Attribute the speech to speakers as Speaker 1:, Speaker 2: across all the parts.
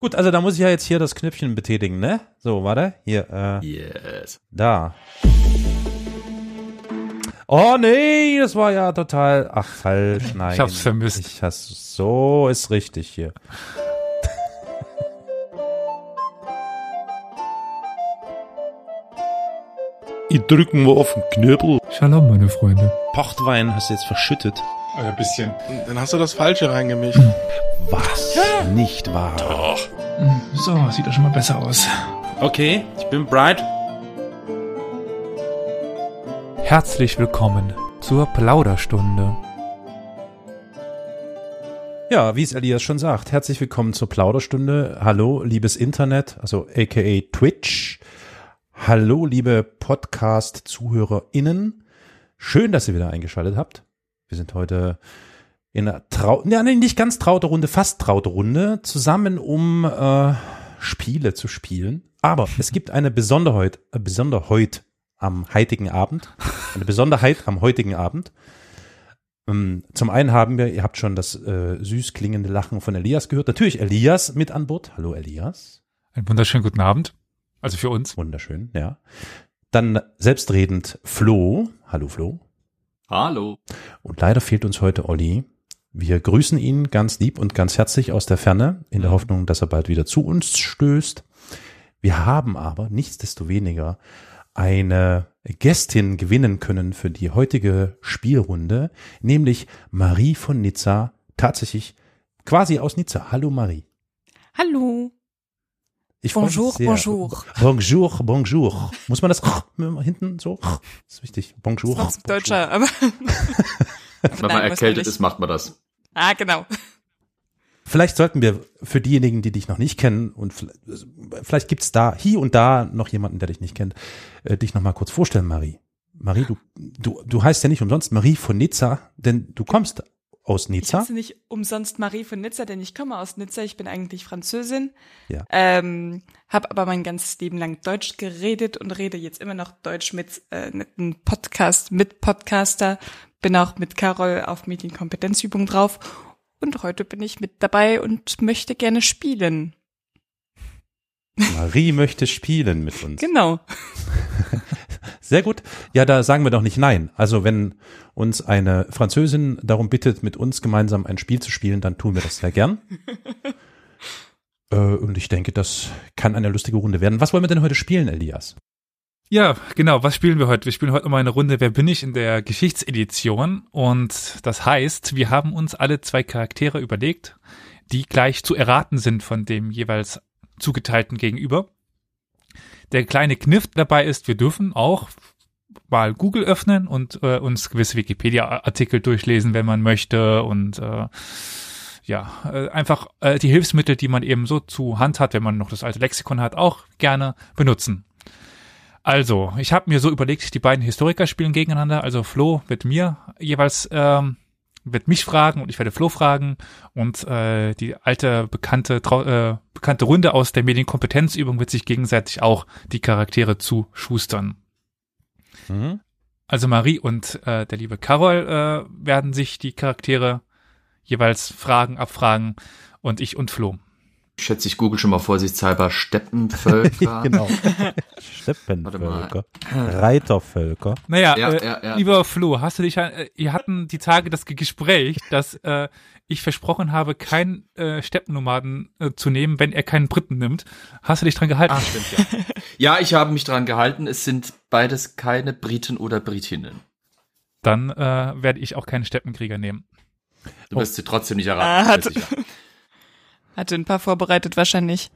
Speaker 1: Gut, also da muss ich ja jetzt hier das Knöpfchen betätigen, ne? So, warte. Hier, äh,
Speaker 2: Yes.
Speaker 1: da. Oh nee, das war ja total. Ach, falsch, nein.
Speaker 2: Ich hab's vermisst.
Speaker 1: Ich hasse- so ist richtig hier.
Speaker 3: Ich drücken wir auf den Knöbel.
Speaker 2: Shalom, meine Freunde.
Speaker 3: Pochtwein hast du jetzt verschüttet.
Speaker 4: Ein bisschen.
Speaker 5: Dann hast du das Falsche reingemischt.
Speaker 3: Was? Nicht wahr.
Speaker 4: Hm, So, sieht doch schon mal besser aus.
Speaker 3: Okay, ich bin bereit.
Speaker 2: Herzlich willkommen zur Plauderstunde.
Speaker 1: Ja, wie es Elias schon sagt, herzlich willkommen zur Plauderstunde. Hallo, liebes Internet, also aka Twitch. Hallo, liebe Podcast-ZuhörerInnen. Schön, dass ihr wieder eingeschaltet habt. Wir sind heute in einer trau ja, nee, nicht ganz traute Runde, fast traute Runde, zusammen um äh, Spiele zu spielen. Aber es gibt eine Besonderheit, äh, Besonderheit am heutigen Abend. Eine Besonderheit am heutigen Abend. Ähm, Zum einen haben wir, ihr habt schon das äh, süß klingende Lachen von Elias gehört. Natürlich Elias mit an Bord. Hallo Elias.
Speaker 2: Einen wunderschönen guten Abend. Also für uns.
Speaker 1: Wunderschön, ja. Dann selbstredend Flo. Hallo Flo.
Speaker 6: Hallo.
Speaker 1: Und leider fehlt uns heute Olli. Wir grüßen ihn ganz lieb und ganz herzlich aus der Ferne, in
Speaker 7: Mhm.
Speaker 1: der Hoffnung, dass er bald wieder zu uns stößt. Wir haben aber nichtsdestoweniger eine Gästin gewinnen können für die heutige Spielrunde, nämlich Marie von Nizza, tatsächlich quasi aus Nizza. Hallo Marie.
Speaker 7: Hallo.
Speaker 1: Ich freue mich
Speaker 7: Bonjour,
Speaker 1: sehr.
Speaker 7: bonjour.
Speaker 1: Bonjour, bonjour. Muss man das hinten so? Ist wichtig. Bonjour.
Speaker 7: Das ist Deutscher, aber.
Speaker 6: Wenn man
Speaker 7: Nein, muss man
Speaker 6: erkältet
Speaker 7: nicht.
Speaker 6: ist, macht man das.
Speaker 7: Ah, genau.
Speaker 1: Vielleicht sollten wir für diejenigen, die dich noch nicht kennen und vielleicht, vielleicht gibt's da hier und da noch jemanden, der dich nicht kennt, äh, dich noch mal kurz vorstellen, Marie. Marie, du, du, du heißt ja nicht umsonst Marie von Nizza, denn du kommst aus
Speaker 7: Ich
Speaker 1: Nizza.
Speaker 7: heiße nicht umsonst Marie von Nizza, denn ich komme aus Nizza. Ich bin eigentlich Französin.
Speaker 1: Ja.
Speaker 7: Ähm, hab aber mein ganzes Leben lang Deutsch geredet und rede jetzt immer noch Deutsch mit äh, netten Podcast, mit Podcaster. Bin auch mit Carol auf Medienkompetenzübung drauf. Und heute bin ich mit dabei und möchte gerne spielen.
Speaker 1: Marie möchte spielen mit uns.
Speaker 7: Genau.
Speaker 1: Sehr gut. Ja, da sagen wir doch nicht nein. Also wenn uns eine Französin darum bittet, mit uns gemeinsam ein Spiel zu spielen, dann tun wir das sehr gern. äh, und ich denke, das kann eine lustige Runde werden. Was wollen wir denn heute spielen, Elias?
Speaker 2: Ja, genau. Was spielen wir heute? Wir spielen heute nochmal eine Runde Wer bin ich in der Geschichtsedition. Und das heißt, wir haben uns alle zwei Charaktere überlegt, die gleich zu erraten sind von dem jeweils zugeteilten Gegenüber. Der kleine Kniff dabei ist, wir dürfen auch mal Google öffnen und äh, uns gewisse Wikipedia-Artikel durchlesen, wenn man möchte. Und äh, ja, äh, einfach äh, die Hilfsmittel, die man eben so zu Hand hat, wenn man noch das alte Lexikon hat, auch gerne benutzen. Also, ich habe mir so überlegt, die beiden Historiker spielen gegeneinander. Also Flo wird mir jeweils ähm, wird mich fragen und ich werde Flo fragen und äh, die alte bekannte Trau äh, bekannte Runde aus der Medienkompetenzübung wird sich gegenseitig auch die Charaktere zuschustern.
Speaker 1: Mhm.
Speaker 2: Also Marie und äh, der liebe Carol äh, werden sich die Charaktere jeweils fragen, abfragen und ich und Flo.
Speaker 6: Schätze ich Google schon mal vorsichtshalber Steppenvölker.
Speaker 1: genau.
Speaker 6: Warte mal.
Speaker 1: Steppenvölker. Reitervölker.
Speaker 2: Naja,
Speaker 6: Ja,
Speaker 2: äh,
Speaker 6: ja, ja.
Speaker 2: lieber Flo, hast du dich, an- äh, wir hatten die Tage das Gespräch, dass äh, ich versprochen habe, keinen äh, Steppennomaden äh, zu nehmen, wenn er keinen Briten nimmt. Hast du dich dran gehalten?
Speaker 6: Ah, stimmt, ja. ja, ich habe mich dran gehalten. Es sind beides keine Briten oder Britinnen.
Speaker 2: Dann äh, werde ich auch keinen Steppenkrieger nehmen.
Speaker 6: Du
Speaker 1: Oh.
Speaker 6: wirst sie trotzdem nicht
Speaker 7: Ah,
Speaker 6: erraten.
Speaker 7: hat-
Speaker 6: bin ich sicher.
Speaker 7: Hatte ein paar vorbereitet wahrscheinlich.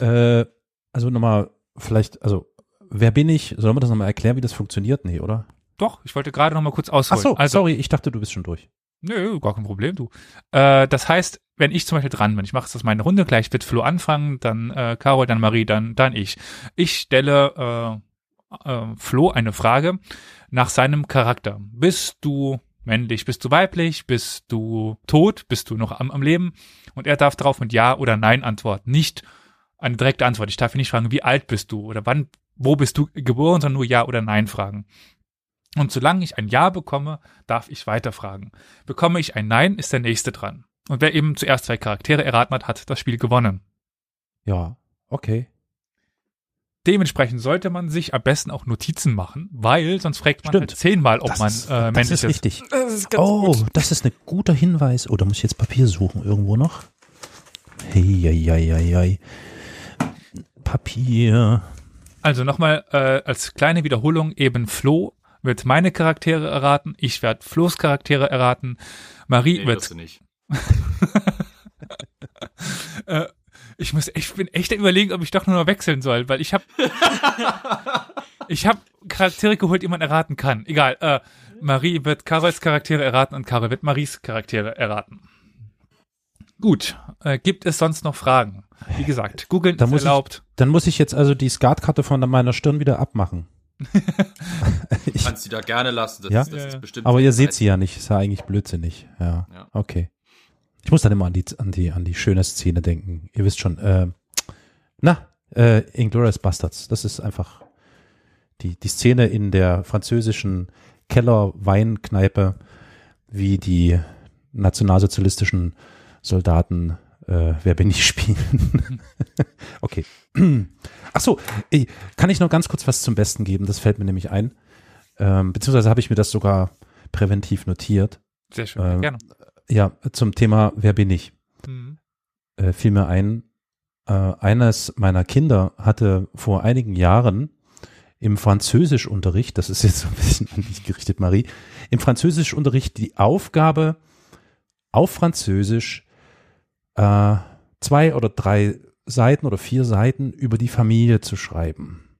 Speaker 1: Äh, also nochmal, vielleicht, also wer bin ich? Sollen wir das nochmal erklären, wie das funktioniert? Nee, oder?
Speaker 2: Doch, ich wollte gerade noch mal kurz
Speaker 1: Ach
Speaker 2: ausholen.
Speaker 1: so,
Speaker 2: also,
Speaker 1: sorry, ich dachte, du bist schon durch.
Speaker 2: Nö, gar kein Problem, du. Äh, das heißt, wenn ich zum Beispiel dran bin, ich mache jetzt meine Runde, gleich wird Flo anfangen, dann äh, Caro, dann Marie, dann, dann ich. Ich stelle äh, äh, Flo eine Frage nach seinem Charakter. Bist du männlich, bist du weiblich, bist du tot, bist du noch am, am Leben? Und er darf darauf mit Ja oder Nein antworten. Nicht eine direkte Antwort. Ich darf ihn nicht fragen, wie alt bist du oder wann, wo bist du geboren, sondern nur Ja oder Nein fragen. Und solange ich ein Ja bekomme, darf ich weiterfragen. Bekomme ich ein Nein, ist der nächste dran. Und wer eben zuerst zwei Charaktere erraten hat, hat das Spiel gewonnen.
Speaker 1: Ja, okay.
Speaker 2: Dementsprechend sollte man sich am besten auch Notizen machen, weil sonst fragt man
Speaker 1: Stimmt.
Speaker 2: halt zehnmal, ob
Speaker 1: das
Speaker 2: man
Speaker 1: ist,
Speaker 2: äh,
Speaker 1: das
Speaker 2: männlich
Speaker 1: ist
Speaker 2: ist.
Speaker 1: richtig.
Speaker 7: Das ist ganz
Speaker 1: Oh,
Speaker 7: gut.
Speaker 1: das ist ein guter Hinweis. Oh, da muss ich jetzt Papier suchen irgendwo noch. Hey, ei, ei, ei, ei. Papier.
Speaker 2: Also nochmal äh, als kleine Wiederholung eben Flo wird meine Charaktere erraten, ich werde Flos Charaktere erraten, Marie
Speaker 6: Nee,
Speaker 2: wird
Speaker 6: wirst du nicht.
Speaker 2: äh, ich muss ich bin echt am überlegen, ob ich doch nur noch wechseln soll, weil ich habe ich habe Charaktere geholt, die man erraten kann. Egal, äh, Marie wird Karols Charaktere erraten und Karol wird Maries Charaktere erraten. Gut, äh, gibt es sonst noch Fragen? Wie gesagt, googeln
Speaker 1: Da
Speaker 2: ist
Speaker 1: muss ich-
Speaker 2: erlaubt.
Speaker 1: Dann muss ich jetzt also die Skatkarte von meiner Stirn wieder abmachen. ich,
Speaker 6: Kannst du da gerne lassen. Das
Speaker 1: Ja?
Speaker 6: ist, das
Speaker 2: Ja, ja.
Speaker 6: ist bestimmt
Speaker 1: aber ihr
Speaker 6: sehr
Speaker 1: seht sie ja nicht. Ist ja eigentlich blödsinnig. Ja.
Speaker 6: Ja.
Speaker 1: Okay. Ich muss dann immer an die, an die, an die schöne Szene denken. Ihr wisst schon, äh, na, äh, Inglourious Bastards. Das ist einfach die, die Szene in der französischen Keller-Weinkneipe, wie die nationalsozialistischen Soldaten äh, Wer bin ich spielen. okay. Ach so, eh, kann ich noch ganz kurz was zum Besten geben? Das fällt mir nämlich ein. Ähm, beziehungsweise habe ich mir das sogar präventiv notiert.
Speaker 2: Sehr schön,
Speaker 1: äh,
Speaker 2: gerne.
Speaker 1: Ja, zum Thema Wer bin ich?
Speaker 2: Mhm.
Speaker 1: äh, fiel mir ein, äh, eines meiner Kinder hatte vor einigen Jahren im Französischunterricht, das ist jetzt so ein bisschen an dich gerichtet, Marie, im Französischunterricht die Aufgabe, auf Französisch äh, zwei oder drei Seiten oder vier Seiten über die Familie zu schreiben.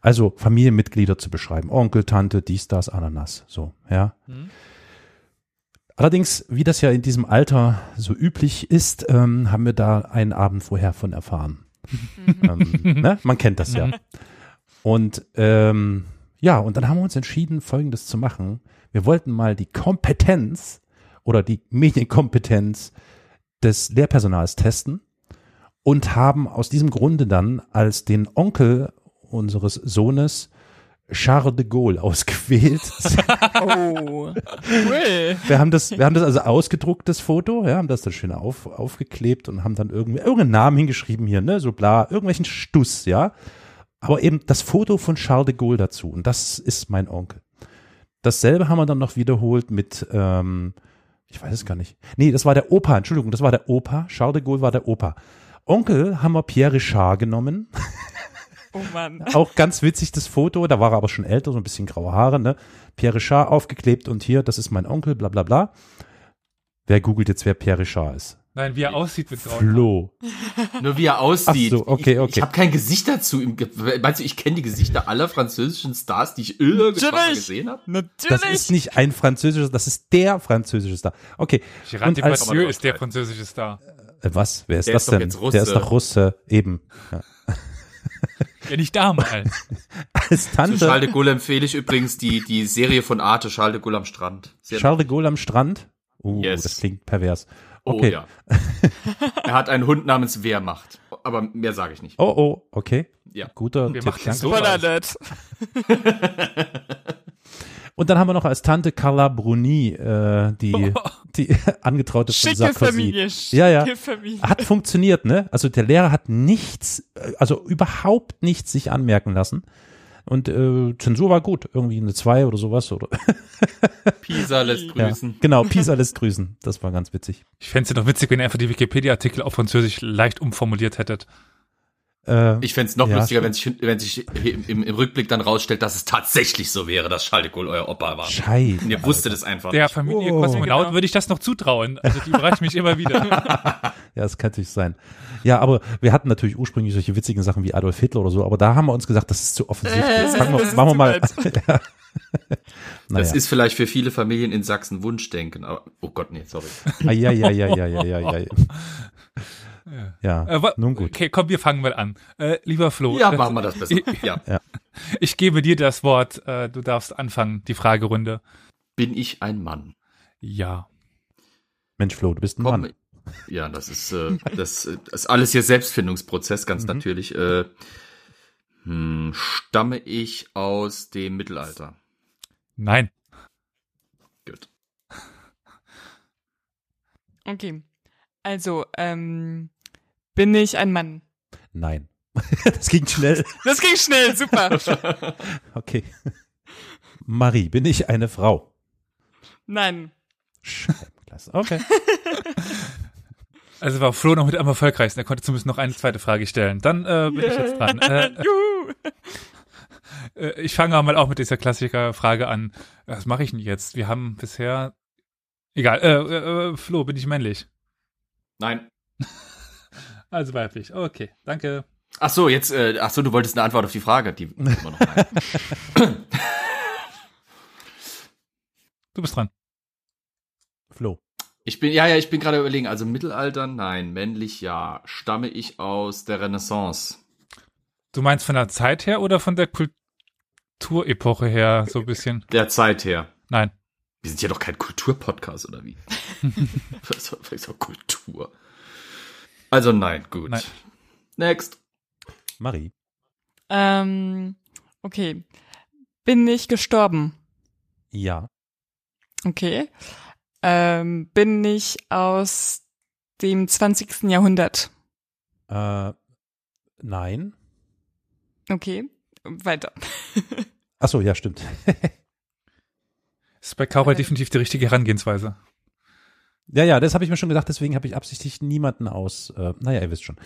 Speaker 1: Also Familienmitglieder zu beschreiben. Onkel, Tante, dies, das, Ananas. So, ja.
Speaker 2: Mhm.
Speaker 1: Allerdings, wie das ja in diesem Alter so üblich ist, ähm, haben wir da einen Abend vorher von erfahren. ähm, ne? Man kennt das ja. Und ähm, ja, und dann haben wir uns entschieden, Folgendes zu machen. Wir wollten mal die Kompetenz oder die Medienkompetenz des Lehrpersonals testen und haben aus diesem Grunde dann als den Onkel unseres Sohnes Charles de Gaulle ausgewählt.
Speaker 7: Oh. Cool.
Speaker 1: Wir haben das, wir haben das also ausgedruckt, das Foto, ja, haben das dann schön auf, aufgeklebt und haben dann irgendwie irgendeinen Namen hingeschrieben hier, ne, so bla, irgendwelchen Stuss, ja. Aber eben das Foto von Charles de Gaulle dazu und das ist mein Onkel. Dasselbe haben wir dann noch wiederholt mit, ähm, ich weiß es gar nicht. Nee, das war der Opa, Entschuldigung, das war der Opa. Charles de Gaulle war der Opa. Onkel haben wir Pierre Richard genommen
Speaker 7: Oh Mann.
Speaker 1: auch ganz witzig das Foto, da war er aber schon älter, so ein bisschen graue Haare, ne? Pierre Richard aufgeklebt und hier, das ist mein Onkel, bla bla bla. Wer googelt jetzt, wer Pierre Richard ist?
Speaker 2: Nein, wie er aussieht mit grauen Haaren.
Speaker 1: Flo.
Speaker 6: Nur wie er aussieht.
Speaker 1: Ach so, okay,
Speaker 6: ich,
Speaker 1: okay.
Speaker 6: Ich habe kein Gesicht dazu. Im Ge Meinst du, ich kenne die Gesichter aller französischen Stars, die ich irgendwann mal
Speaker 7: Natürlich.
Speaker 6: gesehen habe?
Speaker 1: Das
Speaker 7: Natürlich.
Speaker 1: ist nicht ein französisches, das ist der französische Star. Okay,
Speaker 2: Gerard
Speaker 1: Und als-
Speaker 2: Depardieu ist der französische Star.
Speaker 1: äh, was? Wer ist
Speaker 6: Der
Speaker 1: das
Speaker 6: ist doch
Speaker 1: denn?
Speaker 6: jetzt Russe.
Speaker 1: Der ist doch Russe, eben. Ja.
Speaker 2: Ja, nicht damals.
Speaker 1: Als
Speaker 6: Zu
Speaker 1: Tante
Speaker 6: Charles de Gaulle empfehle ich übrigens die, die Serie von Arte, Charles de Gaulle am Strand. Sehr
Speaker 1: Charles de Gaulle am Strand. Uh,
Speaker 6: Yes.
Speaker 1: das klingt pervers.
Speaker 6: Oh
Speaker 1: Okay.
Speaker 6: ja. er hat einen Hund namens Wehrmacht. Aber mehr sage ich nicht.
Speaker 1: Oh, oh, okay.
Speaker 6: Ja.
Speaker 1: Guter
Speaker 2: Wir
Speaker 1: Tipp.
Speaker 2: machen
Speaker 1: Danke.
Speaker 2: das so.
Speaker 7: Voll nett.
Speaker 1: Und dann haben wir noch als Tante Carla Bruni, äh, die, die angetraute von
Speaker 7: Oh. Schicke
Speaker 1: Sarkozy.
Speaker 7: Familie. Schicke
Speaker 1: Ja, ja.
Speaker 7: Familie.
Speaker 1: hat funktioniert, ne? Also der Lehrer hat nichts, äh, also überhaupt nichts sich anmerken lassen. Und äh, Zensur war gut, irgendwie eine 2 oder sowas. Oder,
Speaker 6: Pisa lässt
Speaker 1: ja,
Speaker 6: grüßen.
Speaker 1: genau, Pisa lässt grüßen. Das war ganz witzig.
Speaker 2: Ich fänd's ja noch witzig, wenn ihr einfach die Wikipedia-Artikel auf Französisch leicht umformuliert hättet.
Speaker 1: Äh,
Speaker 6: Ich fänd's noch
Speaker 1: Ja,
Speaker 6: lustiger, wenn sich, wenn sich im, im, im Rückblick dann rausstellt, dass es tatsächlich so wäre, dass Charles de Gaulle euer Opa war.
Speaker 1: Scheiße.
Speaker 6: Und ihr wusstet es einfach.
Speaker 2: Der
Speaker 6: nicht.
Speaker 2: Familie
Speaker 1: Oh.
Speaker 2: Kosmonaut würde ich das noch zutrauen. Also die überrascht mich immer wieder.
Speaker 1: Ja, das kann natürlich sein. Ja, aber wir hatten natürlich ursprünglich solche witzigen Sachen wie Adolf Hitler oder so, aber da haben wir uns gesagt, das ist zu offensichtlich.
Speaker 7: Äh, das
Speaker 1: Fangen wir,
Speaker 7: ist
Speaker 1: machen wir
Speaker 7: zu
Speaker 1: mal. ja.
Speaker 6: Das
Speaker 1: Naja.
Speaker 6: ist vielleicht für viele Familien in Sachsen Wunschdenken, aber oh Gott, nee, sorry.
Speaker 1: Ah, ja, ja, ja, ja, ja, ja, ja.
Speaker 2: Äh,
Speaker 1: Ja,
Speaker 2: wa-
Speaker 1: nun gut.
Speaker 2: Okay, komm, wir fangen mal an. Äh, lieber Flo,
Speaker 6: Ja,
Speaker 2: das-
Speaker 6: machen wir das besser. Ja.
Speaker 2: ich gebe dir das Wort. Äh, du darfst anfangen, die Fragerunde.
Speaker 6: Bin ich ein Mann?
Speaker 2: Ja.
Speaker 1: Mensch, Flo, du bist ein
Speaker 6: Komm,
Speaker 1: Mann.
Speaker 6: Ja, das ist, äh, das äh, ist alles hier Selbstfindungsprozess, ganz
Speaker 1: Mhm.
Speaker 6: natürlich. Äh, hm, stamme ich aus dem Mittelalter?
Speaker 2: Nein.
Speaker 6: Gut.
Speaker 7: Okay. Also, ähm, bin ich ein Mann?
Speaker 1: Nein. das ging schnell.
Speaker 7: Das ging schnell, super.
Speaker 1: Okay. Marie, bin ich eine Frau?
Speaker 7: Nein.
Speaker 1: Scheibenklasse. Okay.
Speaker 2: Also war Flo noch mit am erfolgreichsten. Er konnte zumindest noch eine zweite Frage stellen. Dann äh, bin ich jetzt dran. Äh,
Speaker 7: Juhu.
Speaker 2: äh, ich fange mal auch mit dieser Klassiker-Frage an. Was mache ich denn jetzt? Wir haben bisher. Egal. Äh, äh, äh, Flo, bin ich männlich?
Speaker 6: Nein.
Speaker 2: Also weiblich. Okay, danke.
Speaker 6: Ach so, jetzt, äh, ach so, du wolltest eine Antwort auf die Frage. Die immer noch nein.
Speaker 2: Du bist dran.
Speaker 1: Flo.
Speaker 6: Ich bin, ja, ja, ich bin gerade überlegen. Also Mittelalter, nein. Männlich, ja. Stamme ich aus der Renaissance?
Speaker 2: Du meinst von der Zeit her oder von der Kulturepoche her so ein bisschen?
Speaker 6: Der Zeit her.
Speaker 2: Nein.
Speaker 6: Wir sind ja doch kein Kulturpodcast, oder wie? Was soll was soll Kultur? Also nein, gut.
Speaker 2: Nein.
Speaker 6: Next.
Speaker 1: Marie.
Speaker 7: Ähm, okay. Bin ich gestorben?
Speaker 1: Ja.
Speaker 7: Okay. Ähm, bin ich aus dem 20. Jahrhundert?
Speaker 1: Äh, nein.
Speaker 7: Okay. Weiter.
Speaker 1: Ach so, ja, stimmt.
Speaker 2: Ist bei Cowboy
Speaker 7: Äh.
Speaker 2: definitiv die richtige Herangehensweise.
Speaker 1: Ja, ja, das habe ich mir schon gedacht, deswegen habe ich absichtlich niemanden aus. Äh, naja, ihr wisst schon.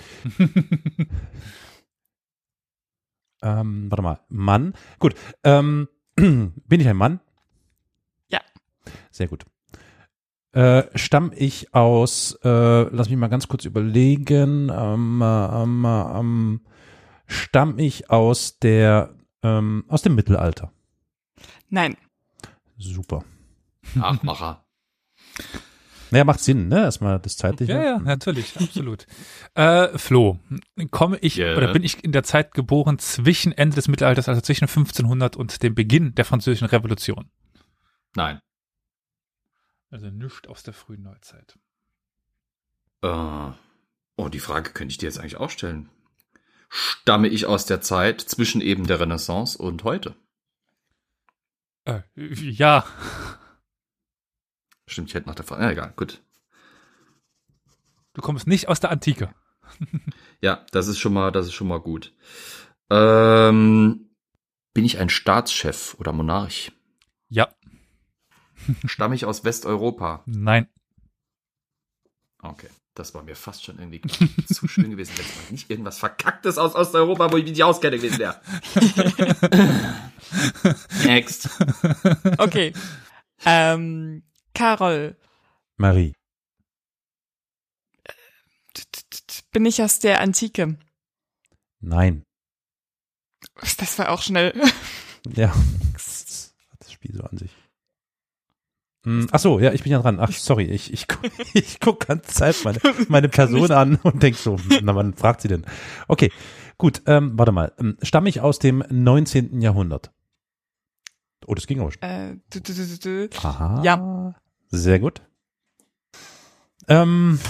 Speaker 1: Ähm, warte mal, Mann. Gut. Ähm, bin ich ein Mann?
Speaker 7: Ja.
Speaker 1: Sehr gut. Äh, stamm ich aus, äh, lass mich mal ganz kurz überlegen, ähm, äh, ähm, äh, ähm, stamm ich aus der, ähm, aus dem Mittelalter.
Speaker 7: Nein.
Speaker 1: Super.
Speaker 6: Nachmacher.
Speaker 1: Naja, macht Sinn, ne? Erstmal das zeitliche.
Speaker 2: Ja, ja, natürlich, absolut. äh, Flo, komme ich
Speaker 6: Ja.
Speaker 2: oder bin ich in der Zeit geboren zwischen Ende des Mittelalters, also zwischen 1500 und dem Beginn der Französischen Revolution?
Speaker 6: nein.
Speaker 2: Also nicht aus der frühen Neuzeit.
Speaker 6: Äh, oh, die Frage könnte ich dir jetzt eigentlich auch stellen. Stamme ich aus der Zeit zwischen eben der Renaissance und heute?
Speaker 2: Äh, ja,
Speaker 6: Stimmt, ich hätte nach der Frage. Ja, egal, gut.
Speaker 2: du kommst nicht aus der Antike.
Speaker 6: Ja, das ist schon mal, das ist schon mal gut. Ähm, bin ich ein Staatschef oder Monarch?
Speaker 2: Ja,
Speaker 6: Stamme ich aus Westeuropa?
Speaker 2: nein.
Speaker 6: Okay. Das war mir fast schon irgendwie zu schön gewesen, wenn es mal nicht irgendwas Verkacktes aus Osteuropa, wo ich mich nicht auskenne gewesen wäre. Next.
Speaker 7: Okay. ähm, Carol,
Speaker 1: Marie.
Speaker 7: t- t- t- bin ich aus der Antike?
Speaker 1: Nein.
Speaker 7: Das war auch schnell.
Speaker 1: Ja. Das hat das Spiel so an sich. Hm, Ach so, ja, ich bin ja dran. Ach, sorry, ich, ich, gu- ich guck ganze Zeit meine, meine Person an und denk so, na, wann fragt sie denn? Okay, gut, ähm, warte mal. Ähm, Stamme ich aus dem 19. Jahrhundert? Oh, das ging aber schon.
Speaker 7: Äh, du, du, du, du, du.
Speaker 1: Aha.
Speaker 7: Ja.
Speaker 1: Sehr gut. Ähm,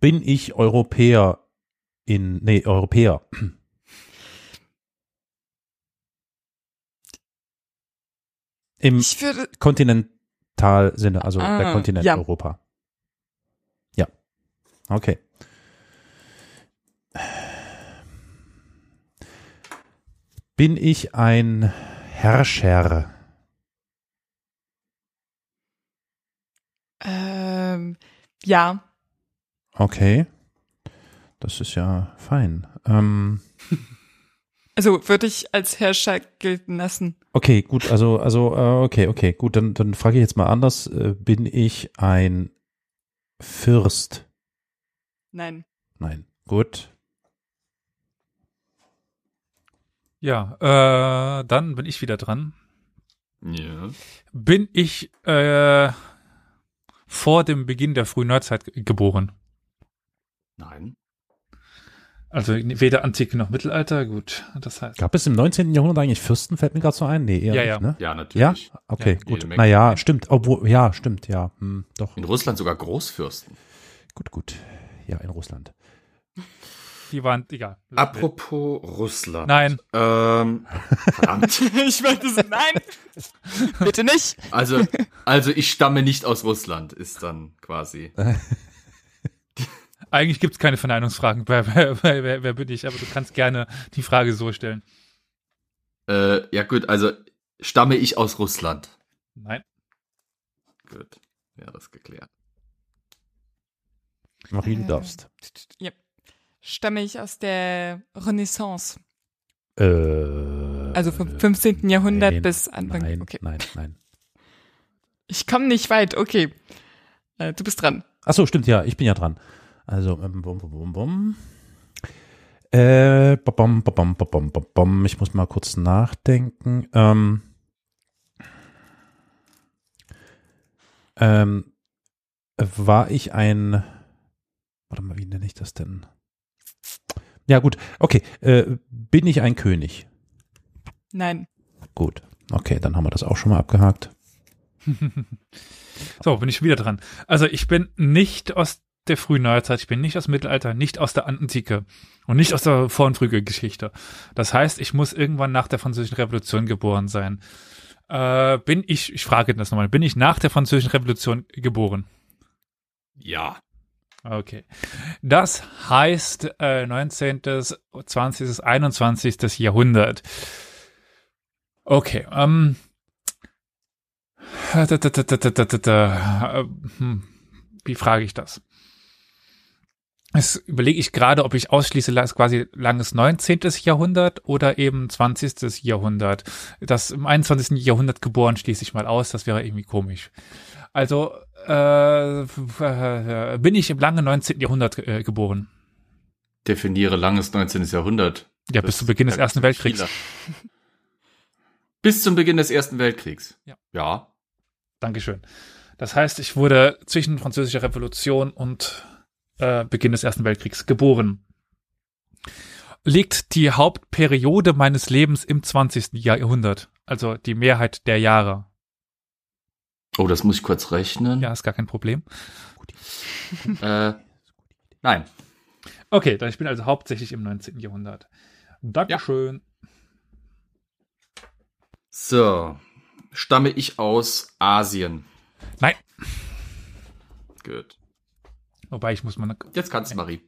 Speaker 1: bin ich Europäer in, nee, Europäer. Im
Speaker 7: Ich würde,
Speaker 1: Kontinentalsinne, also
Speaker 7: Ah,
Speaker 1: der Kontinent
Speaker 7: ja.
Speaker 1: Europa. Ja. Okay. Bin ich ein Herrscher?
Speaker 7: ähm, ja.
Speaker 1: Okay. Das ist ja fein. Ähm,
Speaker 7: Also würde ich als Herrscher gelten lassen.
Speaker 1: okay, gut, also, also, äh, okay, okay, gut, dann, dann frage ich jetzt mal anders. Äh, bin ich ein Fürst?
Speaker 7: Nein.
Speaker 1: Nein. Gut.
Speaker 2: Ja, äh, dann bin ich wieder dran.
Speaker 6: Ja.
Speaker 2: Bin ich äh, vor dem Beginn der frühen Neuzeit ge- geboren?
Speaker 6: Nein.
Speaker 2: Also weder Antike noch Mittelalter, gut. Das heißt,
Speaker 1: Gab es im 19. Jahrhundert eigentlich Fürsten? Fällt mir gerade so ein. Nee, eher
Speaker 2: Ja,
Speaker 1: nicht,
Speaker 2: ja.
Speaker 1: ne?
Speaker 6: Ja,
Speaker 1: Ja?
Speaker 6: natürlich.
Speaker 1: Okay,
Speaker 6: Ja,
Speaker 1: gut.
Speaker 6: jede Menge. Genau.
Speaker 1: Naja, stimmt. Obwohl, ja, stimmt, ja. Hm, doch.
Speaker 6: In Russland sogar Großfürsten.
Speaker 1: Gut, gut. Ja, in Russland.
Speaker 2: Die waren, egal.
Speaker 6: Apropos Russland.
Speaker 2: Nein.
Speaker 6: Ähm, verdammt.
Speaker 7: Ich möchte sagen, nein, bitte nicht.
Speaker 6: Also, also ich stamme nicht aus Russland, ist dann quasi.
Speaker 2: Eigentlich gibt's keine Verneinungsfragen bei wer, wer, wer, wer bin ich, aber du kannst gerne die Frage so stellen.
Speaker 6: Äh, ja gut, also stamme ich aus Russland.
Speaker 2: Nein.
Speaker 6: Gut, ja, das geklärt.
Speaker 1: Marie, du
Speaker 7: Äh.
Speaker 1: darfst.
Speaker 7: Ja. Stamme ich aus der Renaissance,
Speaker 1: Äh,
Speaker 7: also vom 15. Jahrhundert
Speaker 1: nein,
Speaker 7: bis Anfang.
Speaker 1: Nein,
Speaker 7: okay.
Speaker 1: nein, nein.
Speaker 7: Ich komme nicht weit, okay. Äh, du bist dran.
Speaker 1: Ach so, stimmt, ja, ich bin ja dran. Also, ähm, bum, bum, bum, bum. Äh, ba bum, ba bum, ba bum, ba bum. ich muss mal kurz nachdenken. Ähm, ähm, war ich ein, warte mal, wie nenne ich das denn? Ja, gut, okay, äh, bin ich ein König?
Speaker 7: Nein.
Speaker 1: Gut, okay, dann haben wir das auch schon mal abgehakt.
Speaker 2: So, bin ich schon wieder dran. Also ich bin nicht aus der frühen Neuzeit, ich bin nicht aus dem Mittelalter, nicht aus der Antike und nicht aus der vornfrühen Geschichte. Das heißt, ich muss irgendwann nach der Französischen Revolution geboren sein. Äh, bin ich, ich frage das nochmal, bin ich nach der Französischen Revolution geboren?
Speaker 6: Ja.
Speaker 2: Okay. Das heißt äh, 19., 20., 21. Jahrhundert. Okay. Ähm, äh, da, da, da, da, da, da, da, da, äh, hm, wie frage ich das? Es überlege ich gerade, ob ich ausschließe las- quasi langes 19. Jahrhundert oder eben 20. Jahrhundert. Das im 21. Jahrhundert geboren schließe ich mal aus, das wäre irgendwie komisch. Also äh, f- äh, bin ich im langen 19. Jahrhundert ge- äh, geboren.
Speaker 6: Definiere langes 19. Jahrhundert.
Speaker 2: Ja,
Speaker 6: Das
Speaker 2: bis zu Beginn des
Speaker 6: kann
Speaker 2: Ersten Weltkriegs.
Speaker 6: vieler. Bis zum Beginn des Ersten Weltkriegs.
Speaker 2: Ja.
Speaker 6: Ja.
Speaker 2: Dankeschön. Das heißt, ich wurde zwischen Französischer Revolution und äh, Beginn des Ersten Weltkriegs geboren. Liegt die Hauptperiode meines Lebens im 20. Jahrhundert, also die Mehrheit der Jahre.
Speaker 6: Oh, das muss ich kurz rechnen.
Speaker 2: Ja, ist gar kein Problem.
Speaker 6: Äh, nein.
Speaker 2: Okay, dann ich bin also hauptsächlich im 19. Jahrhundert. Dankeschön.
Speaker 6: So. Stamme ich aus Asien.
Speaker 2: Nein.
Speaker 6: Gut.
Speaker 2: Wobei ich muss mal.
Speaker 6: Jetzt kannst du, Marie.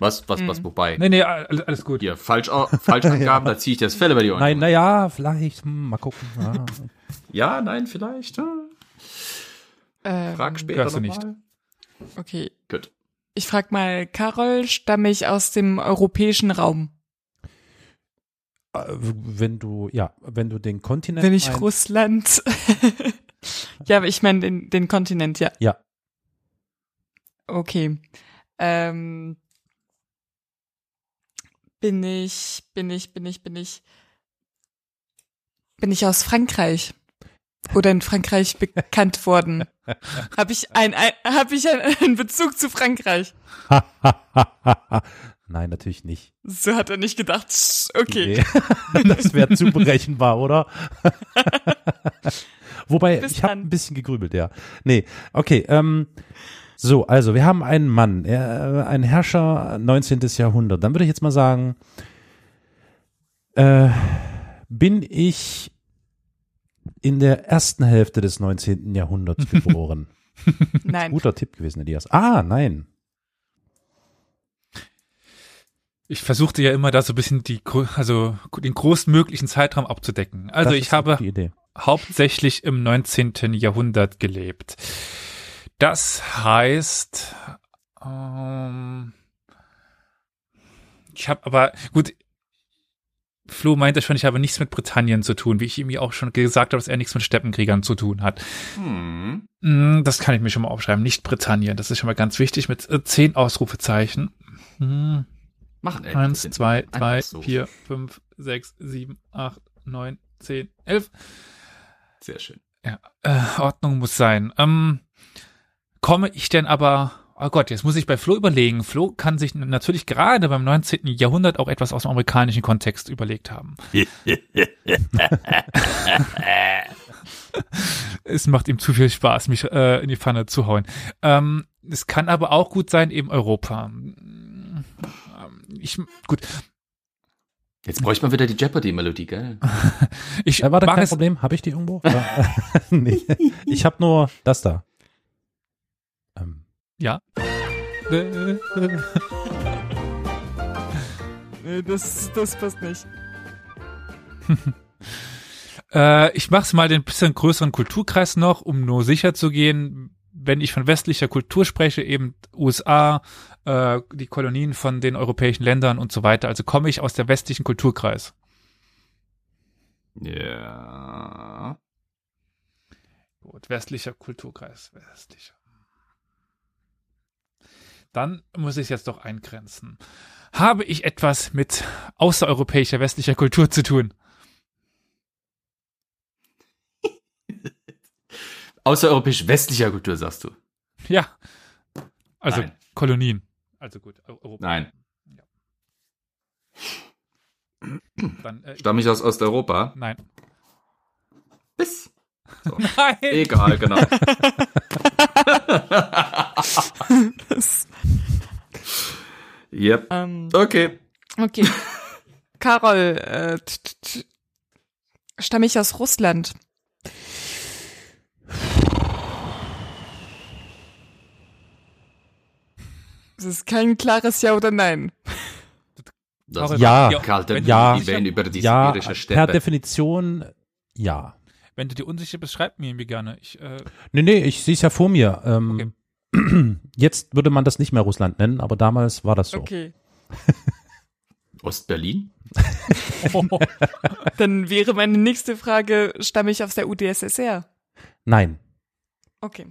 Speaker 6: Was, was,
Speaker 2: Mhm.
Speaker 6: was, wobei?
Speaker 2: Nee, nee, all- alles gut.
Speaker 6: Hier, falsch, Falschangaben, da ziehe ich das Fell über die Ohren.
Speaker 1: Nein, naja, vielleicht, hm, mal gucken. Ja.
Speaker 6: Ja, nein, vielleicht. ja.
Speaker 7: Ähm,
Speaker 1: Hm,
Speaker 6: Frag später
Speaker 2: Hörst du
Speaker 6: nochmal.
Speaker 2: nicht.
Speaker 7: Okay.
Speaker 6: Gut.
Speaker 7: Ich frag mal, Carol, stamme ich aus dem europäischen Raum?
Speaker 1: Äh, Wenn du, ja, wenn du den Kontinent.
Speaker 7: Bin ich
Speaker 1: meinst-
Speaker 7: Russland? ja, aber ich meine den, den Kontinent, ja.
Speaker 1: Ja.
Speaker 7: Okay. Ähm, bin ich, bin ich, bin ich, bin ich, bin ich aus Frankreich oder in Frankreich bekannt worden? Habe ich ein, ein habe ich einen, einen Bezug zu Frankreich?
Speaker 1: Nein, natürlich nicht.
Speaker 7: So hat er nicht gedacht. Okay.
Speaker 1: Nee. das wäre zu berechenbar, oder? Wobei,
Speaker 7: Bis
Speaker 1: ich habe
Speaker 7: dann.
Speaker 1: ein bisschen gegrübelt, ja. Nee, okay. Ähm, so, also wir haben einen Mann, äh, ein Herrscher 19. Jahrhundert. Dann würde ich jetzt mal sagen, äh, bin ich in der ersten Hälfte des 19. Jahrhunderts geboren.
Speaker 7: Nein.
Speaker 1: Guter Tipp gewesen, Elias. Ah, nein.
Speaker 2: Ich versuchte ja immer da so ein bisschen die, gro- also den größtmöglichen Zeitraum abzudecken. Also
Speaker 1: Das
Speaker 2: ich
Speaker 1: ist eine
Speaker 2: habe
Speaker 1: gute Idee.
Speaker 2: hauptsächlich im 19. Jahrhundert gelebt. Das heißt, ähm, ich habe aber, gut, Flo meinte schon, ich habe nichts mit Britannien zu tun, wie ich ihm ja auch schon gesagt habe, dass er nichts mit Steppenkriegern zu tun hat.
Speaker 6: Hm.
Speaker 2: Mm, Das kann ich mir schon mal aufschreiben. Nicht Britannien. Das ist schon mal ganz wichtig mit äh, zehn Ausrufezeichen. Hm.
Speaker 6: Machen elf.
Speaker 2: 1,
Speaker 6: Äh, sind
Speaker 2: 2,
Speaker 6: einfach
Speaker 2: 3,
Speaker 6: so.
Speaker 2: 4, 5, 6, 7, 8, 9, 10, 11.
Speaker 6: Sehr schön.
Speaker 2: Äh, Ordnung muss sein. Ähm, komme ich denn aber. Oh Gott, jetzt muss ich bei Flo überlegen. Flo kann sich natürlich gerade beim 19. Jahrhundert auch etwas aus dem amerikanischen Kontext überlegt haben. es macht ihm zu viel Spaß, mich äh, in die Pfanne zu hauen. Ähm, es kann aber auch gut sein, eben Europa. Ähm, ich, gut,
Speaker 6: Jetzt bräuchte man wieder die Jeopardy-Melodie, gell?
Speaker 2: ich
Speaker 1: Äh, warte,
Speaker 2: mag
Speaker 1: kein
Speaker 2: es.
Speaker 1: Problem. Habe ich die irgendwo? Äh, nee. Ich habe nur das da. Ähm,
Speaker 7: Nee, das, das passt nicht.
Speaker 2: Äh, ich mache es mal den bisschen größeren Kulturkreis noch, um nur sicher zu gehen, wenn ich von westlicher Kultur spreche, eben USA, äh, die Kolonien von den europäischen Ländern und so weiter. Also komme ich aus der westlichen Kulturkreis.
Speaker 6: Ja.
Speaker 2: Gut, westlicher Kulturkreis, westlicher. Dann muss ich jetzt doch eingrenzen. Habe ich etwas mit außereuropäischer westlicher Kultur zu tun?
Speaker 6: Außereuropäisch-westlicher Kultur, sagst du?
Speaker 2: Ja. Also
Speaker 6: Nein.
Speaker 2: Kolonien. Also gut, Eu- Europa.
Speaker 6: Nein.
Speaker 2: Dann, äh,
Speaker 6: Stamme ich aus Osteuropa?
Speaker 2: nein.
Speaker 6: Bis.
Speaker 2: Nein.
Speaker 6: Egal, genau.
Speaker 7: Das,
Speaker 6: yep.
Speaker 7: ähm,
Speaker 6: Okay.
Speaker 7: okay. Karol, äh, t- t- t- stamme ich aus Russland? Es ist kein klares Ja oder Nein.
Speaker 6: Das
Speaker 2: Karl-
Speaker 1: Ja.
Speaker 6: kalte
Speaker 2: wenn,
Speaker 1: Ja.
Speaker 2: Du
Speaker 6: Die
Speaker 2: dir
Speaker 6: Wellen
Speaker 2: unsicher,
Speaker 6: über die
Speaker 1: ja,
Speaker 6: sibirische
Speaker 1: per
Speaker 6: Steppe.
Speaker 1: Definition ja.
Speaker 2: wenn du dir unsicher bist, schreib mir irgendwie gerne. Ich, äh,
Speaker 1: Nee, nee, ich sehe es ja vor mir. Ähm, Jetzt würde man das nicht mehr Russland nennen, aber damals war das so.
Speaker 7: Okay.
Speaker 6: Ostberlin?
Speaker 2: oh,
Speaker 7: Dann wäre meine nächste Frage, stamme ich aus der UdSSR?
Speaker 1: Nein.
Speaker 7: Okay.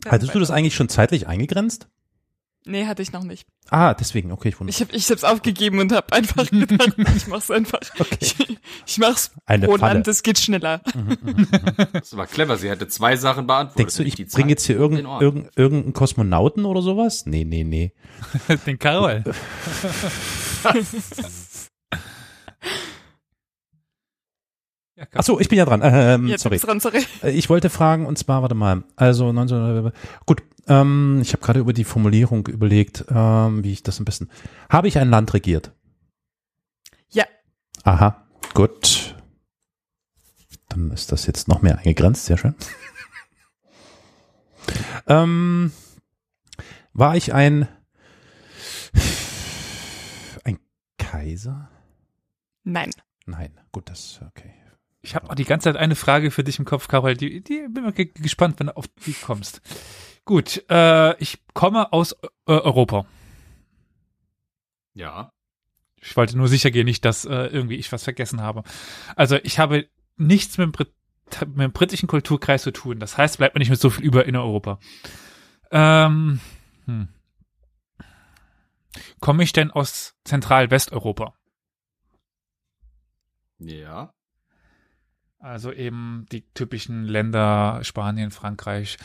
Speaker 7: Dann
Speaker 1: Hattest du das
Speaker 7: weiter.
Speaker 1: eigentlich schon zeitlich eingegrenzt?
Speaker 7: Nee, hatte ich noch nicht.
Speaker 1: Ah, deswegen, okay, ich wundere
Speaker 7: Ich habe ich hab's aufgegeben und habe einfach gedacht, ich mach's einfach. Ich, ich mach's
Speaker 1: Eine
Speaker 7: pro
Speaker 1: Falle. Mhm,
Speaker 7: Land, das geht schneller.
Speaker 6: Das war clever. Sie hatte zwei Sachen beantwortet.
Speaker 1: Denkst du,
Speaker 6: nämlich
Speaker 1: ich
Speaker 6: die
Speaker 1: bringe
Speaker 6: Zeit
Speaker 1: jetzt hier
Speaker 6: und
Speaker 1: irgend,
Speaker 6: den Ort.
Speaker 1: irgend, irgendeinen Kosmonauten oder sowas? Nee, nee, nee.
Speaker 2: den Karol. ja,
Speaker 1: Ach so, ich bin ja dran. Ähm,
Speaker 7: Jetzt
Speaker 1: sorry.
Speaker 7: bist dran, sorry.
Speaker 1: Äh, Ich wollte fragen, und zwar, warte mal, also 1900, gut, ähm, ich habe gerade über die Formulierung überlegt, ähm, wie ich das am besten, habe ich ein Land regiert?
Speaker 7: Ja.
Speaker 1: Aha, gut. Dann ist das jetzt noch mehr eingegrenzt, sehr schön. ähm, war ich ein, ein Kaiser?
Speaker 7: Nein.
Speaker 1: Nein, gut, das, okay.
Speaker 2: Ich habe auch die ganze Zeit eine Frage für dich im Kopf, Karol. Die, die bin mal ge- gespannt, wenn du auf die kommst. Gut, äh, ich komme aus äh, Europa.
Speaker 6: Ja.
Speaker 2: Ich wollte nur sicher gehen, nicht, dass äh, irgendwie ich was vergessen habe. Also ich habe nichts mit dem, Brit mit dem britischen Kulturkreis zu tun. Das heißt, bleibt mir nicht mit so viel über in Europa. Ähm, hm. Komme ich denn aus Zentral-Westeuropa?
Speaker 6: Ja.
Speaker 2: Also eben die typischen Länder Spanien, Frankreich,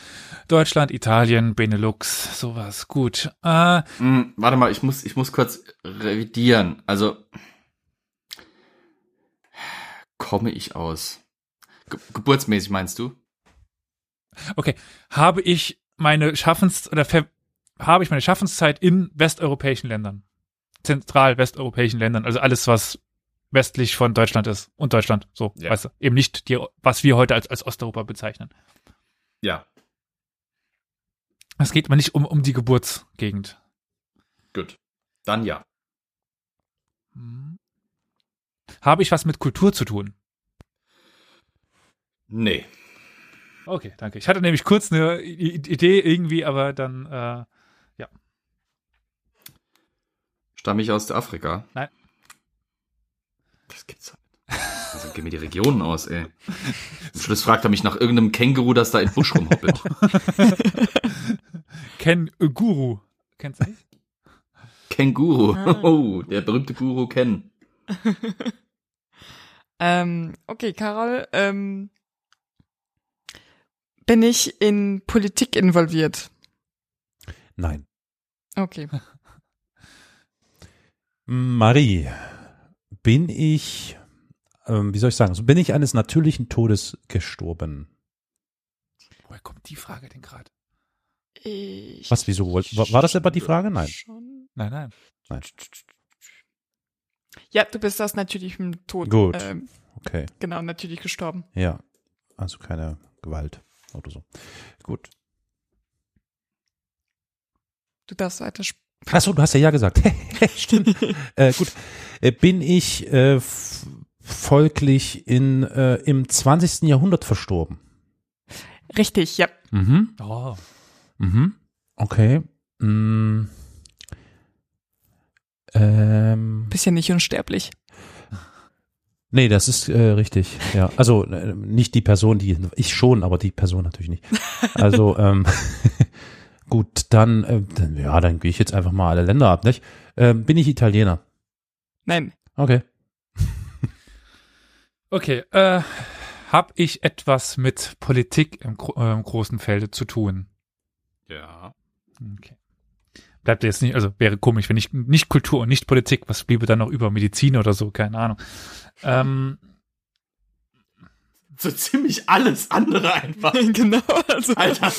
Speaker 2: Deutschland, Italien, Benelux, sowas. Gut. Äh,
Speaker 6: Hm, warte mal, ich muss, ich muss kurz revidieren. Also, komme ich aus? Ge geburtsmäßig meinst du?
Speaker 2: habe ich meine Schaffens oder ver habe ich meine Schaffenszeit in westeuropäischen Ländern, zentral westeuropäischen Ländern, also alles was westlich von Deutschland ist und Deutschland, so,
Speaker 6: Ja.
Speaker 2: weißt du, eben nicht die, was wir heute als, als Osteuropa bezeichnen.
Speaker 6: Ja.
Speaker 2: Es geht mir nicht um, um die Geburtsgegend.
Speaker 6: Gut. Dann ja.
Speaker 2: Hm. Habe ich was mit Kultur zu tun?
Speaker 6: Nee.
Speaker 2: Okay, danke. Ich hatte nämlich kurz eine I- Idee irgendwie, aber dann, äh,
Speaker 6: Stamme ich aus Afrika?
Speaker 2: Nein.
Speaker 6: Das gibt's doch nicht. Also geh mir die Regionen aus, ey. Am Schluss fragt er mich nach irgendeinem Känguru, das da im Busch rumhoppelt.
Speaker 2: Ken Guru. Kennst du nicht?
Speaker 6: Känguru.
Speaker 7: Ah.
Speaker 6: Oh, der berühmte Guru Ken.
Speaker 7: Ähm, okay, Carol, ähm, bin ich in Politik involviert?
Speaker 1: Nein.
Speaker 7: Okay.
Speaker 1: Marie, bin ich, ähm, wie soll ich sagen, also bin ich eines natürlichen Todes gestorben?
Speaker 2: Woher kommt die Frage denn gerade?
Speaker 7: Ich
Speaker 1: Was, wieso? Woll- wa- war das etwa die Frage? Nein.
Speaker 7: Schon?
Speaker 2: Nein, nein.
Speaker 1: Nein.
Speaker 7: Ja, du bist aus natürlichem Tod.
Speaker 1: Gut.
Speaker 7: Ähm,
Speaker 1: Okay.
Speaker 7: genau, natürlich gestorben.
Speaker 1: Ja. Also keine Gewalt oder so. Gut.
Speaker 7: Du darfst weiter sp-
Speaker 1: Achso, du hast ja ja gesagt. Stimmt. äh, gut. Äh, bin ich äh, f- folglich in, äh, im 20. Jahrhundert verstorben?
Speaker 7: Richtig, ja.
Speaker 1: Mhm.
Speaker 2: Oh.
Speaker 1: Mhm. Okay. Mm. Ähm.
Speaker 7: Bist ja nicht unsterblich.
Speaker 1: Nee, das ist äh, richtig. Ja, also äh, nicht die Person, die ich schon, aber die Person natürlich nicht. Also ähm, gut, dann, äh, dann ja, dann gehe ich jetzt einfach mal alle Länder ab, nicht? Ähm, bin ich Italiener?
Speaker 7: Nein.
Speaker 1: Okay.
Speaker 2: Okay, äh, hab ich etwas mit Politik im, gro äh, im großen Felde zu tun?
Speaker 6: Ja.
Speaker 2: Okay. Bleibt jetzt nicht, also wäre komisch, wenn ich nicht Kultur und nicht Politik, was bliebe dann noch über Medizin oder so, keine Ahnung. Ähm,
Speaker 8: So ziemlich alles andere
Speaker 1: Ah.
Speaker 8: einfach.
Speaker 7: genau. Also.
Speaker 8: Alter,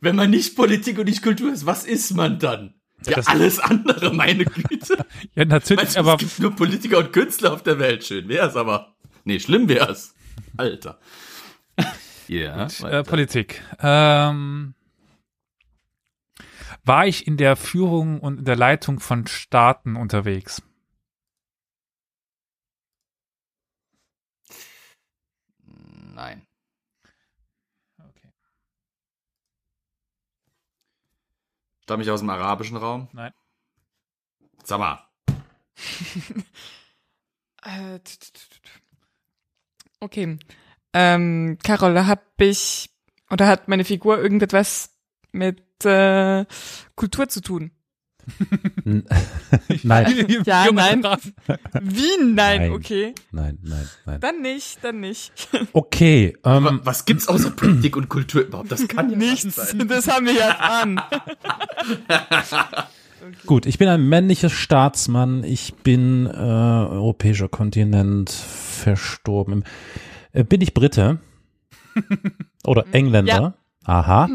Speaker 8: wenn man nicht Politik und nicht Kultur ist, was ist man dann? Ja,
Speaker 2: das-
Speaker 8: alles andere, meine Güte.
Speaker 2: ja, natürlich,
Speaker 8: Meinst du,
Speaker 2: aber
Speaker 8: es gibt nur Politiker und Künstler auf der Welt. Schön wär's, aber. Nee, schlimm wär's. Alter.
Speaker 6: Ja.
Speaker 2: äh, Politik. Ähm, war ich in der Führung und in der Leitung von Staaten unterwegs?
Speaker 6: Nein.
Speaker 2: Okay.
Speaker 6: Stamme ich aus dem arabischen Raum?
Speaker 2: Nein.
Speaker 6: Sag mal.
Speaker 7: Äh, t- t- t- t- Okay. Ähm, Carol, hab ich oder hat meine Figur irgendetwas mit äh, Kultur zu tun?
Speaker 1: N- nein,
Speaker 7: Ja, nein. Wie? Nein,
Speaker 1: Nein.
Speaker 7: okay.
Speaker 1: nein, nein, nein.
Speaker 7: Dann nicht, dann nicht.
Speaker 1: Okay, ähm,
Speaker 8: Was gibt's außer Politik und Kultur überhaupt? Das kann ja
Speaker 7: Nichts.
Speaker 8: sein.
Speaker 7: Das haben wir ja an.
Speaker 1: gut, ich bin ein männlicher Staatsmann, ich bin äh, europäischer Kontinent verstorben. Äh, bin ich Brite? Oder Engländer? Aha.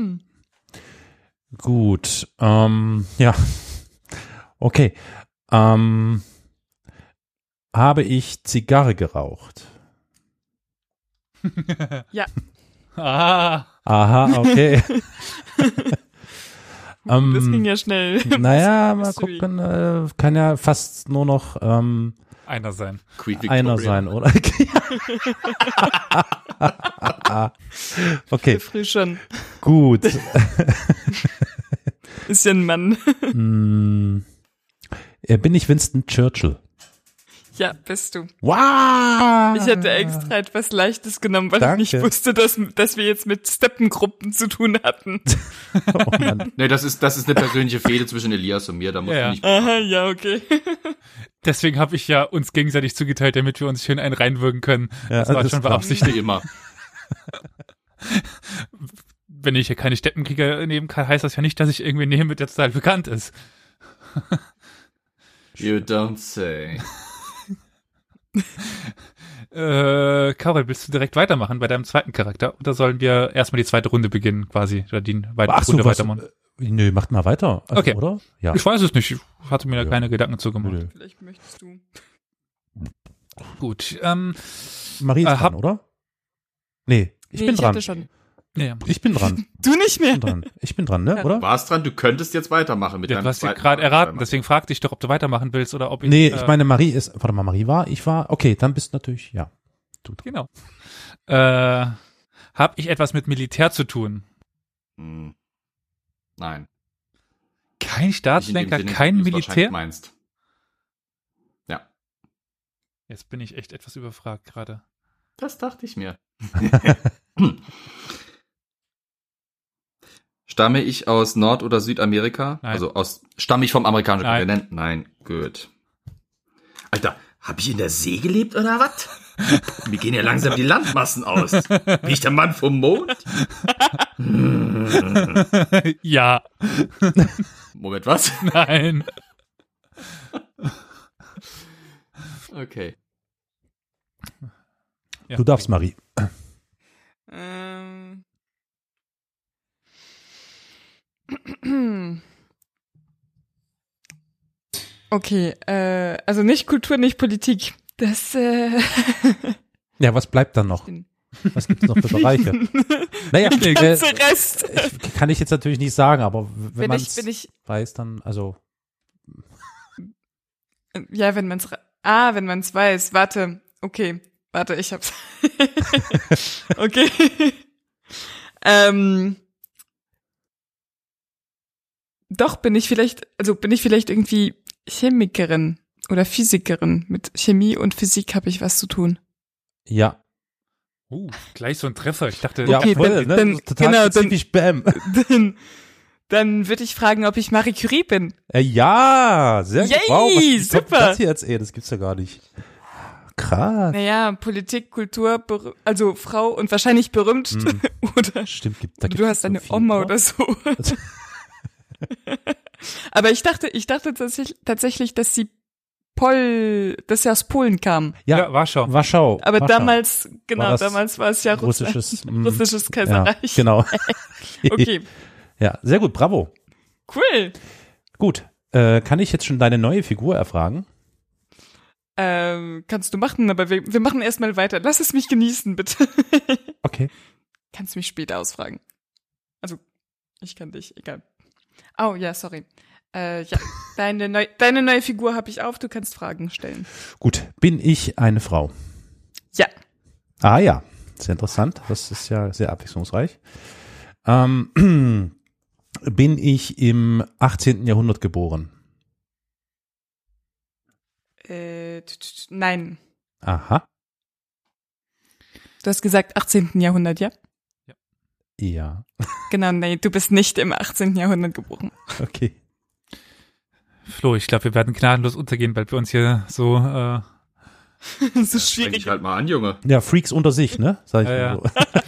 Speaker 1: Gut, ähm, ja. Okay. Ähm, habe ich Zigarre geraucht?
Speaker 2: Ah,
Speaker 1: Aha, okay. Ähm,
Speaker 7: Das ging ja schnell.
Speaker 1: Naja, mal
Speaker 7: Mystery.
Speaker 1: gucken, äh, kann ja fast nur noch ähm,
Speaker 2: einer sein.
Speaker 6: Queen Victoria.
Speaker 1: einer sein, oder? okay,
Speaker 7: Früh schon.
Speaker 1: gut.
Speaker 7: Ist ja ein Mann.
Speaker 1: Hm, äh, bin ich Winston Churchill?
Speaker 7: Ja, bist du.
Speaker 1: Wow!
Speaker 7: Ich hätte extra etwas Leichtes genommen, weil
Speaker 1: Danke.
Speaker 7: ich nicht wusste, dass, dass wir jetzt mit Steppengruppen zu tun hatten.
Speaker 1: Oh Mann.
Speaker 6: Nee, das ist, das ist eine persönliche Fehde zwischen Elias und mir. Da muss
Speaker 2: Ja, Äh, ja.
Speaker 6: ich nicht.
Speaker 7: Aha, ja, okay.
Speaker 2: Deswegen habe ich ja uns gegenseitig zugeteilt, damit wir uns schön einen reinwirken können.
Speaker 1: Ja,
Speaker 2: das war
Speaker 1: alles
Speaker 2: schon
Speaker 1: klar.
Speaker 2: beabsichtigt.
Speaker 6: Wie immer.
Speaker 2: Wenn ich hier keine Steppenkrieger nehmen kann, heißt das ja nicht, dass ich irgendwie nehme, der total bekannt ist.
Speaker 6: You don't say.
Speaker 2: Äh, Karol, willst du direkt weitermachen bei deinem zweiten Charakter? Oder sollen wir erstmal die zweite Runde beginnen, quasi? Oder die weitere
Speaker 1: Ach so,
Speaker 2: Runde
Speaker 1: was, äh,
Speaker 2: weitermachen?
Speaker 1: nö, macht mal weiter, also,
Speaker 2: Okay.
Speaker 1: oder? Ja.
Speaker 2: Ich weiß es nicht. Ich hatte mir da
Speaker 1: Ja.
Speaker 2: keine Gedanken zugemacht.
Speaker 1: Nö.
Speaker 7: Vielleicht möchtest du.
Speaker 2: Gut. Ähm,
Speaker 1: Marie ist
Speaker 2: Äh,
Speaker 1: dran,
Speaker 2: hab-
Speaker 1: oder? Nee, ich bin dran.
Speaker 7: hatte schon.
Speaker 2: ja.
Speaker 1: Ich bin dran.
Speaker 7: Du nicht
Speaker 1: Ich
Speaker 7: mehr.
Speaker 1: bin dran. Ich bin dran, ne?
Speaker 7: Ja.
Speaker 1: Oder?
Speaker 6: War's dran? Du könntest jetzt weitermachen mit
Speaker 2: Ja,
Speaker 6: deinem
Speaker 2: du hast ja
Speaker 6: zweiten
Speaker 2: gerade
Speaker 6: Charakter.
Speaker 2: erraten, deswegen fragte ich doch, ob du weitermachen willst oder ob ich.
Speaker 1: Nee,
Speaker 2: äh,
Speaker 1: ich meine, Marie ist. Warte mal, Marie war, ich war. Okay, dann bist natürlich, ja. Du dran.
Speaker 2: Genau. Äh, hab ich etwas mit Militär zu tun?
Speaker 6: Hm. Nein.
Speaker 2: Kein
Speaker 6: Nicht in dem
Speaker 2: Staatslenker,
Speaker 6: Sinne,
Speaker 2: kein
Speaker 6: wie du es wahrscheinlich
Speaker 2: Militär?
Speaker 6: meinst. Ja,
Speaker 2: Jetzt bin ich echt etwas überfragt gerade.
Speaker 6: das dachte ich mir. stamme ich aus Nord- oder Südamerika?
Speaker 2: Nein.
Speaker 6: Also aus stamme ich vom amerikanischen
Speaker 2: Nein.
Speaker 6: Kontinent? Nein, gut.
Speaker 8: Alter, hab ich in der See gelebt oder was? Mir gehen ja langsam die Landmassen aus. Bin ich der Mann vom Mond?
Speaker 2: ja,
Speaker 6: Moment, was?
Speaker 2: nein.
Speaker 6: Okay.
Speaker 2: Ja.
Speaker 1: Du darfst, Marie.
Speaker 7: Ähm. Okay, äh, also nicht Kultur, nicht Politik. Das, äh,
Speaker 1: Ja, was bleibt dann noch?
Speaker 7: den
Speaker 1: Was gibt's noch für Bereiche? Naja, äh,
Speaker 7: ganzen Rest.
Speaker 1: ich, kann ich jetzt natürlich nicht sagen, aber w- wenn
Speaker 7: Wenn
Speaker 1: man
Speaker 7: ich, wenn
Speaker 1: es
Speaker 7: ich,
Speaker 1: weiß, dann, also,
Speaker 7: äh, ja, wenn man's, ra- ah, wenn man's weiß. Warte, okay, warte, ich hab's. okay. ähm, doch bin ich vielleicht, also bin ich vielleicht irgendwie Chemikerin oder Physikerin. Mit Chemie und Physik habe ich was zu tun.
Speaker 1: ja.
Speaker 2: Uh, gleich so ein Treffer. Ich dachte,
Speaker 1: ja,
Speaker 7: Okay,
Speaker 1: voll,
Speaker 7: dann-
Speaker 1: ne?
Speaker 7: dann-
Speaker 1: total
Speaker 7: genau, dann-
Speaker 1: spezifisch, bam.
Speaker 7: Dann, dann würde ich fragen, ob ich Marie Curie bin.
Speaker 1: Äh, ja, sehr gut.
Speaker 7: Yay,
Speaker 1: Wow, was wie kommt
Speaker 7: super.
Speaker 1: Das hier jetzt, ey, das gibt's ja gar nicht. Krass.
Speaker 7: Naja, Politik, Kultur, berü- also Frau und wahrscheinlich berühmt.
Speaker 1: Hm,
Speaker 7: Oder
Speaker 1: stimmt, gibt, da gibt's
Speaker 7: du hast
Speaker 1: so
Speaker 7: eine
Speaker 1: viel,
Speaker 7: Oma
Speaker 1: ne?
Speaker 7: oder so. Aber ich dachte, ich dachte tatsächlich, tatsächlich, dass sie Pol, dass sie aus Polen kam.
Speaker 1: Ja,
Speaker 2: ja, Warschau.
Speaker 1: Warschau.
Speaker 7: Aber
Speaker 1: Warschau.
Speaker 7: damals, genau,
Speaker 1: das
Speaker 7: damals war es ja Russland,
Speaker 1: russisches, mm,
Speaker 7: russisches
Speaker 1: ja,
Speaker 7: Kaiserreich.
Speaker 1: genau.
Speaker 7: Okay,
Speaker 1: Ja, sehr gut, bravo.
Speaker 7: cool.
Speaker 1: Gut, äh, kann ich jetzt schon deine neue Figur erfragen?
Speaker 7: Ähm, kannst du machen, aber wir, wir machen erstmal weiter. Lass es mich genießen, bitte.
Speaker 1: Okay.
Speaker 7: kannst mich später ausfragen. Also, ich kann dich, egal. Oh, ja, sorry. Äh, ja, deine, neu, deine neue Figur habe ich auf, du kannst Fragen stellen.
Speaker 1: Gut, bin ich eine Frau?
Speaker 7: Ja.
Speaker 1: Ah ja, sehr interessant. Das ist ja sehr abwechslungsreich. Ähm, bin ich im 18. Jahrhundert geboren?
Speaker 7: Äh, t- t- t- nein.
Speaker 1: Aha,
Speaker 7: Du hast gesagt 18. Jahrhundert, ja?
Speaker 1: ja,
Speaker 7: Genau, nee, du bist nicht im 18. Jahrhundert geboren.
Speaker 1: okay.
Speaker 2: Flo, ich glaube, wir werden gnadenlos untergehen, weil wir uns hier so äh,
Speaker 7: so
Speaker 6: Denk ich
Speaker 7: schwierig.
Speaker 6: halt mal an, Junge.
Speaker 1: Ja, Freaks unter sich, ne? Sag ich
Speaker 2: Ja,
Speaker 1: mal
Speaker 2: ja.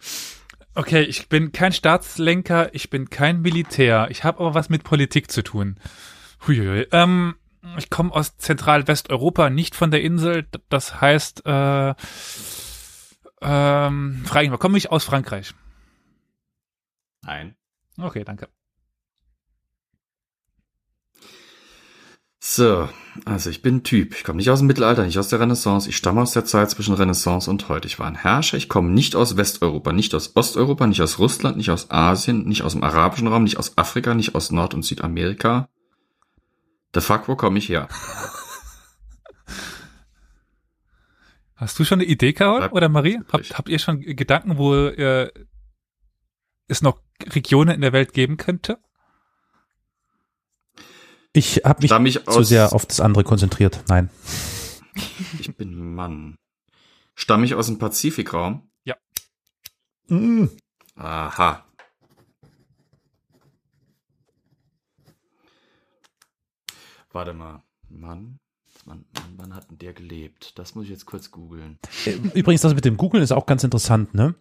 Speaker 1: so.
Speaker 2: Okay, ich bin kein Staatslenker, ich bin kein Militär, ich habe aber was mit Politik zu tun. Huiuiui. Ähm, ich komme aus Zentral-Westeuropa, nicht von der Insel, d- das heißt, äh, ähm, frage ich mal, komme ich aus Frankreich?
Speaker 6: Nein.
Speaker 2: Okay, danke.
Speaker 6: So, also ich bin ein Typ. Ich komme nicht aus dem Mittelalter, nicht aus der Renaissance. Ich stamme aus der Zeit zwischen Renaissance und heute. Ich war ein Herrscher. Ich komme nicht aus Westeuropa, nicht aus Osteuropa, nicht aus Russland, nicht aus Asien, nicht aus dem arabischen Raum, nicht aus Afrika, nicht aus Nord- und Südamerika. The fuck, wo komme ich her?
Speaker 2: Hast du schon eine Idee, Carol
Speaker 6: Bleib-
Speaker 2: oder Marie?
Speaker 6: übrig.
Speaker 2: Habt, habt ihr schon Gedanken, wo äh, es noch Regionen in der Welt geben könnte?
Speaker 1: Ich habe mich
Speaker 6: Stamme ich
Speaker 1: zu
Speaker 6: aus,
Speaker 1: sehr auf das andere konzentriert. Nein.
Speaker 6: ich bin Mann. Stamme ich aus dem Pazifikraum?
Speaker 2: Mm.
Speaker 6: Aha. Warte mal. Mann, Mann, Mann, wann hat denn der gelebt? Das muss ich jetzt kurz googeln.
Speaker 1: Äh, Übrigens, das mit dem Googlen ist auch ganz interessant, ne?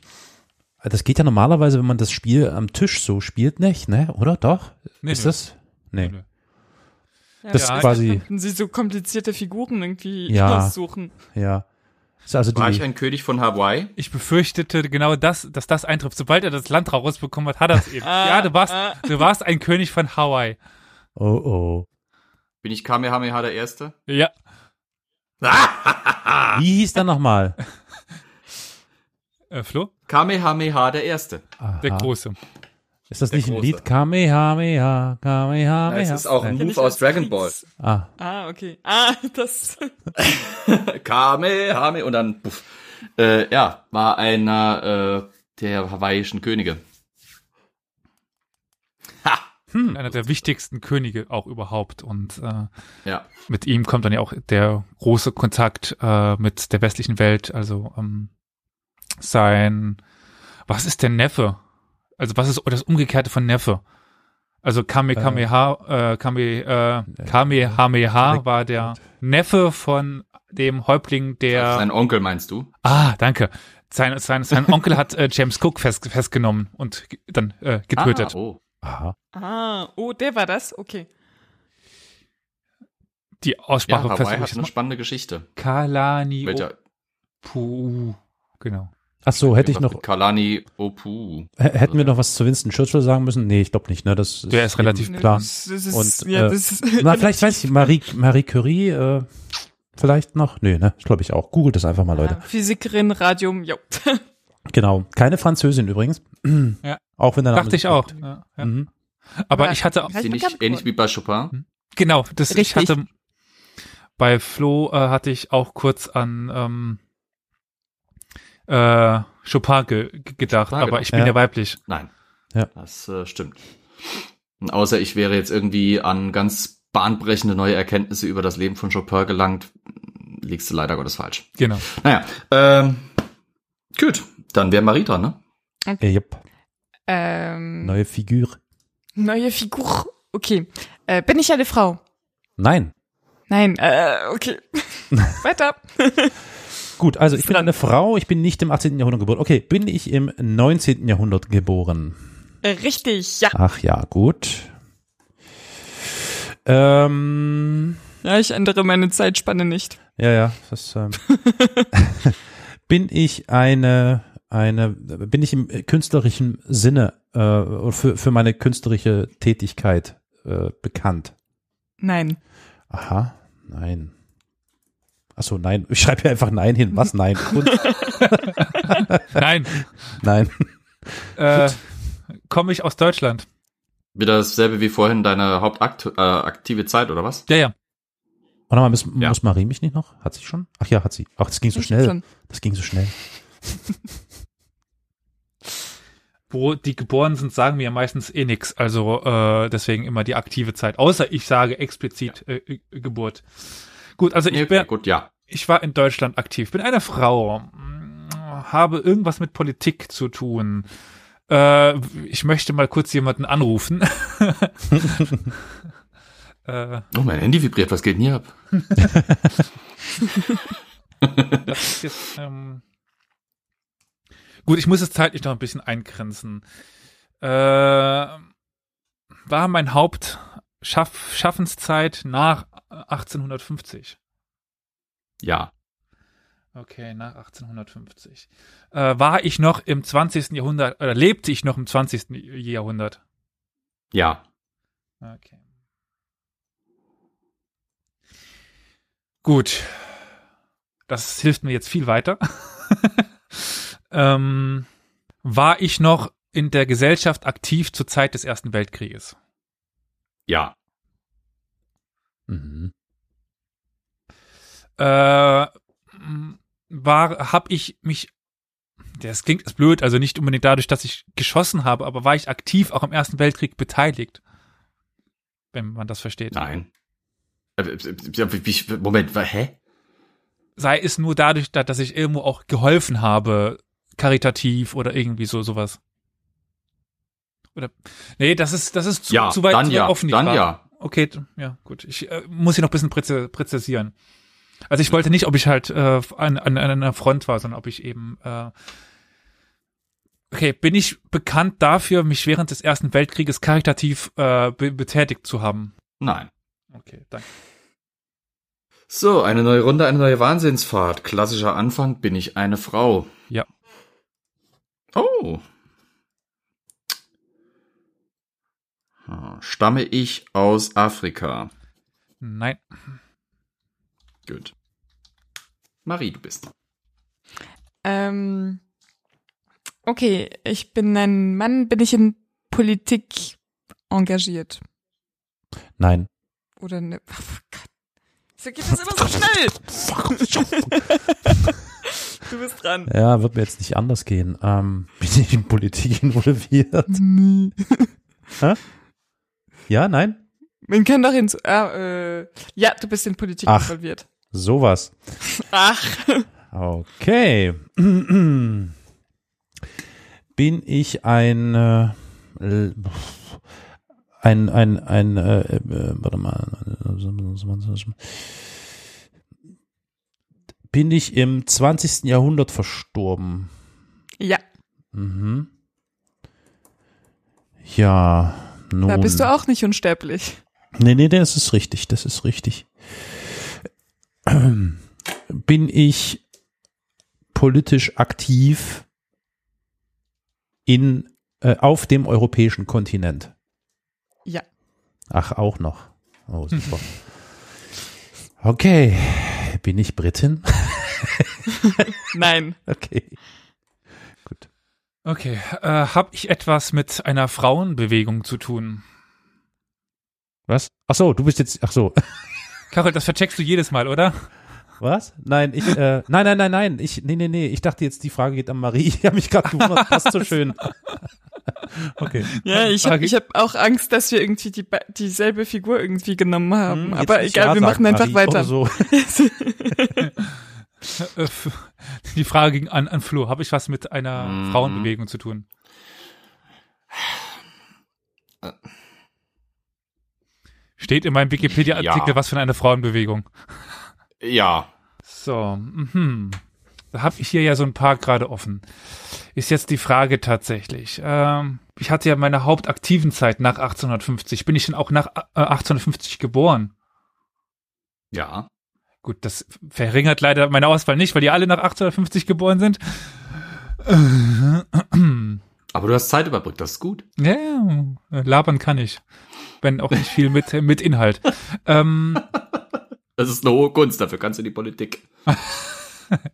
Speaker 1: Das geht ja normalerweise, wenn man das Spiel am Tisch so spielt, nicht, ne? Oder doch?
Speaker 2: Nee,
Speaker 1: ist
Speaker 2: nee.
Speaker 1: das? Nee.
Speaker 2: Nee.
Speaker 1: Das
Speaker 2: Ja,
Speaker 1: ist quasi,
Speaker 7: Wenn sie so komplizierte Figuren irgendwie
Speaker 1: Ja.
Speaker 7: aussuchen.
Speaker 1: ja. Ist also
Speaker 6: War ich
Speaker 1: die,
Speaker 6: ein König von Hawaii?
Speaker 2: Ich befürchtete genau das, dass das eintrifft. Sobald er das Land rausbekommen hat, hat er es eben.
Speaker 7: Ah,
Speaker 2: ja, du warst,
Speaker 7: ah.
Speaker 2: du warst ein König von Hawaii.
Speaker 1: oh, oh.
Speaker 6: Bin ich Kamehameha der Erste?
Speaker 2: Ja. Ah.
Speaker 1: Wie hieß der nochmal?
Speaker 2: Äh, Flo?
Speaker 6: Kamehameha der Erste.
Speaker 2: Der
Speaker 1: Aha.
Speaker 2: Große.
Speaker 1: Ist das
Speaker 6: Der
Speaker 1: nicht ein
Speaker 6: Große.
Speaker 1: Lied? Kamehameha, Kamehameha.
Speaker 6: Nein, es ist auch ein
Speaker 1: Nein.
Speaker 7: Kenn
Speaker 6: Move
Speaker 7: ich
Speaker 6: aus Dragon Ball.
Speaker 7: Kriegs-
Speaker 1: Ah,
Speaker 7: Ah, okay. Ah, das.
Speaker 6: Kamehameha und dann, puff. Äh, ja, war einer äh, der hawaiischen Könige. Ha!
Speaker 2: Und Hm, Einer der wichtigsten Könige auch überhaupt. Und äh,
Speaker 6: Ja.
Speaker 2: mit ihm kommt dann ja auch der große Kontakt äh, mit der westlichen Welt. Also ähm, sein, was ist der Neffe? Also was ist das Umgekehrte von Neffe? Also Kame,
Speaker 1: Äh.
Speaker 2: Kameha, äh, Kame, äh, Kamehameha war der Neffe von dem Häuptling der
Speaker 6: Sein Onkel meinst du?
Speaker 2: Ah, danke. Sein, sein, sein Onkel hat äh, James Cook fest, festgenommen und ge- dann äh, getötet.
Speaker 6: Ah, oh.
Speaker 1: aha.
Speaker 7: Ah, oh, der war das? Okay.
Speaker 2: Die
Speaker 6: Ja,
Speaker 2: Aussprache
Speaker 6: Hawaii
Speaker 2: versuche
Speaker 6: hat
Speaker 2: ich
Speaker 6: eine spannende Geschichte.
Speaker 2: Kalani
Speaker 6: Welcher?
Speaker 2: Opu. Genau.
Speaker 1: Ach so, hätte ich noch,
Speaker 6: Kalani Opu.
Speaker 1: hä- hätten wir noch was zu Winston Churchill sagen müssen? Nee, ich glaube nicht, ne? Das
Speaker 2: Der ist relativ
Speaker 1: eben
Speaker 7: Nö,
Speaker 1: klar.
Speaker 7: Das ist,
Speaker 1: Und,
Speaker 7: ja,
Speaker 1: äh,
Speaker 7: das ist,
Speaker 1: Na, vielleicht weiß ich, Marie, Marie Curie, äh, vielleicht noch? Nee, ne? Das glaube ich auch. Googelt das einfach mal, Leute.
Speaker 7: Ja, Physikerin, Radium, jo.
Speaker 1: Genau. Keine Französin übrigens.
Speaker 2: Ja.
Speaker 1: Auch wenn der Name
Speaker 2: Dachte ich
Speaker 1: sich-
Speaker 2: auch. Ja, ja.
Speaker 1: Mhm.
Speaker 2: Aber ich hatte,
Speaker 6: Ist die nicht ähnlich wie bei Chopin?
Speaker 2: genau, das ich
Speaker 7: Richtig.
Speaker 2: hatte, bei Flo äh, hatte ich auch kurz an ähm, äh, Chopin ge ge- gedacht,
Speaker 6: Chopin
Speaker 2: aber
Speaker 6: gedacht.
Speaker 2: ich bin ja,
Speaker 1: Ja.
Speaker 2: weiblich.
Speaker 6: Nein.
Speaker 1: Ja.
Speaker 6: Das äh, stimmt. Und Außer ich wäre jetzt irgendwie an ganz bahnbrechende neue Erkenntnisse über das Leben von Chopin gelangt, liegst du leider Gottes falsch.
Speaker 2: Genau.
Speaker 6: Naja, ähm, gut. Dann wäre Marie dran, ne?
Speaker 1: Äh, jupp.
Speaker 7: Ähm,
Speaker 1: Neue Figur.
Speaker 7: neue Figur. Okay. Äh, bin ich eine Frau?
Speaker 1: Nein.
Speaker 7: Nein, äh, okay. Weiter.
Speaker 1: Gut, also ich bin eine Frau, ich bin nicht im 18. Jahrhundert geboren. Okay, bin ich im 19. Jahrhundert geboren?
Speaker 7: Äh, Richtig, ja.
Speaker 1: Ach ja, gut. Ähm,
Speaker 7: Ja, ich ändere meine Zeitspanne nicht.
Speaker 1: ja, ja, das, ähm, bin ich eine, eine, bin ich im künstlerischen Sinne äh, für, für meine künstlerische Tätigkeit äh, bekannt?
Speaker 7: Nein.
Speaker 1: Aha, nein. Ach so, nein. Ich schreibe hier einfach nein hin. Was? Nein. Und,
Speaker 2: Nein,
Speaker 1: nein.
Speaker 2: äh, komme ich aus Deutschland.
Speaker 6: Wieder dasselbe wie vorhin deine hauptaktive äh, aktive Zeit, oder was?
Speaker 2: Ja, ja.
Speaker 1: Oh, nochmal, muss,
Speaker 6: Ja.
Speaker 1: muss Marie mich nicht noch? Hat sie schon? Ach ja, hat sie. Ach, das ging so
Speaker 7: Ich
Speaker 1: schnell.
Speaker 7: schon.
Speaker 1: Das ging so schnell.
Speaker 2: Wo die geboren sind, sagen mir meistens eh nix. Also äh, deswegen immer die aktive Zeit. Außer ich sage explizit äh, äh, Geburt. Gut, also ich
Speaker 6: Nee,
Speaker 2: bin,
Speaker 6: okay, gut, ja.
Speaker 2: ich war in Deutschland aktiv, bin eine Frau, habe irgendwas mit Politik zu tun. Äh, ich möchte mal kurz jemanden anrufen. äh,
Speaker 6: Oh, mein Handy vibriert, was geht denn hier ab?
Speaker 2: das ist jetzt, ähm Gut, ich muss es zeitlich noch ein bisschen eingrenzen. Äh, war mein Haupt Schaff Schaffenszeit nach 1850.
Speaker 6: Ja.
Speaker 2: Okay, nach 1850. Äh, war ich noch im 20. Jahrhundert oder lebte ich noch im 20. Jahrhundert?
Speaker 6: Ja.
Speaker 2: Okay. Gut. Das hilft mir jetzt viel weiter. ähm, war ich noch in der Gesellschaft aktiv zur Zeit des Ersten Weltkrieges?
Speaker 6: Ja.
Speaker 1: Mhm.
Speaker 2: Äh, m, war, hab ich mich, das klingt jetzt blöd, also nicht unbedingt dadurch, dass ich geschossen habe, aber war ich aktiv auch im Ersten Weltkrieg beteiligt? Wenn man das versteht.
Speaker 6: Nein. Äh, äh, äh, wie- Moment, wa- hä?
Speaker 2: sei es nur dadurch, da- dass ich irgendwo auch geholfen habe, karitativ oder irgendwie so sowas. Oder nee, das ist das ist zu,
Speaker 6: ja,
Speaker 2: zu weit,
Speaker 6: dann
Speaker 2: zu weit
Speaker 6: ja,
Speaker 2: offen. die
Speaker 6: dann
Speaker 2: Frage.
Speaker 6: ja.
Speaker 2: Okay, d- ja gut. Ich äh, muss hier noch ein bisschen präzi präzisieren. Also ich wollte nicht, ob ich halt äh, an, an, an einer Front war, sondern ob ich eben äh, okay bin ich bekannt dafür, mich während des Ersten Weltkrieges karitativ äh, be betätigt zu haben.
Speaker 6: Nein.
Speaker 2: Okay, danke.
Speaker 6: So, eine neue Runde, eine neue Wahnsinnsfahrt. Klassischer Anfang, bin ich eine Frau.
Speaker 2: Ja.
Speaker 6: Oh. Ah, Stamme ich aus Afrika.
Speaker 2: Nein,
Speaker 6: Gut. Marie, du bist.
Speaker 7: Ähm, okay, ich bin ein Mann, bin ich in Politik engagiert?
Speaker 1: Nein.
Speaker 7: Oder ne? Oh Gott. Wieso geht das immer so schnell? du bist dran.
Speaker 1: Ja, wird mir jetzt nicht anders gehen. Ähm, bin ich in Politik involviert?
Speaker 7: Nee.
Speaker 1: Ja, nein?
Speaker 7: Man kann doch hinzu. Ah, äh, ja, du bist in Politik
Speaker 1: Ach.
Speaker 7: involviert.
Speaker 1: Sowas.
Speaker 7: Ach.
Speaker 1: Okay. Bin ich ein, äh, l- pf, ein, ein, ein, äh, äh, warte mal. Bin ich im 20. Jahrhundert verstorben?
Speaker 7: Ja,
Speaker 1: Mhm. Ja, nun.
Speaker 7: da bist du auch nicht unsterblich.
Speaker 1: Nee, nee, das ist richtig, das ist richtig. Bin ich politisch aktiv in, äh, auf dem europäischen Kontinent.
Speaker 7: Ja.
Speaker 1: Ach, auch noch. Oh, super. Okay. Bin ich Britin?
Speaker 7: Nein.
Speaker 1: Okay.
Speaker 2: Okay, äh, habe ich etwas mit einer Frauenbewegung zu tun?
Speaker 1: Was? Ach so, du bist jetzt, ach so.
Speaker 2: Karol, das vercheckst du jedes Mal, oder?
Speaker 1: Was? Nein, ich, äh, nein, nein, nein, nein, ich, nee, nee, nee, ich dachte jetzt, die Frage geht an Marie. Ich habe mich gerade gewundert, passt so schön. Okay.
Speaker 7: Ja, ich habe
Speaker 2: Okay.
Speaker 7: ich hab auch Angst, dass wir irgendwie die, be- dieselbe Figur irgendwie genommen haben.
Speaker 1: Hm, jetzt
Speaker 7: Ähm, Aber
Speaker 1: nicht
Speaker 7: egal,
Speaker 1: Ja
Speaker 7: wir
Speaker 1: sagen,
Speaker 7: machen einfach
Speaker 1: Marie.
Speaker 7: weiter.
Speaker 1: Oder so.
Speaker 2: Äh, f- Die Frage ging an, an Flo. Habe ich was mit einer Frauenbewegung zu tun? Steht in meinem Wikipedia-Artikel
Speaker 6: Ja.
Speaker 2: was von einer Frauenbewegung.
Speaker 6: Ja.
Speaker 2: So, mhm. da habe ich hier ja so ein paar gerade offen. Ist jetzt die Frage tatsächlich. Ähm, ich hatte ja meine hauptaktiven Zeit nach 1850. Bin ich denn auch nach äh, 1850 geboren?
Speaker 6: Ja.
Speaker 2: Gut, das verringert leider meine Auswahl nicht, weil die alle nach 1850 geboren sind.
Speaker 6: Aber du hast Zeit überbrückt, das ist gut.
Speaker 2: Ja, ja, labern kann ich. Wenn auch nicht viel mit, mit Inhalt. ähm,
Speaker 6: Das ist eine hohe Kunst, dafür kannst du die Politik.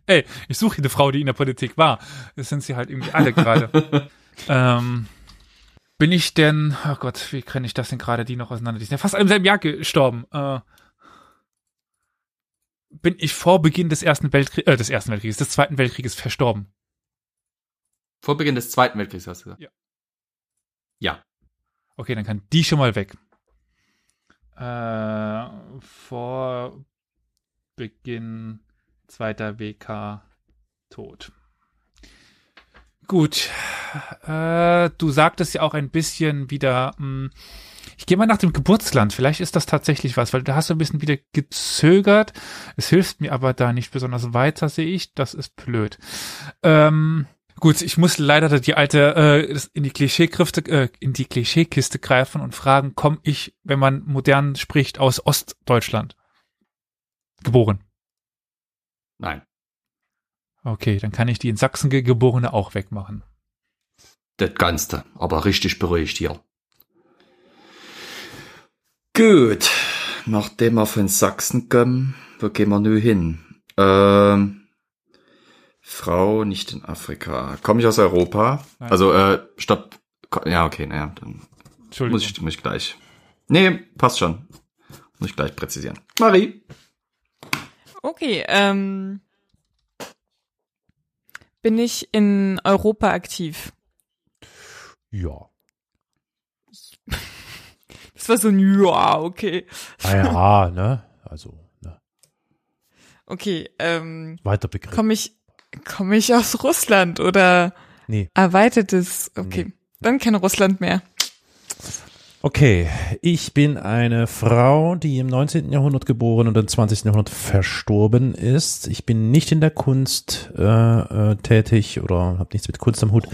Speaker 2: ey, ich suche eine Frau, die in der Politik war. Das sind sie halt irgendwie alle gerade. ähm, bin ich denn, oh Gott, wie kann ich das denn gerade die noch auseinander? Die sind ja fast alle im selben Jahr gestorben. Äh, bin ich vor Beginn des Ersten Weltkrieges, äh, des Ersten Weltkrieges, des Zweiten Weltkrieges verstorben?
Speaker 6: Vor Beginn des Zweiten Weltkriegs hast du gesagt.
Speaker 2: Okay, dann kann die schon mal weg. Äh, vor Beginn zweiter WK tot. Gut. Äh, du sagtest ja auch ein bisschen wieder. Mh, ich gehe mal nach dem Geburtsland. Vielleicht ist das tatsächlich was, weil da hast du ein bisschen wieder gezögert. Es hilft mir aber da nicht besonders weiter, sehe ich. Das ist blöd. Ähm, Gut, ich muss leider die alte äh, das- in die Klischeekiste äh, in die Klischeekiste greifen und fragen, komme ich, wenn man modern spricht, aus Ostdeutschland geboren?
Speaker 6: Nein.
Speaker 2: Okay, dann kann ich die in Sachsen ge geborene auch wegmachen.
Speaker 6: Das Ganze, aber richtig beruhigt hier. Gut. Nachdem wir von Sachsen kommen, wo gehen wir nun hin? Ähm, Frau nicht in Afrika. Komme ich aus Europa?
Speaker 2: Nein.
Speaker 6: Also, äh, stopp. Ko- Ja, okay, naja, dann
Speaker 2: Entschuldigung.
Speaker 6: muss ich, muss ich gleich. Nee, passt schon. Muss ich gleich präzisieren. Marie.
Speaker 7: Okay, ähm, bin ich in Europa aktiv?
Speaker 1: Ja.
Speaker 7: Das war so ein Ja, okay.
Speaker 1: Ah ja, ne? Also, ne?
Speaker 7: Okay, ähm,
Speaker 1: Weiter Begriff.
Speaker 7: komme ich, komme ich aus Russland oder
Speaker 1: Nee.
Speaker 7: erweitertes? Okay,
Speaker 1: Nee.
Speaker 7: dann kein Russland mehr.
Speaker 1: Okay, ich bin eine Frau, die im 19. Jahrhundert geboren und im 20. Jahrhundert verstorben ist. Ich bin nicht in der Kunst äh, äh, tätig oder habe nichts mit Kunst am Hut.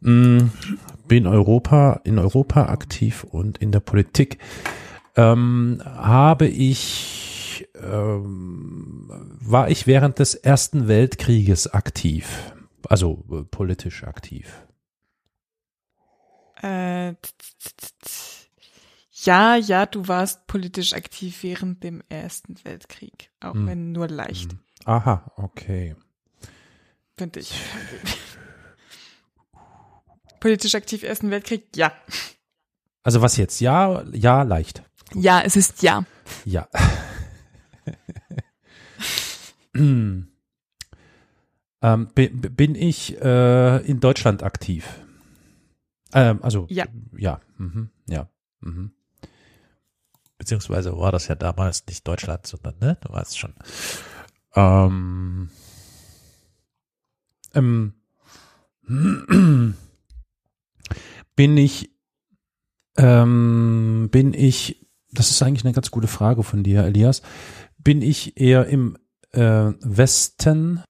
Speaker 1: Mm, bin Europa, in Europa aktiv und in der Politik. Ähm, habe ich, ähm, war ich während des Ersten Weltkrieges aktiv, also äh, politisch aktiv.
Speaker 7: Äh, t- t- t- t- ja, ja, du warst politisch aktiv während dem Ersten Weltkrieg, auch
Speaker 1: Hm.
Speaker 7: wenn nur leicht,
Speaker 1: Aha, okay.
Speaker 7: finde ich. Politisch aktiv Ersten Weltkrieg? Ja.
Speaker 1: Also was jetzt? Ja, ja, leicht.
Speaker 7: Ja, es ist ja.
Speaker 1: Ja. ähm, bin, bin ich äh, in Deutschland aktiv? Ähm, also
Speaker 7: Ja.
Speaker 1: ja, mhm, ja. Mhm. Beziehungsweise war das ja damals nicht Deutschland, sondern ne, du weißt schon. Ähm, ähm, bin ich, ähm, bin ich das ist eigentlich eine ganz gute Frage von dir, Elias. Bin ich eher im äh, Westen?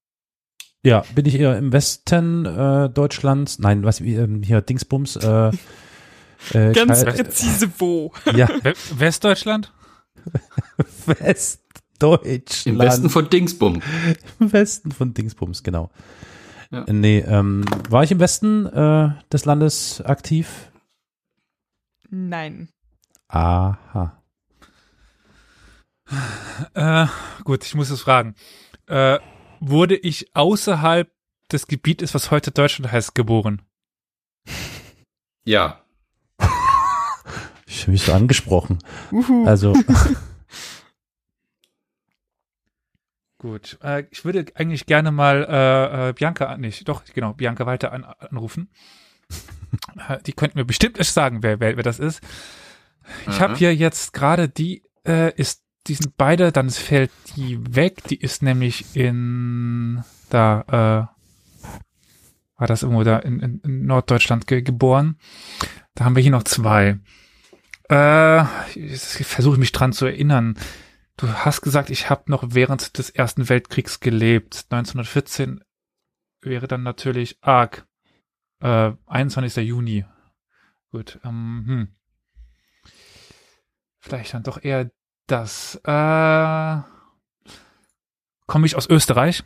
Speaker 1: Ja, bin ich eher im Westen äh, Deutschlands? Nein, was wie, ähm, hier Dingsbums? Äh, äh,
Speaker 7: Ganz
Speaker 1: Kal-
Speaker 7: präzise wo.
Speaker 1: ja,
Speaker 2: We Westdeutschland?
Speaker 1: Westdeutschland.
Speaker 6: Im Westen von Dingsbum.
Speaker 1: Im Westen von Dingsbums, genau.
Speaker 6: Ja.
Speaker 1: Nee, ähm, war ich im Westen äh, des Landes aktiv?
Speaker 7: Nein.
Speaker 1: Aha.
Speaker 2: Äh, gut, ich muss es fragen. Äh, wurde ich außerhalb des Gebietes, was heute Deutschland heißt, geboren?
Speaker 6: Ja.
Speaker 1: Ich fühle mich so angesprochen.
Speaker 7: Uhu.
Speaker 1: Also,
Speaker 2: Gut, äh, ich würde eigentlich gerne mal äh, äh, Bianca, an- nicht, doch, genau, Bianca Walter an, anrufen. Äh, Die könnten mir bestimmt erst sagen, wer, wer, wer das ist. Ich habe
Speaker 6: Mhm.
Speaker 2: hier jetzt gerade die, äh, ist, die sind beide, dann fällt die weg, die ist nämlich in, da, äh, war das irgendwo da in, in, in Norddeutschland ge geboren. Da haben wir hier noch zwei. Äh, ich ich versuche mich dran zu erinnern. Du hast gesagt, ich habe noch während des Ersten Weltkriegs gelebt. 1914 wäre dann natürlich arg. Äh, 21. Juni. Gut. Ähm, hm. Vielleicht dann doch eher das. Äh, Komme ich aus Österreich?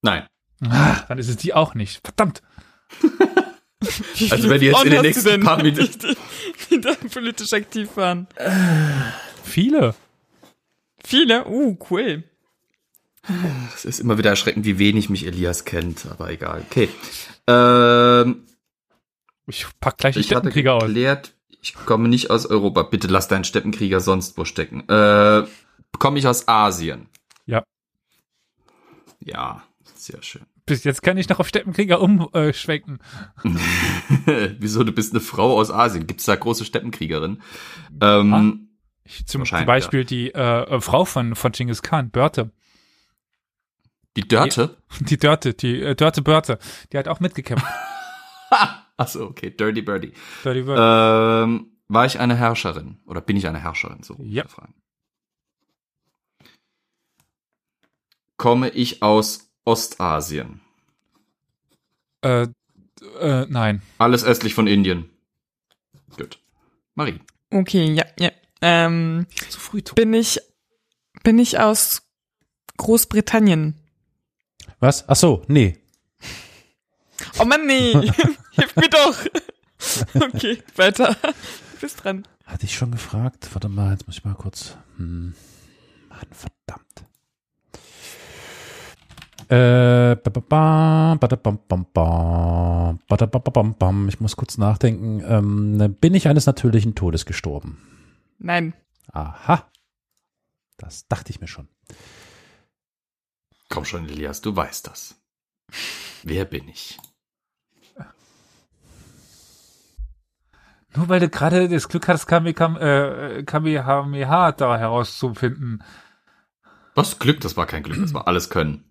Speaker 6: Nein.
Speaker 2: Ah, Dann ist es die auch nicht. Verdammt.
Speaker 6: Also wenn die jetzt in den
Speaker 7: Frauen hast
Speaker 6: nächsten paar
Speaker 7: du denn,
Speaker 6: Minuten...
Speaker 7: die, die da politisch aktiv waren.
Speaker 2: Viele.
Speaker 7: Viele? Uh, cool.
Speaker 6: Es ist immer wieder erschreckend, wie wenig mich Elias kennt, aber egal. Okay. Ähm,
Speaker 2: Ich pack gleich die
Speaker 6: ich hatte
Speaker 2: Steppenkrieger aus.
Speaker 6: geklärt, ich komme nicht aus Europa. Bitte lass deinen Steppenkrieger sonst wo stecken. Äh, komme ich aus Asien?
Speaker 2: Ja.
Speaker 6: Ja, sehr schön.
Speaker 2: Bis jetzt kann ich noch auf Steppenkrieger umschwenken.
Speaker 6: Wieso, du bist eine Frau aus Asien? Gibt's da große Steppenkriegerinnen? Ähm,
Speaker 2: Ich, zum, zum
Speaker 6: Wahrscheinlich,
Speaker 2: Beispiel die äh, äh, Frau von, von Genghis Khan, Börte.
Speaker 6: Die Dörte?
Speaker 2: Die Dörte, die äh, Dörte Börte. Die hat auch mitgekämpft.
Speaker 6: Achso, okay, Dirty Birdie.
Speaker 2: Dirty Bird.
Speaker 6: Ähm, war ich eine Herrscherin? Oder bin ich eine Herrscherin? So,
Speaker 2: Ja.
Speaker 6: die Frage. Komme ich aus Ostasien?
Speaker 2: Äh, äh, nein.
Speaker 6: Alles östlich von Indien. Gut. Marie.
Speaker 7: Okay, ja, ja. Ähm,
Speaker 2: Zu früh. Tom.
Speaker 7: bin ich, bin ich aus Großbritannien?
Speaker 1: was? Ach so, nee.
Speaker 7: Oh Mann, nee. Hilf mir doch. Okay, weiter. Du bist dran.
Speaker 1: Hatte ich schon gefragt? Warte mal, jetzt muss ich mal kurz. Hm. Mann, verdammt. Äh, ba, ba, ba, ba, da, bam, bam, ba, ba, da, ba, ba, bam, bam. Ich muss kurz nachdenken. Ähm, bin ich eines natürlichen Todes gestorben?
Speaker 7: Nein.
Speaker 1: Aha. Das dachte ich mir schon.
Speaker 6: Komm schon, Elias, du weißt das. Wer bin ich?
Speaker 2: Nur weil du gerade das Glück hattest, Kami, Kam, äh, Kamehameha da herauszufinden.
Speaker 6: Was Glück? Das war kein Glück, das war alles können.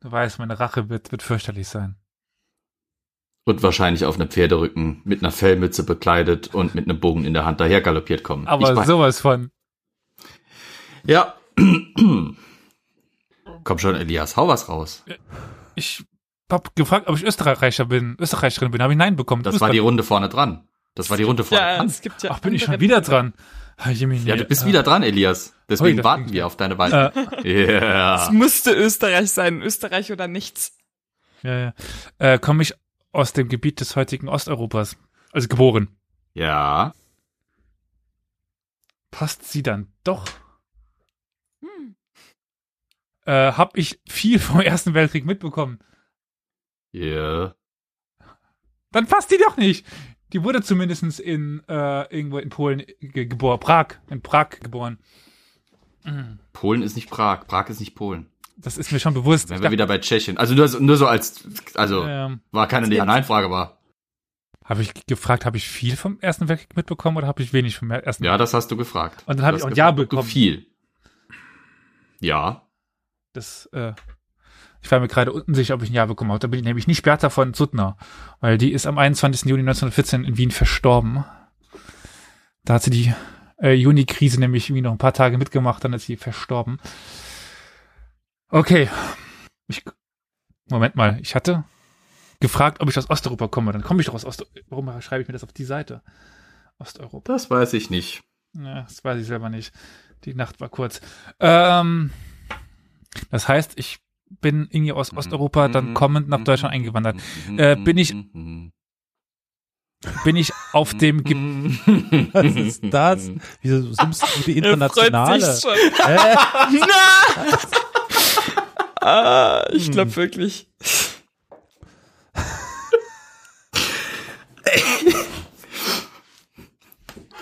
Speaker 2: Du weißt, meine Rache wird, wird fürchterlich sein.
Speaker 6: Und wahrscheinlich auf einem Pferderücken mit einer Fellmütze bekleidet und mit einem Bogen in der Hand daher galoppiert kommen. Ich
Speaker 2: Aber
Speaker 6: weiß-
Speaker 2: sowas von.
Speaker 6: Ja. Komm schon, Elias, hau was raus.
Speaker 2: Ich hab gefragt, ob ich Österreicher bin, Österreicherin bin. Habe ich Nein bekommen.
Speaker 6: Das
Speaker 2: Du
Speaker 6: war die
Speaker 2: bist
Speaker 6: Runde vorne dran. Das war die Runde vorne
Speaker 7: Ja,
Speaker 6: dran.
Speaker 7: es gibt ja.
Speaker 2: dran. Ach, bin ich schon
Speaker 7: andere-
Speaker 2: wieder dran. Ah, Jiminy.
Speaker 6: Ja, du bist
Speaker 2: Äh,
Speaker 6: wieder dran, Elias.
Speaker 2: Ui,
Speaker 6: Deswegen
Speaker 2: das
Speaker 6: warten
Speaker 2: ging Äh.
Speaker 6: wir auf deine Wahl.
Speaker 7: Es
Speaker 8: Ah.
Speaker 6: Yeah.
Speaker 7: müsste Österreich sein. Österreich oder nichts.
Speaker 2: Ja, ja. Äh, Komme ich aus dem Gebiet des heutigen Osteuropas. Also geboren.
Speaker 6: Ja.
Speaker 2: passt sie dann doch. Äh, hab ich viel vom Ersten Weltkrieg mitbekommen.
Speaker 6: Yeah.
Speaker 2: Dann passt die doch nicht. Die wurde zumindest in äh, irgendwo in Polen ge geboren. Prag. In Prag geboren. Mhm.
Speaker 6: Polen ist nicht Prag. Prag ist nicht Polen.
Speaker 2: Das ist mir schon bewusst.
Speaker 6: Wären
Speaker 2: Ich
Speaker 6: wir wieder bei Tschechien. Also nur, so- nur so als, also,
Speaker 2: ähm,
Speaker 6: war keine Ja-Nein-Frage, war.
Speaker 2: habe ich gefragt, habe ich viel vom Ersten Weltkrieg mitbekommen oder habe ich wenig vom Ersten
Speaker 6: Ja, das hast du gefragt.
Speaker 2: Und dann hab
Speaker 6: Du
Speaker 2: ich
Speaker 6: hast
Speaker 2: auch ein Ja
Speaker 6: gefragt, ob du
Speaker 2: bekommen.
Speaker 6: Viel. Ja.
Speaker 2: Das, äh, ich war mir gerade unsicher, ob ich ein Ja bekommen habe. Da bin ich nämlich nicht Bertha von Suttner, weil die ist am 21. Juni 1914 in Wien verstorben. Da hat sie die äh, Juni-Krise nämlich irgendwie noch ein paar Tage mitgemacht, dann ist sie verstorben. Okay. Ich, Moment mal, ich hatte gefragt, ob ich aus Osteuropa komme. Dann komme ich doch aus Osteuropa. Warum schreibe ich mir das auf die Seite? Osteuropa.
Speaker 6: Das weiß ich nicht.
Speaker 2: Ja, das weiß ich selber nicht. Die Nacht war kurz. Ähm, Das heißt, ich bin irgendwie aus Osteuropa dann kommend nach Deutschland eingewandert. Äh, bin ich- Bin ich auf dem
Speaker 6: Mhm.
Speaker 2: Ge
Speaker 1: Was ist das? Wieso summst du die internationale?
Speaker 7: schon.
Speaker 1: Hä?
Speaker 7: Ah, ich glaube wirklich.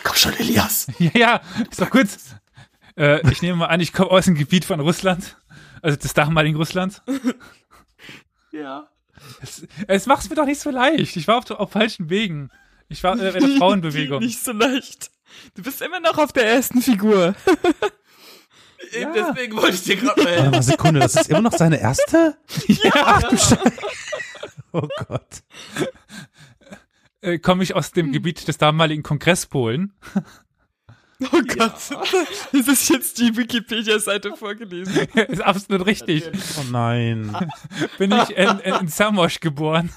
Speaker 8: Komm schon, Elias.
Speaker 2: Ja, ja, ist doch gut. Äh, ich nehme mal an, ich komme aus dem Gebiet von Russland. Also des damaligen Russlands.
Speaker 8: Ja.
Speaker 2: Es, es macht's mir doch nicht so leicht. Ich war auf, auf falschen Wegen. Ich war äh, in der Frauenbewegung.
Speaker 7: Nicht so leicht. Du bist immer noch auf der ersten Figur.
Speaker 8: Eben Äh, deswegen wollte ich dir gerade mal
Speaker 6: Äh,
Speaker 1: Warte mal, Sekunde, das ist immer noch seine erste?
Speaker 2: Ja.
Speaker 1: Oh Gott.
Speaker 2: Äh, komme ich aus dem Gebiet des damaligen Kongresspolen.
Speaker 7: Oh Gott. Das ist jetzt die Wikipedia-Seite vorgelesen.
Speaker 2: ist absolut richtig.
Speaker 1: Oh nein.
Speaker 2: Bin ich in, in, in Samosch geboren.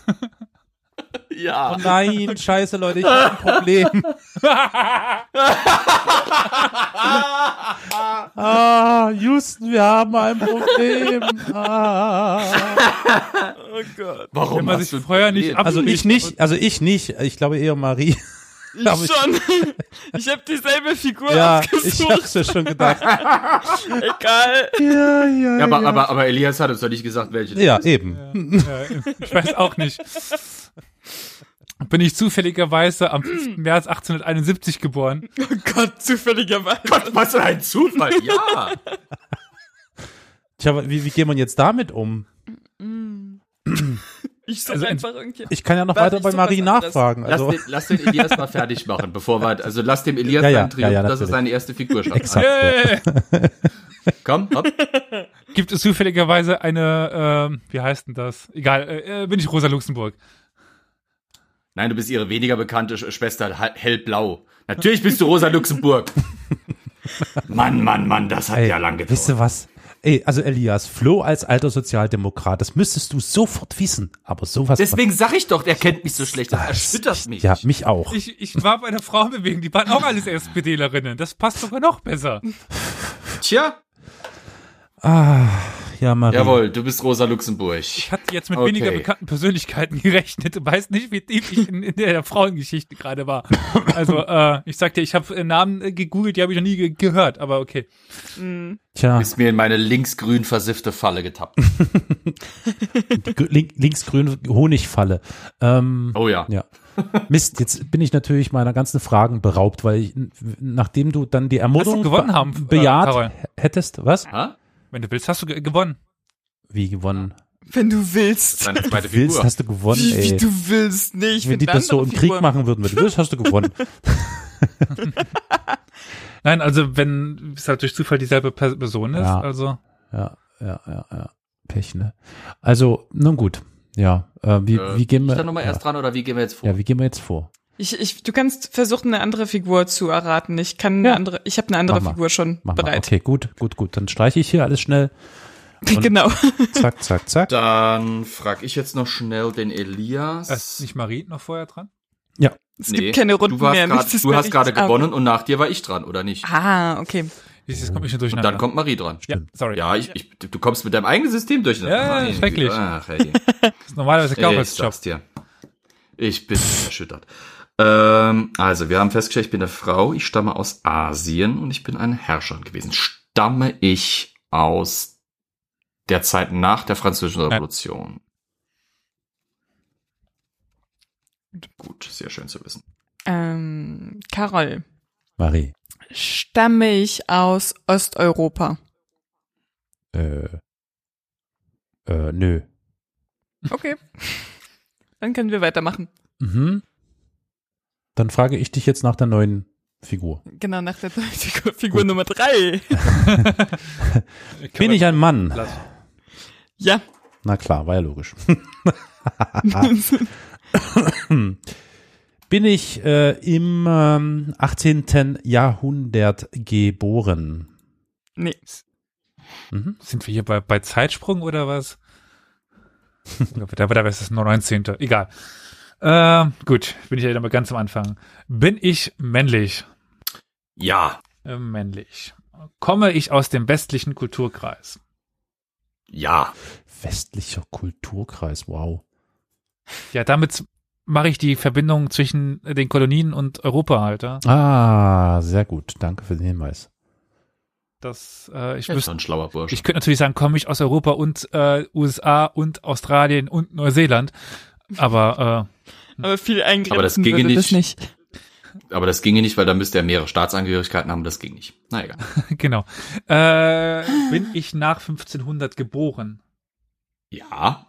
Speaker 1: Oh nein, scheiße, Leute, ich habe ein Problem. ah, Houston, wir haben ein Problem. Ah.
Speaker 7: Oh Gott.
Speaker 2: Wenn man sich vorher nicht
Speaker 1: Also ich nicht, also ich nicht. Ich glaube eher Marie.
Speaker 7: Ich
Speaker 1: Glaub ich.
Speaker 7: schon. Ich habe dieselbe Figur
Speaker 1: Ja, ich
Speaker 7: ausgesucht.
Speaker 1: hab's ja schon gedacht.
Speaker 7: Egal.
Speaker 1: Ja, ja,
Speaker 6: Ja, aber, aber, aber Elias hat uns doch nicht gesagt, welche.
Speaker 1: ja, eben.
Speaker 2: abwählt. Ich weiß auch nicht. Bin ich zufälligerweise am 5. März 1871 geboren.
Speaker 7: Oh Gott, zufälligerweise.
Speaker 8: Gott, was für ein Zufall. Ja.
Speaker 1: Tja, aber wie, wie geht man jetzt damit um?
Speaker 7: Ich suche
Speaker 2: Also ein-
Speaker 7: einfach irgendwie.
Speaker 1: Ich kann ja noch
Speaker 7: Warte,
Speaker 1: weiter
Speaker 7: ich
Speaker 1: bei
Speaker 7: such was
Speaker 1: Marie
Speaker 7: anderes.
Speaker 1: nachfragen.
Speaker 6: Lass,
Speaker 1: Also,
Speaker 6: den, lass den Elias mal fertig machen, bevor wir, also lass dem Elias
Speaker 1: Ja, ja,
Speaker 6: seinen Triumph,
Speaker 1: ja, ja,
Speaker 6: dass er
Speaker 1: natürlich.
Speaker 6: seine erste Figur schafft.
Speaker 1: exakt.
Speaker 2: Äh,
Speaker 6: Komm, hopp.
Speaker 2: gibt es zufälligerweise eine, ähm, wie heißt denn das? Egal, äh, äh, bin ich Rosa Luxemburg.
Speaker 6: Nein, du bist ihre weniger bekannte Sch- Schwester, hell- hellblau. Natürlich bist du Rosa Luxemburg. Mann, Mann, Mann, das hat
Speaker 1: Ey,
Speaker 6: ja lang gedauert.
Speaker 1: Wisst ihr was? Ey, also Elias, Flo als alter Sozialdemokrat, das müsstest du sofort wissen. Aber sowas.
Speaker 6: Deswegen sag ich doch, der kennt mich so schlecht. Das erschüttert mich.
Speaker 1: ja, mich auch.
Speaker 2: Ich, ich war bei der Frauenbewegung, die waren auch alles SPDlerinnen. Das passt sogar noch besser.
Speaker 6: Tja,
Speaker 1: Ja, Marie.
Speaker 6: jawohl, du bist Rosa Luxemburg.
Speaker 2: Ich hatte jetzt mit
Speaker 6: Okay.
Speaker 2: weniger bekannten Persönlichkeiten gerechnet und weiß nicht, wie tief ich in, in der Frauengeschichte gerade war. Also, äh, ich sagte, ich habe Namen äh, gegoogelt, die habe ich noch nie ge gehört, aber okay.
Speaker 1: Tja,
Speaker 6: Bist mir in meine linksgrün versiffte Falle getappt.
Speaker 1: die gr- link, linksgrüne Honigfalle. Ähm,
Speaker 6: Oh ja.
Speaker 1: Ja. Mist, jetzt bin ich natürlich meiner ganzen Fragen beraubt, weil ich, n- nachdem du dann die Ermordung
Speaker 2: Hast du gewonnen
Speaker 1: be-
Speaker 2: haben, äh,
Speaker 1: bejaht
Speaker 2: Karol?
Speaker 1: hättest, was?
Speaker 6: Ha?
Speaker 2: Wenn du willst, hast du ge gewonnen.
Speaker 1: Wie gewonnen?
Speaker 7: Wenn du willst.
Speaker 6: Deine zweite
Speaker 1: Du willst,
Speaker 6: Figur.
Speaker 1: hast du gewonnen,
Speaker 7: Wie,
Speaker 1: ey.
Speaker 7: wie du willst. Nee, ich
Speaker 1: Wenn die
Speaker 7: finde
Speaker 1: das so
Speaker 7: andere
Speaker 1: im Krieg
Speaker 7: Figuren-
Speaker 1: machen würden, wenn du willst, hast du gewonnen.
Speaker 2: Nein, also wenn es halt durch Zufall dieselbe Per- Person ist,
Speaker 1: Ja.
Speaker 2: also
Speaker 1: Ja, ja, ja, ja. Pech, ne? Also, nun gut. Ja, äh, wie,
Speaker 6: Äh,
Speaker 1: wie gehen
Speaker 6: Bin
Speaker 1: wir.
Speaker 6: ich da nochmal
Speaker 1: ja.
Speaker 6: erst dran oder wie gehen wir jetzt vor?
Speaker 1: Ja, wie gehen wir jetzt vor?
Speaker 7: Ich, ich, du kannst versuchen, eine andere Figur zu erraten. Ich kann eine
Speaker 1: Ja.
Speaker 7: andere, ich habe eine andere
Speaker 1: Mach mal.
Speaker 7: Figur schon
Speaker 1: Mach mal.
Speaker 7: bereit.
Speaker 1: Okay, gut, gut, gut. Dann streiche ich hier alles schnell. Und-
Speaker 7: Genau.
Speaker 1: Zack, zack, zack.
Speaker 6: Dann frag ich jetzt noch schnell den
Speaker 2: äh, ist
Speaker 6: Elias.
Speaker 2: nicht Marie noch vorher dran?
Speaker 7: Es gibt keine Runden
Speaker 6: du warst
Speaker 7: mehr.
Speaker 6: grad-
Speaker 7: nichts ist
Speaker 6: du
Speaker 7: mehr
Speaker 6: hast gerade
Speaker 7: richtig. Ah,
Speaker 6: gewonnen und nach dir war ich dran, oder nicht?
Speaker 7: Ah, okay.
Speaker 2: Jetzt jetzt komme ich schon
Speaker 6: Und
Speaker 2: durcheinander.
Speaker 6: dann kommt Marie dran.
Speaker 2: ja, sorry.
Speaker 6: Ja, ich, ich, du kommst mit deinem eigenen System durcheinander.
Speaker 2: Ja,
Speaker 6: Meine
Speaker 2: schrecklich.
Speaker 6: Güte. Ach, hey.
Speaker 2: Das ist normalerweise
Speaker 6: ich
Speaker 2: Gabriels Job.
Speaker 6: sag's dir. Ich bin erschüttert. Ähm, also, wir haben festgestellt, ich bin eine Frau, ich stamme aus Asien und ich bin eine Herrscherin gewesen. Stamme ich aus der Zeit nach der Französischen Revolution? Gut, sehr schön zu wissen.
Speaker 7: Ähm, Carol,
Speaker 1: Marie.
Speaker 7: stamme ich aus Osteuropa?
Speaker 1: Äh. Äh, nö.
Speaker 7: Okay. Dann können wir weitermachen.
Speaker 1: Mhm. Dann frage ich dich jetzt nach der neuen Figur.
Speaker 7: Genau, nach der Figur, Figur Nummer drei.
Speaker 1: Bin ich ein Mann?
Speaker 7: Ja.
Speaker 1: Na klar, war ja logisch. Bin ich äh, im ähm, 18. Jahrhundert geboren?
Speaker 7: Nee.
Speaker 1: Mhm.
Speaker 2: Sind wir hier bei, bei Zeitsprung oder was? da da wäre es das 19. Egal. Ähm, gut, bin ich ja mal ganz am Anfang. Bin ich männlich?
Speaker 6: Ja,
Speaker 2: Äh, männlich. Komme ich aus dem westlichen Kulturkreis?
Speaker 8: Ja.
Speaker 1: Westlicher Kulturkreis, wow.
Speaker 2: Ja, damit mache ich die Verbindung zwischen den Kolonien und Europa halt. Ja?
Speaker 1: Ah, sehr gut. Danke für den Hinweis.
Speaker 2: Das, äh, ich,
Speaker 8: Ich ist
Speaker 2: wüsste,
Speaker 8: ein schlauer Bursch.
Speaker 2: ich könnte natürlich sagen, komme ich aus Europa und äh, USA und Australien und Neuseeland. Aber
Speaker 1: Hm.
Speaker 7: Aber viel eingrenzen
Speaker 6: Aber das ginge
Speaker 7: würde das
Speaker 6: nicht.
Speaker 7: nicht.
Speaker 6: Aber das ginge nicht, weil da müsste er mehrere Staatsangehörigkeiten haben. Das ging nicht. Na egal.
Speaker 2: äh, genau. Äh, bin ich nach 1500 geboren?
Speaker 6: Ja.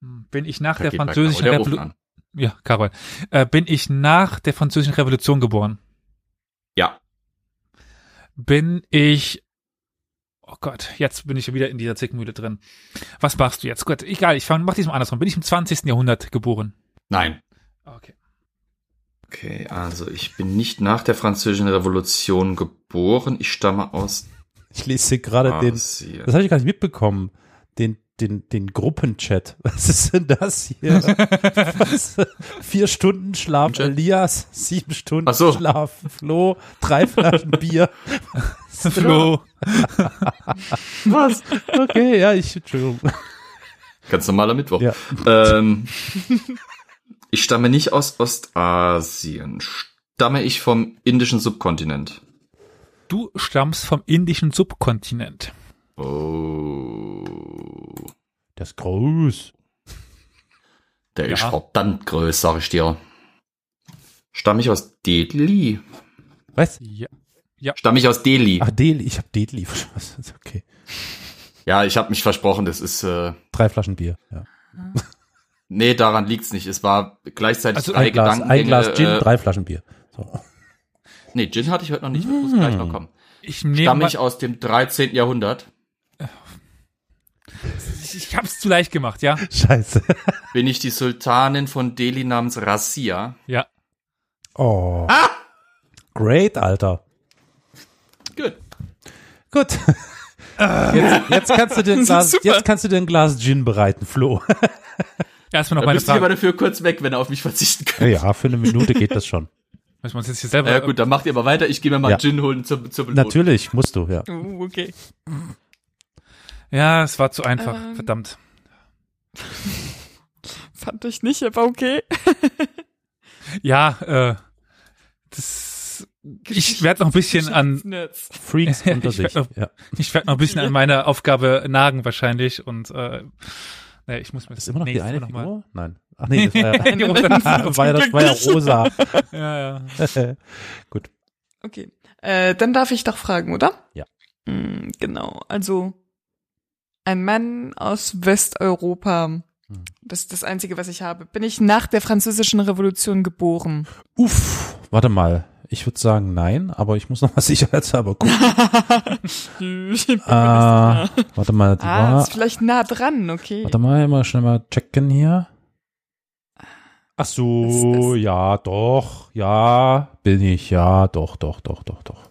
Speaker 2: Hm, Bin ich nach
Speaker 6: da
Speaker 2: der
Speaker 6: geht bei
Speaker 2: französischen
Speaker 6: Karol der Ofen
Speaker 2: Revolution?
Speaker 6: an.
Speaker 2: Ja, Karol. Äh, bin ich nach der französischen Revolution geboren?
Speaker 6: Ja.
Speaker 2: Bin ich. Oh Gott, jetzt bin ich wieder in dieser Zickmühle drin. Was machst du jetzt? Gut, egal, ich fang, mach diesmal andersrum. Bin ich im 20. Jahrhundert geboren?
Speaker 6: Nein.
Speaker 2: Okay.
Speaker 6: Okay, also ich bin nicht nach der Französischen Revolution geboren. Ich stamme aus
Speaker 1: Ich lese hier gerade
Speaker 6: Ah,
Speaker 1: den, das
Speaker 6: Asien.
Speaker 1: habe ich gar nicht mitbekommen, den, den, den Gruppenchat. Was ist denn das hier? Was? Vier Stunden Schlaf
Speaker 6: Chat?
Speaker 1: Elias, sieben Stunden
Speaker 6: Ach so.
Speaker 1: Schlaf Flo, drei Flaschen Bier.
Speaker 2: Flo.
Speaker 1: Was? Okay, ja, ich, Entschuldigung.
Speaker 6: Ganz normaler Mittwoch.
Speaker 1: Ja.
Speaker 6: Ähm, ich stamme nicht aus Ostasien. Stamme ich vom indischen Subkontinent.
Speaker 2: Du stammst vom indischen Subkontinent.
Speaker 6: Oh.
Speaker 1: Das ist groß.
Speaker 6: Der ist
Speaker 2: Ja.
Speaker 6: verdammt groß, sag ich dir. Stamme ich aus Delhi?
Speaker 1: Was?
Speaker 2: Ja.
Speaker 6: Stamme ich aus Delhi?
Speaker 1: Ach, Deli, ich habe Deli. Was? Okay.
Speaker 6: Ja, ich habe mich versprochen, das ist... Äh,
Speaker 1: Drei Flaschen Bier, ja.
Speaker 6: nee, daran liegt's nicht. Es war gleichzeitig
Speaker 2: Also
Speaker 6: drei
Speaker 1: Ein Glas,
Speaker 6: Gedankengänge.
Speaker 1: ein Glas Gin,
Speaker 6: äh,
Speaker 1: drei Flaschen Bier. So.
Speaker 6: Nee, Gin hatte ich heute noch nicht, das muss gleich noch kommen.
Speaker 2: Ich nehme
Speaker 6: Stamme
Speaker 2: mal,
Speaker 6: ich aus dem 13. Jahrhundert?
Speaker 2: ich, ich hab's zu leicht gemacht, ja?
Speaker 1: Scheiße.
Speaker 6: Bin ich die Sultanin von Delhi namens Rassia?
Speaker 2: Ja.
Speaker 1: Oh. Great, Alter.
Speaker 6: Gut.
Speaker 1: Gut. Jetzt, jetzt, kannst du dir ein Glas, jetzt kannst du dir ein Glas Gin bereiten, Flo.
Speaker 2: Erstmal noch
Speaker 6: Da
Speaker 2: meine
Speaker 6: müsste ich
Speaker 2: Frage.
Speaker 6: aber dafür kurz weg, wenn er auf mich verzichten könnte.
Speaker 1: Ja, für eine Minute geht das schon.
Speaker 2: Müssen wir uns jetzt hier
Speaker 6: Ja,
Speaker 2: selber.
Speaker 6: gut, dann macht ihr aber weiter. Ich gehe mir mal
Speaker 1: Ja.
Speaker 6: Gin holen zur, zur Belohnung.
Speaker 1: Natürlich, musst du, ja.
Speaker 7: Uh, okay.
Speaker 2: Ja, es war zu einfach.
Speaker 7: Ähm.
Speaker 2: Verdammt.
Speaker 7: Fand ich nicht, aber okay.
Speaker 2: Ja, äh, das. Ich werde noch ein bisschen an,
Speaker 7: Nerds.
Speaker 1: Freaks unter
Speaker 2: Ich werd
Speaker 1: sich.
Speaker 2: noch-
Speaker 1: Ja.
Speaker 2: ich werde noch ein bisschen an meiner Aufgabe nagen wahrscheinlich und äh, naja, ich muss mir
Speaker 1: Ist immer noch die
Speaker 2: nächstes
Speaker 1: eine
Speaker 2: Mal noch mal-
Speaker 1: Figur? Nein. Ach nee, das war ja,
Speaker 2: Die rosa-
Speaker 1: war ja, das war ja rosa.
Speaker 2: ja, ja.
Speaker 7: Okay. Äh, dann darf ich doch fragen, oder?
Speaker 1: Ja.
Speaker 7: Mm, genau. Also ein Mann aus Westeuropa.
Speaker 1: Hm.
Speaker 7: Das ist das Einzige, was ich habe. Bin ich nach der Französischen Revolution geboren?
Speaker 1: Uff, warte mal. Ich würde sagen nein, aber ich muss noch mal sicherheitshalber gucken.
Speaker 7: ah,
Speaker 1: Ah, warte mal, die
Speaker 7: ah
Speaker 1: war,
Speaker 7: ist vielleicht nah dran, okay.
Speaker 1: Warte mal, mal schnell mal checken hier. Ach so,
Speaker 7: Das
Speaker 1: ja, doch, ja, bin ich, ja, doch, doch, doch, doch, doch.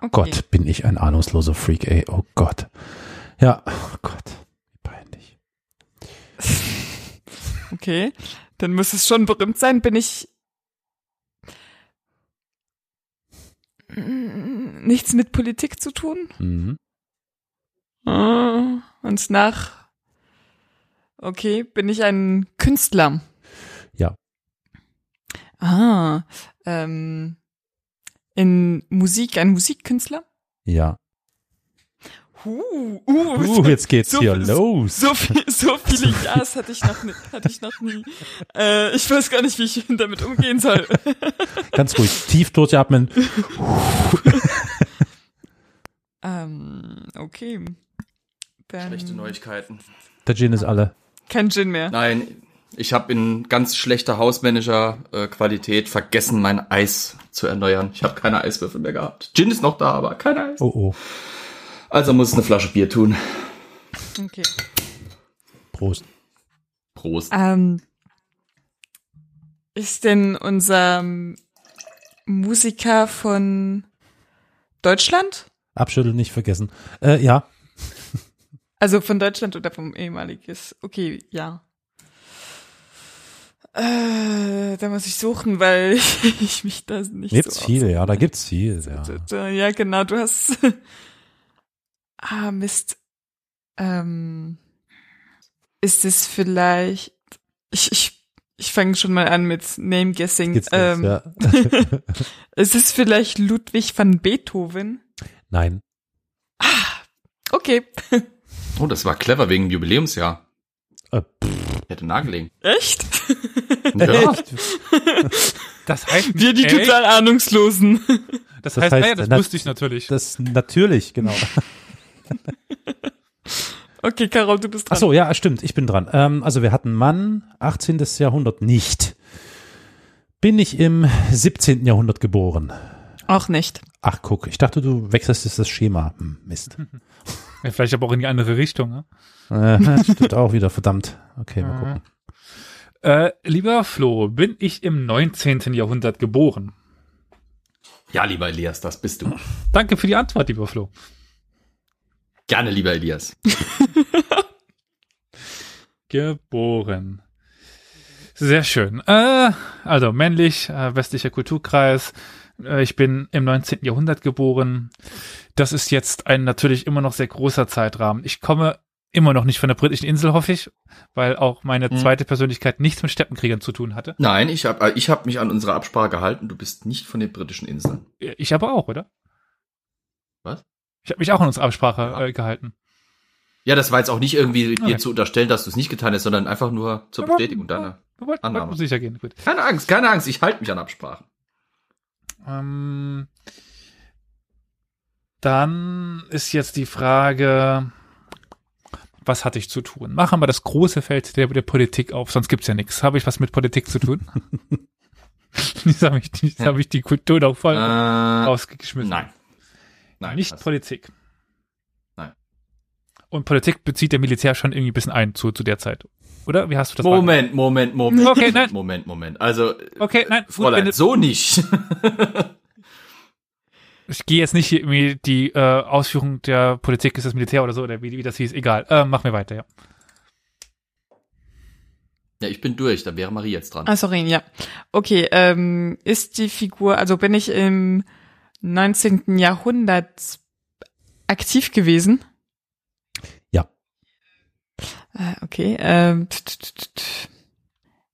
Speaker 7: okay.
Speaker 1: Gott, bin ich ein ahnungsloser Freak, ey, oh Gott. Ja, oh Gott, wie peinlich.
Speaker 7: Okay. Dann muss es schon berühmt sein. Bin ich Mm, nichts mit Politik zu tun?
Speaker 1: Mhm.
Speaker 7: Ah, Und nach. Okay, bin ich ein Künstler?
Speaker 1: Ja.
Speaker 7: Ah, ähm, in Musik, ein Musikkünstler?
Speaker 1: Ja.
Speaker 7: Huh, uh,
Speaker 1: Uh, jetzt geht's
Speaker 7: so-
Speaker 1: hier
Speaker 7: so-
Speaker 1: los.
Speaker 7: so, viel, so viele Ja's hatte ich noch nicht, hatte ich noch nie. Äh, ich weiß gar nicht, wie ich damit umgehen soll.
Speaker 1: Ganz ruhig, tief durchatmen.
Speaker 7: ähm, okay. Dann
Speaker 6: Schlechte Neuigkeiten.
Speaker 1: Der Gin ist alle.
Speaker 7: Kein Gin mehr.
Speaker 6: Nein, ich habe in ganz schlechter Hausmanager-Qualität vergessen, mein Eis zu erneuern. Ich habe keine Eiswürfel mehr gehabt. Gin ist noch da, aber kein Eis.
Speaker 1: Oh, oh,
Speaker 6: Also muss es eine Flasche Bier tun.
Speaker 7: Okay.
Speaker 1: Prost.
Speaker 6: Prost.
Speaker 7: Ähm, ist denn unser ähm, Musiker von Deutschland?
Speaker 1: Abschütteln nicht vergessen. Äh, ja,
Speaker 7: Also von Deutschland oder vom ehemaliges? Okay, ja. Äh, da muss ich suchen, weil ich mich da nicht
Speaker 1: gibt's
Speaker 7: so
Speaker 1: Äh,
Speaker 7: Äh,
Speaker 1: viele, ja, da gibt's viel, ja.
Speaker 7: aus- Ja, genau, du hast ah Mist, ähm, ist es vielleicht, ich, ich, ich fange schon mal an mit Name Guessing.
Speaker 1: Geht's los,
Speaker 7: Ähm,
Speaker 1: ja.
Speaker 7: Ist es vielleicht Ludwig van Beethoven?
Speaker 1: Nein.
Speaker 7: Okay,
Speaker 6: Oh, das war clever wegen Jubiläumsjahr.
Speaker 1: Äh,
Speaker 6: Ich hätte nahegelegen.
Speaker 7: echt?
Speaker 6: Ja.
Speaker 2: Das heißt
Speaker 7: Wir die
Speaker 2: echt?
Speaker 7: total Ahnungslosen.
Speaker 2: Das,
Speaker 1: Das
Speaker 2: heißt,
Speaker 1: heißt,
Speaker 2: naja, das
Speaker 1: na-
Speaker 2: wusste ich natürlich.
Speaker 1: Das natürlich, genau.
Speaker 7: Okay, Carol, du bist
Speaker 1: Ach
Speaker 7: dran.
Speaker 1: so, ja, stimmt, ich bin dran. Ähm, also wir hatten Mann, 18. Jahrhundert nicht. Bin ich im 17. Jahrhundert geboren?
Speaker 7: Auch nicht.
Speaker 1: Ach, guck, ich dachte, du wechselst jetzt das Schema. Hm, Mist.
Speaker 2: Ja, vielleicht aber auch in die andere Richtung. Ne?
Speaker 1: Äh, stimmt auch wieder, verdammt. Okay, mal gucken.
Speaker 2: Äh, lieber Flo, bin ich im 19. Jahrhundert geboren?
Speaker 6: ja, lieber Elias, das bist du.
Speaker 2: Danke für die Antwort, lieber Flo.
Speaker 6: Gerne, lieber Elias.
Speaker 2: Geboren. Sehr schön. Äh, also männlich, äh, westlicher Kulturkreis. Äh, ich bin im 19. Jahrhundert geboren. Das ist jetzt ein natürlich immer noch sehr großer Zeitrahmen. Ich komme immer noch nicht von der britischen Insel, hoffe ich, weil auch meine
Speaker 6: Hm.
Speaker 2: zweite Persönlichkeit nichts mit Steppenkriegern zu tun hatte.
Speaker 6: Nein, ich habe ich hab mich an unsere Absprache gehalten. Du bist nicht von den britischen Inseln.
Speaker 2: Äh, Ich aber auch, oder?
Speaker 6: Was?
Speaker 2: Ich habe mich auch an unsere Absprache
Speaker 6: Ja.
Speaker 2: äh, gehalten.
Speaker 6: Ja, das war jetzt auch nicht irgendwie
Speaker 2: Okay.
Speaker 6: dir zu unterstellen, dass du es nicht getan hast, sondern einfach nur zur
Speaker 2: Aber-
Speaker 6: Bestätigung deiner.
Speaker 2: Wir wollten,
Speaker 6: Annahme.
Speaker 2: wollten uns sicher gehen. Gut.
Speaker 6: Keine Angst, keine Angst, ich halte mich an Absprachen.
Speaker 2: Ähm, dann ist jetzt die Frage, was hatte ich zu tun? Machen wir das große Feld der, der Politik auf, sonst gibt's ja nichts. Habe ich was mit Politik zu tun? jetzt habe ich, die- jetzt hab ich die Kultur doch voll
Speaker 6: Äh,
Speaker 2: rausgeschmissen.
Speaker 6: nein. Nein.
Speaker 2: Nicht
Speaker 6: passt.
Speaker 2: Politik.
Speaker 6: Nein.
Speaker 2: Und Politik bezieht der Militär schon irgendwie ein bisschen ein zu, zu der Zeit. Oder? Wie hast du das
Speaker 6: Moment, Moment, Moment.
Speaker 2: Okay, nein.
Speaker 6: Moment, Moment. Also,
Speaker 2: wahrgenommen? Okay, nein, gut, wenn
Speaker 6: Fräulein,
Speaker 2: du-
Speaker 6: so nicht.
Speaker 2: Ich gehe jetzt nicht hier irgendwie die äh, Ausführung der Politik ist das Militär oder so oder wie, wie das hieß. Egal. Äh, machen wir weiter, ja.
Speaker 6: ja, ich bin durch, da wäre Marie jetzt dran.
Speaker 7: Ah, sorry, ja. Okay, ähm, ist die Figur, also bin ich im 19. Jahrhundert aktiv gewesen?
Speaker 1: Ja.
Speaker 7: Äh, okay, ähm, t- t- t- t-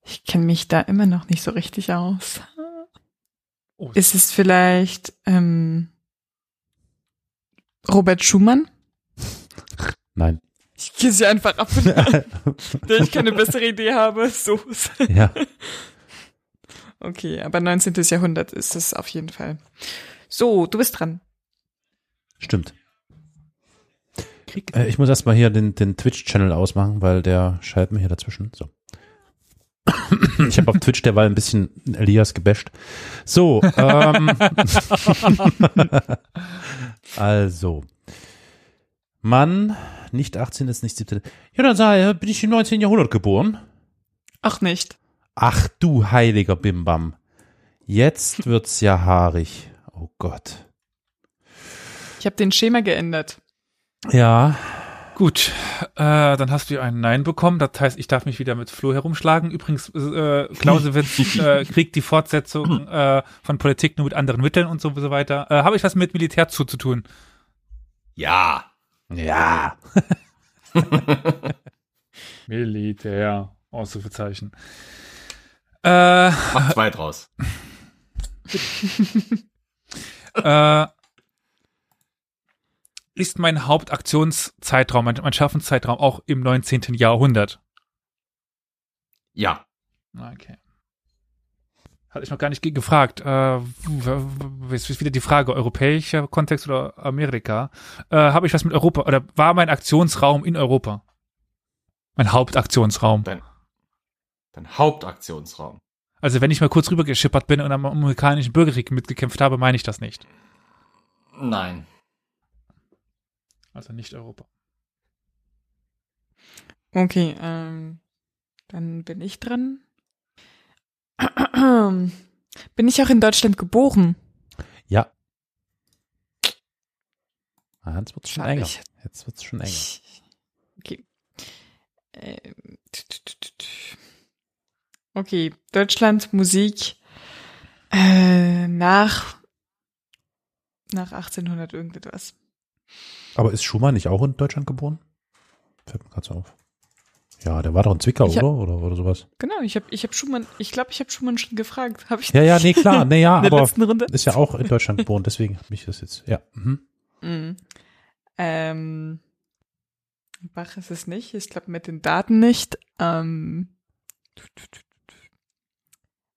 Speaker 7: ich kenne mich da immer noch nicht so richtig aus.
Speaker 2: Oh.
Speaker 7: Ist es vielleicht ähm, Robert Schumann?
Speaker 1: Nein.
Speaker 7: Ich gehe sie einfach ab, da ich keine bessere Idee habe. So.
Speaker 1: ja.
Speaker 7: Okay, aber 19. Jahrhundert ist es auf jeden Fall. So, du bist dran.
Speaker 1: Stimmt. Äh, ich muss erstmal hier den, den Twitch-Channel ausmachen, weil der schaltet mir hier dazwischen. So. Ich habe auf Twitch derweil ein bisschen Elias gebasht. So, ähm, also. Mann, nicht 18 ist nicht 17. Ja, dann sei, äh, bin ich im 19. Jahrhundert geboren.
Speaker 7: Ach nicht.
Speaker 1: Ach du heiliger Bimbam. Jetzt wird's ja haarig. Oh Gott.
Speaker 7: Ich habe den Schema geändert.
Speaker 1: Ja,
Speaker 2: Gut, äh, dann hast du ein Nein bekommen. Das heißt, ich darf mich wieder mit Flo herumschlagen. Übrigens, äh, Clausewitz äh, kriegt die Fortsetzung äh, von Politik nur mit anderen Mitteln und so, so weiter. Äh, Habe ich was mit Militär zu, zu tun?
Speaker 6: Ja.
Speaker 1: Ja.
Speaker 2: Militär, Ausrufezeichen. Äh,
Speaker 6: Mach zwei draus.
Speaker 2: äh, ist mein Hauptaktionszeitraum, mein, mein Schaffenszeitraum auch im 19. Jahrhundert?
Speaker 6: Ja.
Speaker 2: Okay. Hatte ich noch gar nicht ge- gefragt. Äh, w- w- jetzt ist wieder die Frage, europäischer Kontext oder Amerika? Äh, Habe ich was mit Europa oder war mein Aktionsraum in Europa? Mein Hauptaktionsraum.
Speaker 6: Dein Hauptaktionsraum.
Speaker 2: Also wenn ich mal kurz rübergeschippert bin und am amerikanischen Bürgerkrieg mitgekämpft habe, meine ich das nicht.
Speaker 6: Nein.
Speaker 2: Also nicht Europa.
Speaker 7: Okay, ähm, dann bin ich dran. Bin ich auch in Deutschland geboren?
Speaker 1: Ja. Ah, jetzt wird's schon
Speaker 7: Schade,
Speaker 1: enger.
Speaker 7: ich-
Speaker 1: Jetzt wird's schon enger.
Speaker 7: Ich- Okay. Ähm, t- t- t- t- Okay, Deutschland, Musik äh, nach, nach 1800 irgendetwas.
Speaker 1: Aber ist Schumann nicht auch in Deutschland geboren? Fällt mir gerade so auf. Ja, der war doch in Zwickau,
Speaker 7: Ich hab-
Speaker 1: oder? oder? Oder sowas.
Speaker 7: Genau, ich habe ich hab Schumann, ich glaube, ich habe Schumann schon gefragt. Habe ich
Speaker 1: Ja, ja, nee, klar. Nee, ja,
Speaker 7: in der
Speaker 1: aber
Speaker 7: letzten Runde?
Speaker 1: ist ja auch in Deutschland geboren, deswegen hab ich das jetzt. Ja. Mhm.
Speaker 7: Mhm. Ähm, Bach ist es nicht. Ich glaube, mit den Daten nicht. Ähm,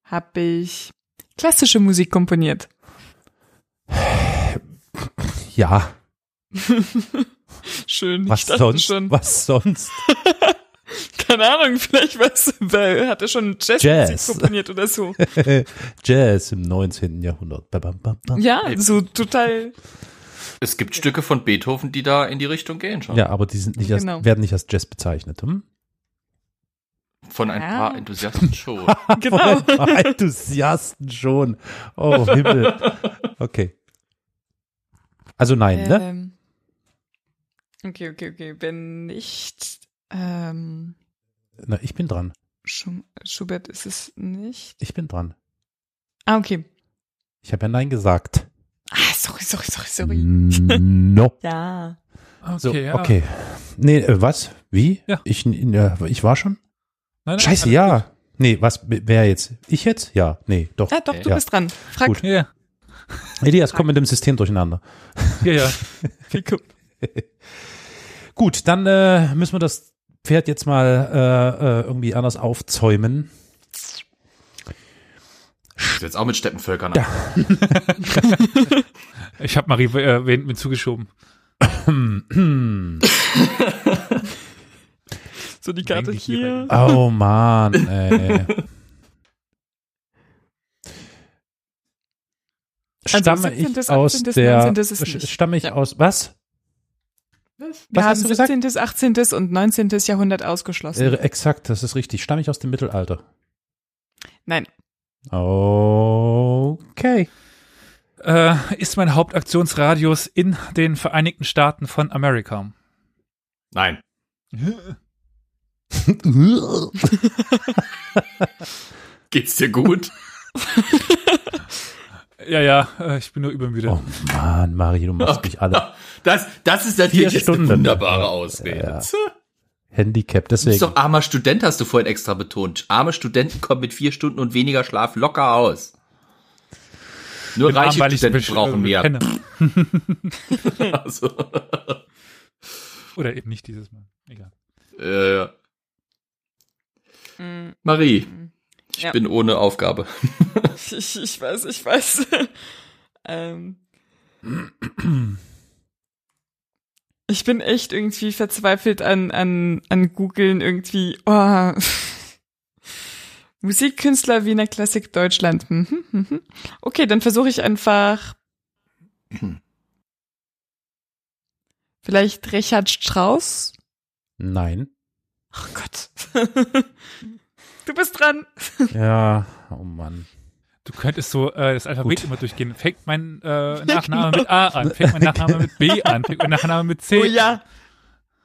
Speaker 7: habe ich klassische Musik komponiert.
Speaker 1: Ja,
Speaker 7: Schön.
Speaker 1: was
Speaker 7: ich dachte
Speaker 1: sonst?
Speaker 7: Schon,
Speaker 1: Was sonst?
Speaker 7: keine Ahnung, vielleicht weißt du, weil hat er schon Jazz,
Speaker 1: Jazz.
Speaker 7: komponiert oder so.
Speaker 1: Jazz im 19. Jahrhundert. Ba, bam, bam, bam.
Speaker 7: ja, so total.
Speaker 6: Es gibt Stücke von Beethoven, die da in die Richtung gehen schon.
Speaker 1: Ja, aber die sind nicht
Speaker 7: Genau.
Speaker 1: als, werden nicht als Jazz bezeichnet. Hm?
Speaker 6: Von ein
Speaker 7: Ja.
Speaker 6: paar Enthusiasten schon.
Speaker 7: Genau.
Speaker 1: Von ein paar Enthusiasten schon. Oh, Himmel. Okay. Also nein, ne?
Speaker 7: Ähm, okay, okay, okay. Wenn nicht, ähm,
Speaker 1: Na, ich bin dran.
Speaker 7: Schum Schubert ist es nicht.
Speaker 1: Ich bin dran.
Speaker 7: Ah, okay.
Speaker 1: Ich habe ja nein gesagt.
Speaker 7: Ah, sorry, sorry, sorry, sorry.
Speaker 1: Mhm. Mm, No.
Speaker 7: Ja.
Speaker 2: Okay,
Speaker 1: So,
Speaker 2: ja.
Speaker 1: okay. Nee, äh, was? Wie?
Speaker 2: Ja.
Speaker 1: Ich, n- ja, ich war schon?
Speaker 2: Nein, nein,
Speaker 1: Scheiße,
Speaker 2: alles
Speaker 1: ja. Nee, was, wer jetzt? Ich jetzt? Ja, nee, doch.
Speaker 7: Ah, doch, du
Speaker 1: Ja.
Speaker 7: bist dran. Frag
Speaker 1: Gut.
Speaker 2: gut. Ja, ja.
Speaker 1: Elias, komm mit dem System durcheinander.
Speaker 2: ja, ja.
Speaker 1: Gut, dann äh, müssen wir das Pferd jetzt mal äh, äh, irgendwie anders aufzäumen.
Speaker 6: Ist Jetzt auch mit Steppenvölkern.
Speaker 2: Ich habe Marie äh, wen- mit zugeschoben.
Speaker 7: so die Karte
Speaker 2: Eigentlich
Speaker 7: hier.
Speaker 2: hier
Speaker 1: Oh Mann, ey.
Speaker 7: Also
Speaker 1: Stamme
Speaker 7: 17. bis
Speaker 1: ich aus
Speaker 7: 18.
Speaker 1: der
Speaker 7: 19. ist es nicht.
Speaker 1: stamme ich
Speaker 7: Ja.
Speaker 1: aus was?
Speaker 7: Wir
Speaker 1: Was
Speaker 7: haben
Speaker 1: hast du gesagt?
Speaker 7: 17., 18. und 19. Jahrhundert ausgeschlossen.
Speaker 1: Äh, exakt, das ist richtig. Stamme ich aus dem Mittelalter.
Speaker 7: Nein.
Speaker 1: Okay.
Speaker 2: Äh, ist mein Hauptaktionsradius in den Vereinigten Staaten von Amerika?
Speaker 6: Nein. Geht's dir gut?
Speaker 2: Ja, ja, äh, ich bin nur übermüde.
Speaker 1: Oh Mann, Mario, du machst mich alle
Speaker 6: Das, das ist
Speaker 1: Vier
Speaker 6: natürlich jetzt
Speaker 1: Stunden.
Speaker 6: eine wunderbare Ausrede.
Speaker 1: Ja. Handicap.
Speaker 6: Du bist
Speaker 1: Deswegen.
Speaker 6: doch armer Student, hast du vorhin extra betont. Arme Studenten kommen mit vier Stunden und weniger Schlaf locker aus. Nur
Speaker 2: Bin
Speaker 6: reiche
Speaker 2: arm, weil ich's
Speaker 6: Studenten
Speaker 2: besch-
Speaker 6: brauchen
Speaker 2: äh,
Speaker 6: mehr.
Speaker 2: kenne.
Speaker 6: Also,
Speaker 2: Oder eben nicht dieses Mal. Egal.
Speaker 6: äh,
Speaker 7: Mm,
Speaker 6: Mhm. Marie, ich
Speaker 7: Ja.
Speaker 6: bin ohne Aufgabe.
Speaker 7: Ich, ich weiß, ich weiß. ähm, ich bin echt irgendwie verzweifelt an, an, an Googeln irgendwie. Oh. Musikkünstler Wiener Klassik Deutschland. Hm, hm, hm, hm. Okay, dann versuche ich einfach. Vielleicht Richard Strauss?
Speaker 1: Nein.
Speaker 7: Oh Gott. du bist dran.
Speaker 1: Ja, oh Mann.
Speaker 2: Du könntest so äh, das Alphabet immer durchgehen. Fängt mein äh, Nachname mit A an, fängt mein Nachname mit B an, fängt mein Nachname mit C
Speaker 7: Oh ja.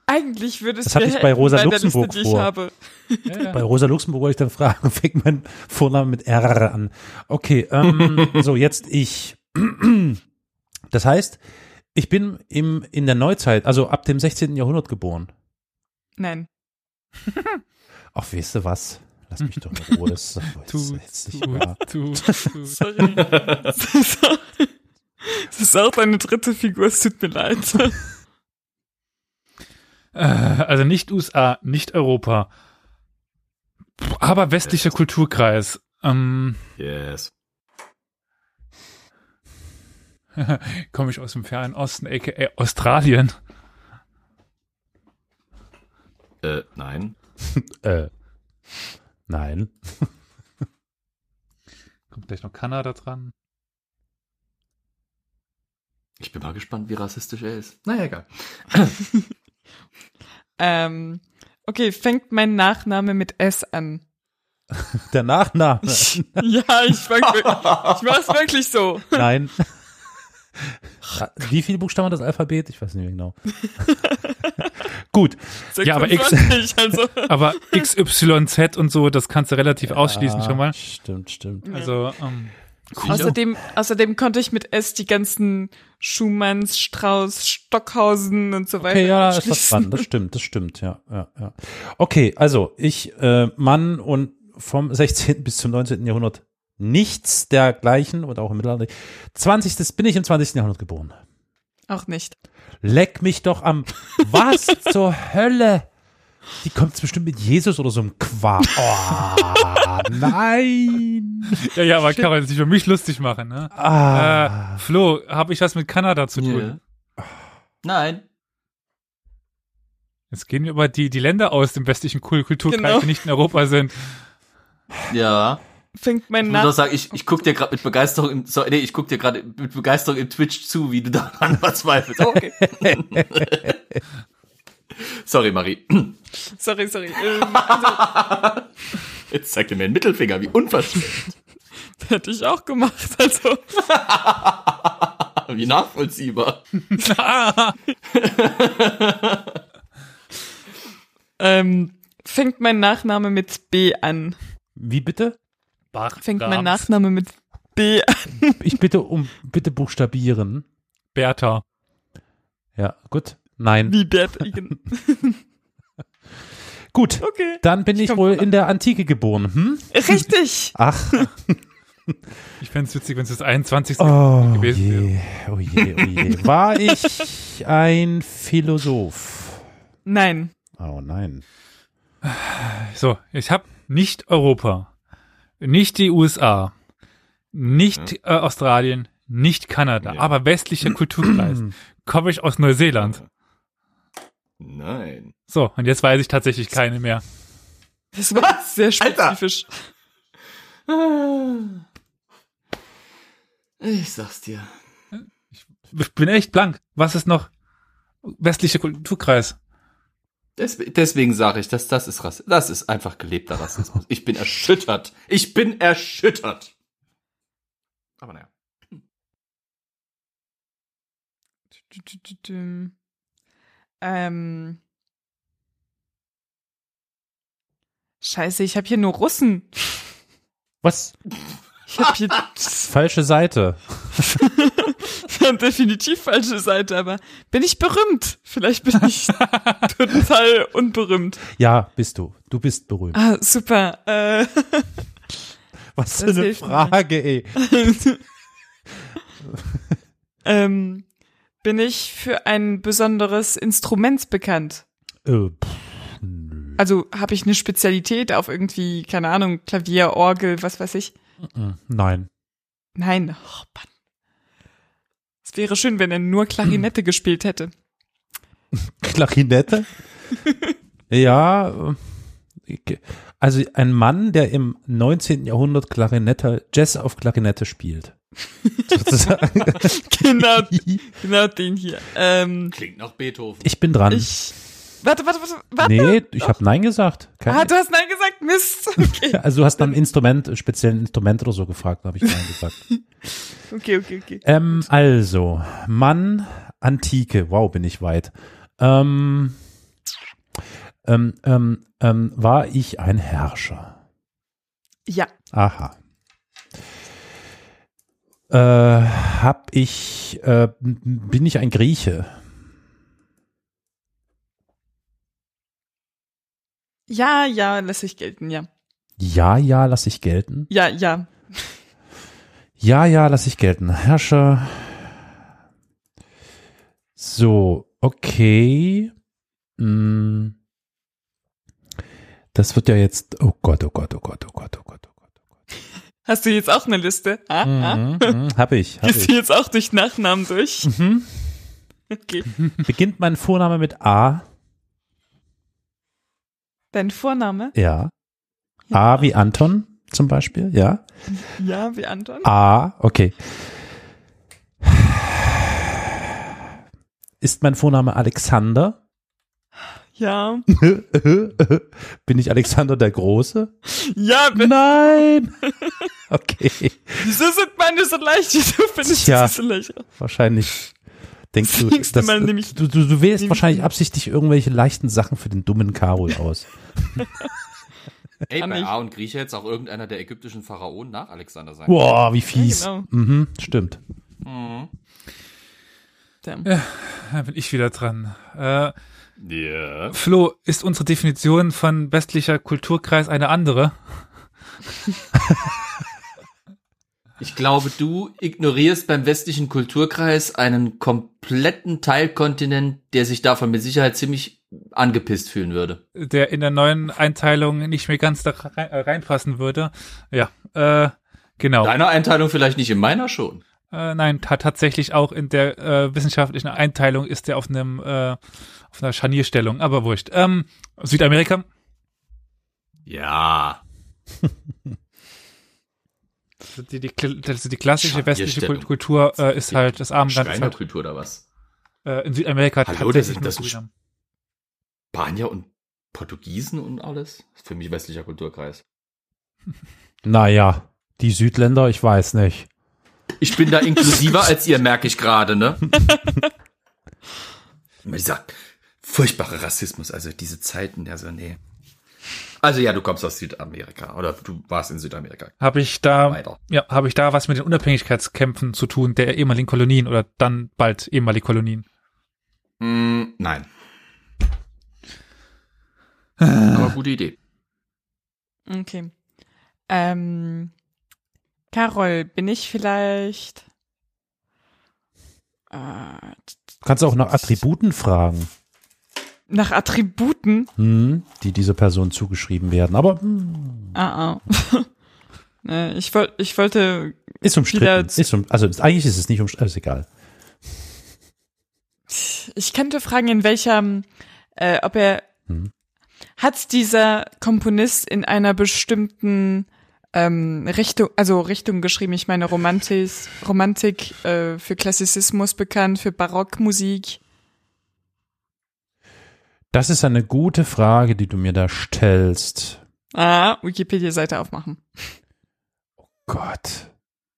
Speaker 7: Eigentlich würde es
Speaker 1: Das hatte
Speaker 7: mir
Speaker 1: ich bei
Speaker 7: helfen
Speaker 1: Rosa
Speaker 7: der
Speaker 1: Luxemburg
Speaker 7: Liste, die ich
Speaker 1: vor.
Speaker 7: habe.
Speaker 2: an. Ja,
Speaker 1: Bei
Speaker 2: ja.
Speaker 1: Rosa Luxemburg wollte ich dann fragen, fängt mein Vorname mit R an. Okay, ähm, so jetzt ich. Das heißt, ich bin im, in der Neuzeit, also ab dem 16. Jahrhundert geboren.
Speaker 7: Nein.
Speaker 1: Ach, weißt du was? Lass mich doch in Ruhe. Das ist das ist
Speaker 2: Tu,
Speaker 1: jetzt nicht wahr.
Speaker 2: tu, tu, tu.
Speaker 7: Sorry. das ist auch- das ist auch deine dritte Figur, es tut mir leid.
Speaker 2: Äh, Also nicht USA, nicht Europa. Puh, Aber
Speaker 6: Äh.
Speaker 2: westlicher Kulturkreis. Ähm,
Speaker 6: Yes.
Speaker 2: Komme ich aus dem fernen Osten, aka Australien.
Speaker 6: Äh, nein.
Speaker 1: Äh, nein.
Speaker 2: Kommt gleich noch Kanada dran.
Speaker 6: Ich bin mal gespannt, wie rassistisch er ist. Naja, egal.
Speaker 7: ähm, okay, fängt mein Nachname mit S an.
Speaker 1: Der Nachname.
Speaker 7: ja, ich, fang, wir- ich mach's wirklich so.
Speaker 1: Nein. Wie viele Buchstaben hat das Alphabet? Ich weiß nicht mehr genau. Gut.
Speaker 2: Ja, aber X-
Speaker 7: 26, also.
Speaker 2: Aber XYZ und so, das kannst du relativ ausschließen schon mal.
Speaker 1: Ah, Stimmt, stimmt.
Speaker 2: Also, ähm,
Speaker 7: Außerdem, außerdem konnte ich mit S die ganzen Schumanns, Strauß, Stockhausen und so weiter.
Speaker 1: Okay, ja, ist was
Speaker 7: abschließen.
Speaker 1: dran. Das stimmt, das stimmt, ja, ja, ja. Okay, also ich, äh, Mann und vom 16. bis zum 19. Jahrhundert nichts dergleichen und auch im Mittelalter. 20. bin ich im 20. Jahrhundert geboren.
Speaker 7: Auch nicht.
Speaker 1: Leck mich doch am, was zur Hölle? Die kommt bestimmt mit Jesus oder so einem Quark. Oh, nein.
Speaker 2: Ja, ja, aber Carol, sich für mich lustig machen, ne?
Speaker 1: Ah.
Speaker 2: Äh, Flo, habe ich was mit Kanada zu tun?
Speaker 6: Nein.
Speaker 2: Jetzt gehen wir über die, die Länder aus dem westlichen Kul Kulturkreis,
Speaker 7: Genau.
Speaker 2: die nicht in Europa sind.
Speaker 6: Ja.
Speaker 7: Fängt mein
Speaker 6: Ich muss auch
Speaker 7: Name.
Speaker 6: sagen, ich, ich guck dir gerade mit Begeisterung im, sorry, nee, ich guck dir gerade mit Begeisterung im Twitch zu, wie du daran verzweifelst.
Speaker 7: Okay,
Speaker 6: Sorry, Marie.
Speaker 7: sorry, sorry. Ähm,
Speaker 6: Jetzt zeigt er mir den Mittelfinger, wie unverschämt,
Speaker 7: hätte ich auch gemacht. Also,
Speaker 6: wie nachvollziehbar.
Speaker 7: ähm, fängt mein Nachname mit B an.
Speaker 1: Wie bitte?
Speaker 2: Bach,
Speaker 7: Fängt mein Nachname mit B an.
Speaker 1: Ich bitte um, bitte buchstabieren.
Speaker 2: Bertha.
Speaker 1: Ja, gut. Nein.
Speaker 7: Wie Bert Igen.
Speaker 1: Gut.
Speaker 7: Okay.
Speaker 1: Dann bin ich
Speaker 7: komm
Speaker 1: wohl in der Antike geboren. Hm?
Speaker 7: Richtig.
Speaker 1: Ach,
Speaker 2: Ich fänd's witzig, wenn's das 21.
Speaker 1: oh
Speaker 2: gewesen
Speaker 1: je, oh je, oh je. War ich ein Philosoph?
Speaker 7: Nein.
Speaker 1: Oh nein.
Speaker 2: So, ich habe nicht Europa, nicht die USA, nicht äh, Australien, nicht Kanada, aber westlicher Kulturkreis. Komme ich aus Neuseeland.
Speaker 6: Nein.
Speaker 2: So, und jetzt weiß ich tatsächlich keine mehr.
Speaker 7: Das war sehr
Speaker 6: Alter.
Speaker 7: spezifisch.
Speaker 6: Ah. Ich sag's dir.
Speaker 2: Ich bin echt blank. Was ist noch westlicher Kulturkreis?
Speaker 6: Des deswegen sage ich, dass das ist Rassismus. Das ist einfach gelebter Rassismus. Ich bin erschüttert. Ich bin erschüttert. Aber naja.
Speaker 7: Dü- dü- dü- düm. Ähm. Scheiße, ich habe hier nur Russen.
Speaker 1: Was?
Speaker 7: Ich habe hier
Speaker 1: Falsche Seite.
Speaker 7: definitiv falsche Seite, aber bin ich berühmt? Vielleicht bin ich total unberühmt.
Speaker 1: Ja, bist du. Du bist berühmt.
Speaker 7: Ah, super. Äh,
Speaker 1: Was für
Speaker 7: das
Speaker 1: eine
Speaker 7: hilft mir.
Speaker 1: Frage, ey.
Speaker 7: ähm, bin ich für ein besonderes Instrument bekannt?
Speaker 1: Äh, pff, nö.
Speaker 7: Also habe ich eine Spezialität auf irgendwie, keine Ahnung, Klavier, Orgel, was weiß ich?
Speaker 1: Mm, Nein.
Speaker 7: Nein. Oh, Mann. Es wäre schön, wenn er nur Klarinette gespielt hätte.
Speaker 1: Klarinette? ja. äh, ich- Also ein Mann, der im 19. Jahrhundert Klarinette, Jazz auf Klarinette spielt. Sozusagen.
Speaker 7: Genau, genau den hier. Ähm,
Speaker 6: Klingt nach Beethoven.
Speaker 1: Ich bin dran.
Speaker 7: ich. Warte, warte, warte, warte.
Speaker 1: nee, ich habe Nein gesagt. Keine,
Speaker 7: Ah, du hast Nein gesagt, Mist. Okay,
Speaker 1: Also du hast dann Instrument, speziellen Instrument oder so gefragt, habe ich vorhin gesagt.
Speaker 7: okay, okay. okay.
Speaker 1: Ähm, also, Mann, Antike, wow, bin ich weit. Ähm, ähm, ähm, ähm, war ich ein Herrscher?
Speaker 7: Ja,
Speaker 1: Aha. Äh, hab ich, äh, m- m- bin ich ein Grieche?
Speaker 7: ja, ja, lass ich gelten, ja.
Speaker 1: Ja, ja, lass ich gelten.
Speaker 7: Ja, ja.
Speaker 1: Ja, ja, lass ich gelten. Herrscher. So, okay. Hm. Das wird ja jetzt. Oh Gott, oh Gott, oh Gott, oh Gott, oh Gott, oh Gott. Oh Gott.
Speaker 7: Hast du jetzt auch eine Liste? Ah? Ha, ha?
Speaker 1: Mhm, mhm, hab ich, hab
Speaker 7: Gehst du
Speaker 1: ich.
Speaker 7: jetzt auch durch Nachnamen durch?
Speaker 1: Mhm.
Speaker 7: Okay.
Speaker 1: Beginnt mein Vorname mit A?
Speaker 7: Dein Vorname?
Speaker 1: Ja. A wie Anton zum Beispiel, ja.
Speaker 7: Ja, wie Anton?
Speaker 1: A, okay. Ist mein Vorname Alexander?
Speaker 7: Ja.
Speaker 1: Bin ich Alexander der Große?
Speaker 7: Ja, bin-
Speaker 1: Nein! Okay,
Speaker 7: wieso sind meine so leicht? Wieso bin ich
Speaker 1: Tja.
Speaker 7: so leicht?
Speaker 1: wahrscheinlich denkst du,
Speaker 7: Das nächste
Speaker 1: dass,
Speaker 7: Mal nehme ich-
Speaker 1: du, du, du wählst
Speaker 7: nehme ich-
Speaker 1: wahrscheinlich absichtlich irgendwelche leichten Sachen für den dummen Karol aus.
Speaker 6: Ey,
Speaker 7: Kann
Speaker 6: bei
Speaker 7: ich-
Speaker 6: A und Grieche jetzt auch irgendeiner der ägyptischen Pharaonen nach Alexander sein.
Speaker 1: Boah, wie fies.
Speaker 7: Ja, genau.
Speaker 1: mhm, stimmt.
Speaker 7: Damn.
Speaker 2: Da bin ich wieder dran. Äh,
Speaker 6: Ja.
Speaker 2: Flo, ist unsere Definition von westlicher Kulturkreis eine andere?
Speaker 6: Ich glaube, du ignorierst beim westlichen Kulturkreis einen kompletten Teilkontinent, der sich davon mit Sicherheit ziemlich angepisst fühlen würde.
Speaker 2: Der in der neuen Einteilung nicht mehr ganz da rein, äh, reinpassen würde. Ja, äh, genau.
Speaker 6: Deiner Einteilung vielleicht nicht, in meiner schon.
Speaker 2: Äh, nein, ta tatsächlich auch in der äh, wissenschaftlichen Einteilung ist der auf einem äh, auf einer Scharnierstellung, aber wurscht. Ähm, Südamerika,
Speaker 6: Ja.
Speaker 2: die, die, also die klassische westliche
Speaker 6: Scharnierstellung.
Speaker 2: Kult- Kultur äh, ist halt das Abendland. Ist halt,
Speaker 6: Schreinerkultur oder was?
Speaker 2: äh, in Südamerika
Speaker 6: Hallo, das ist-
Speaker 2: tatsächlich
Speaker 6: das
Speaker 2: nur
Speaker 6: ist-
Speaker 2: Suriname.
Speaker 6: Spanier und Portugiesen und alles? Ist für mich westlicher Kulturkreis.
Speaker 1: Naja, die Südländer, ich weiß nicht.
Speaker 6: Ich bin da inklusiver als ihr, merke ich gerade, ne? Immer Dieser furchtbare Rassismus, also diese Zeiten, also nee. Also ja, du kommst aus Südamerika oder du warst in Südamerika.
Speaker 2: Habe ich da
Speaker 6: Weiter.
Speaker 2: ja, habe ich da was mit den Unabhängigkeitskämpfen zu tun der ehemaligen Kolonien oder dann bald ehemalige Kolonien?
Speaker 6: Mm, nein. Aber gute Idee.
Speaker 7: Okay. Ähm, Carol, bin ich vielleicht. Äh,
Speaker 1: Du kannst auch nach Attributen fragen,
Speaker 7: nach Attributen?
Speaker 1: hm, die dieser Person zugeschrieben werden. Aber hm,
Speaker 7: Ah, ah. Ne, ich, wollt, ich wollte.
Speaker 1: ist
Speaker 7: Wieder-
Speaker 1: umstritten. Ist um, also ist, eigentlich ist es nicht umstritten, ist egal.
Speaker 7: Ich könnte fragen, in welcher. Äh, ob er.
Speaker 1: Hm.
Speaker 7: Hat dieser Komponist in einer bestimmten ähm, Richtung, also Richtung geschrieben? Ich meine, Romantik, Romantik äh, für Klassizismus bekannt, für Barockmusik.
Speaker 1: Das ist eine gute Frage, die du mir da stellst.
Speaker 7: Ah, Wikipedia-Seite aufmachen.
Speaker 1: Gott.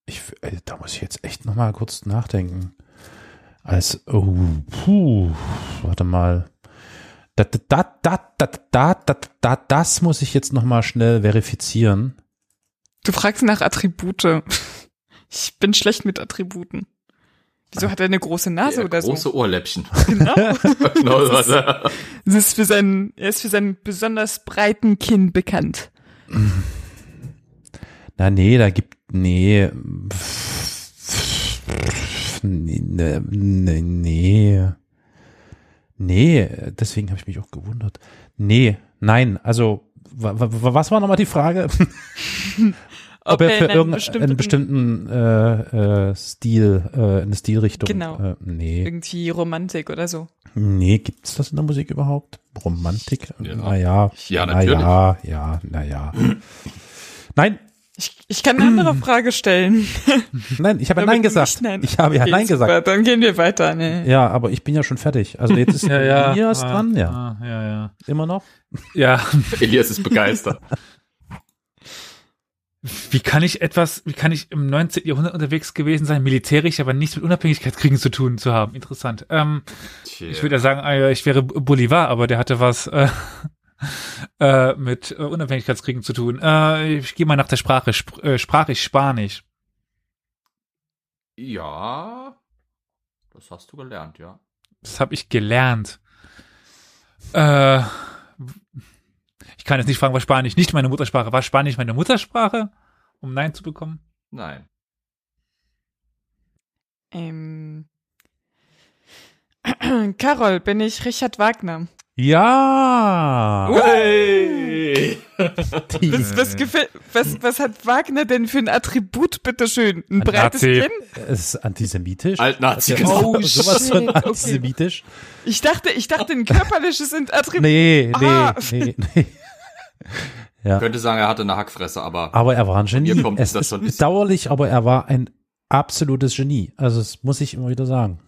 Speaker 1: Ich, äh, da muss ich jetzt echt nochmal kurz nachdenken. Als, oh, puh, warte mal. Da, da, da, da, da, da, da, da, das muss ich jetzt nochmal schnell verifizieren.
Speaker 7: Du fragst nach Attribute. Ich bin schlecht mit Attributen. Wieso hat er eine große Nase
Speaker 6: Der
Speaker 7: oder
Speaker 6: große
Speaker 7: so?
Speaker 6: Ohrläppchen.
Speaker 7: Genau.
Speaker 6: Genau, also.
Speaker 7: Das ist für seinen, er ist für seinen besonders breiten Kinn bekannt.
Speaker 1: Na, nee, da gibt, nee. pff, Nee, nee, nee, nee. Nee, deswegen habe ich mich auch gewundert. Nee, nein, also, wa, wa, wa- was war nochmal die Frage? Ob, er für
Speaker 7: in einem
Speaker 1: irgendeinen bestimmten, bestimmten äh, äh, Stil, äh, eine Stilrichtung.
Speaker 7: Genau.
Speaker 1: Äh, nee.
Speaker 7: irgendwie Romantik oder so.
Speaker 1: Nee, gibt's das in der Musik überhaupt? Romantik?
Speaker 6: Ja.
Speaker 1: Naja.
Speaker 6: Ja,
Speaker 1: Na
Speaker 6: natürlich.
Speaker 1: ja, ja, naja. Nein,
Speaker 7: Ich, ich kann eine andere Frage stellen.
Speaker 1: nein, ich habe ja
Speaker 7: Damit
Speaker 1: Nein
Speaker 7: du
Speaker 1: gesagt.
Speaker 7: nicht nein-
Speaker 1: Ich habe ja
Speaker 7: Okay,
Speaker 1: Nein
Speaker 7: super,
Speaker 1: gesagt.
Speaker 7: Dann gehen wir weiter. ne? Nee.
Speaker 1: Ja, aber ich bin ja schon fertig. Also jetzt ist Elias dran, ja.
Speaker 2: Ah, ja, ja.
Speaker 1: Immer noch.
Speaker 2: Ja,
Speaker 6: Elias ist begeistert.
Speaker 2: wie kann ich etwas, wie kann ich im 19. Jahrhundert unterwegs gewesen sein, militärisch, aber nichts mit Unabhängigkeitskriegen zu tun zu haben? Interessant. Ähm, Ich würde ja sagen, äh, ich wäre B- Bolivar, aber der hatte was äh, äh, mit äh, Unabhängigkeitskriegen zu tun. Äh, ich gehe mal nach der Sprache. Sp äh, sprach ich Spanisch?
Speaker 6: Ja, das hast du gelernt, ja.
Speaker 2: Das habe ich gelernt. Äh, ich kann jetzt nicht fragen, war Spanisch nicht meine Muttersprache? War Spanisch meine Muttersprache, um Nein zu bekommen?
Speaker 6: Nein.
Speaker 7: Ähm. Carol, bin ich Richard Wagner?
Speaker 1: Ja.
Speaker 6: Hey!
Speaker 7: Was, was, gefällt, was, was hat Wagner denn für ein Attribut, bitteschön?
Speaker 2: Ein
Speaker 7: Ein breites
Speaker 2: Nazi.
Speaker 7: Kinn?
Speaker 1: Es ist antisemitisch.
Speaker 6: Altnazi,
Speaker 1: Ja,
Speaker 6: genau.
Speaker 7: Oh,
Speaker 1: sowas
Speaker 7: shit,
Speaker 1: von
Speaker 7: okay.
Speaker 1: antisemitisch.
Speaker 7: Ich dachte, ich dachte, ein körperliches Attribut.
Speaker 1: Nee, nee,
Speaker 7: Ah.
Speaker 1: nee, nee.
Speaker 6: Ich könnte sagen, er hatte eine Hackfresse, aber
Speaker 1: Aber er war ein Genie.
Speaker 6: Mir kommt
Speaker 1: es
Speaker 6: das
Speaker 1: ist
Speaker 6: schon nicht.
Speaker 1: bedauerlich, aber er war ein absolutes Genie. Also das muss ich immer wieder sagen.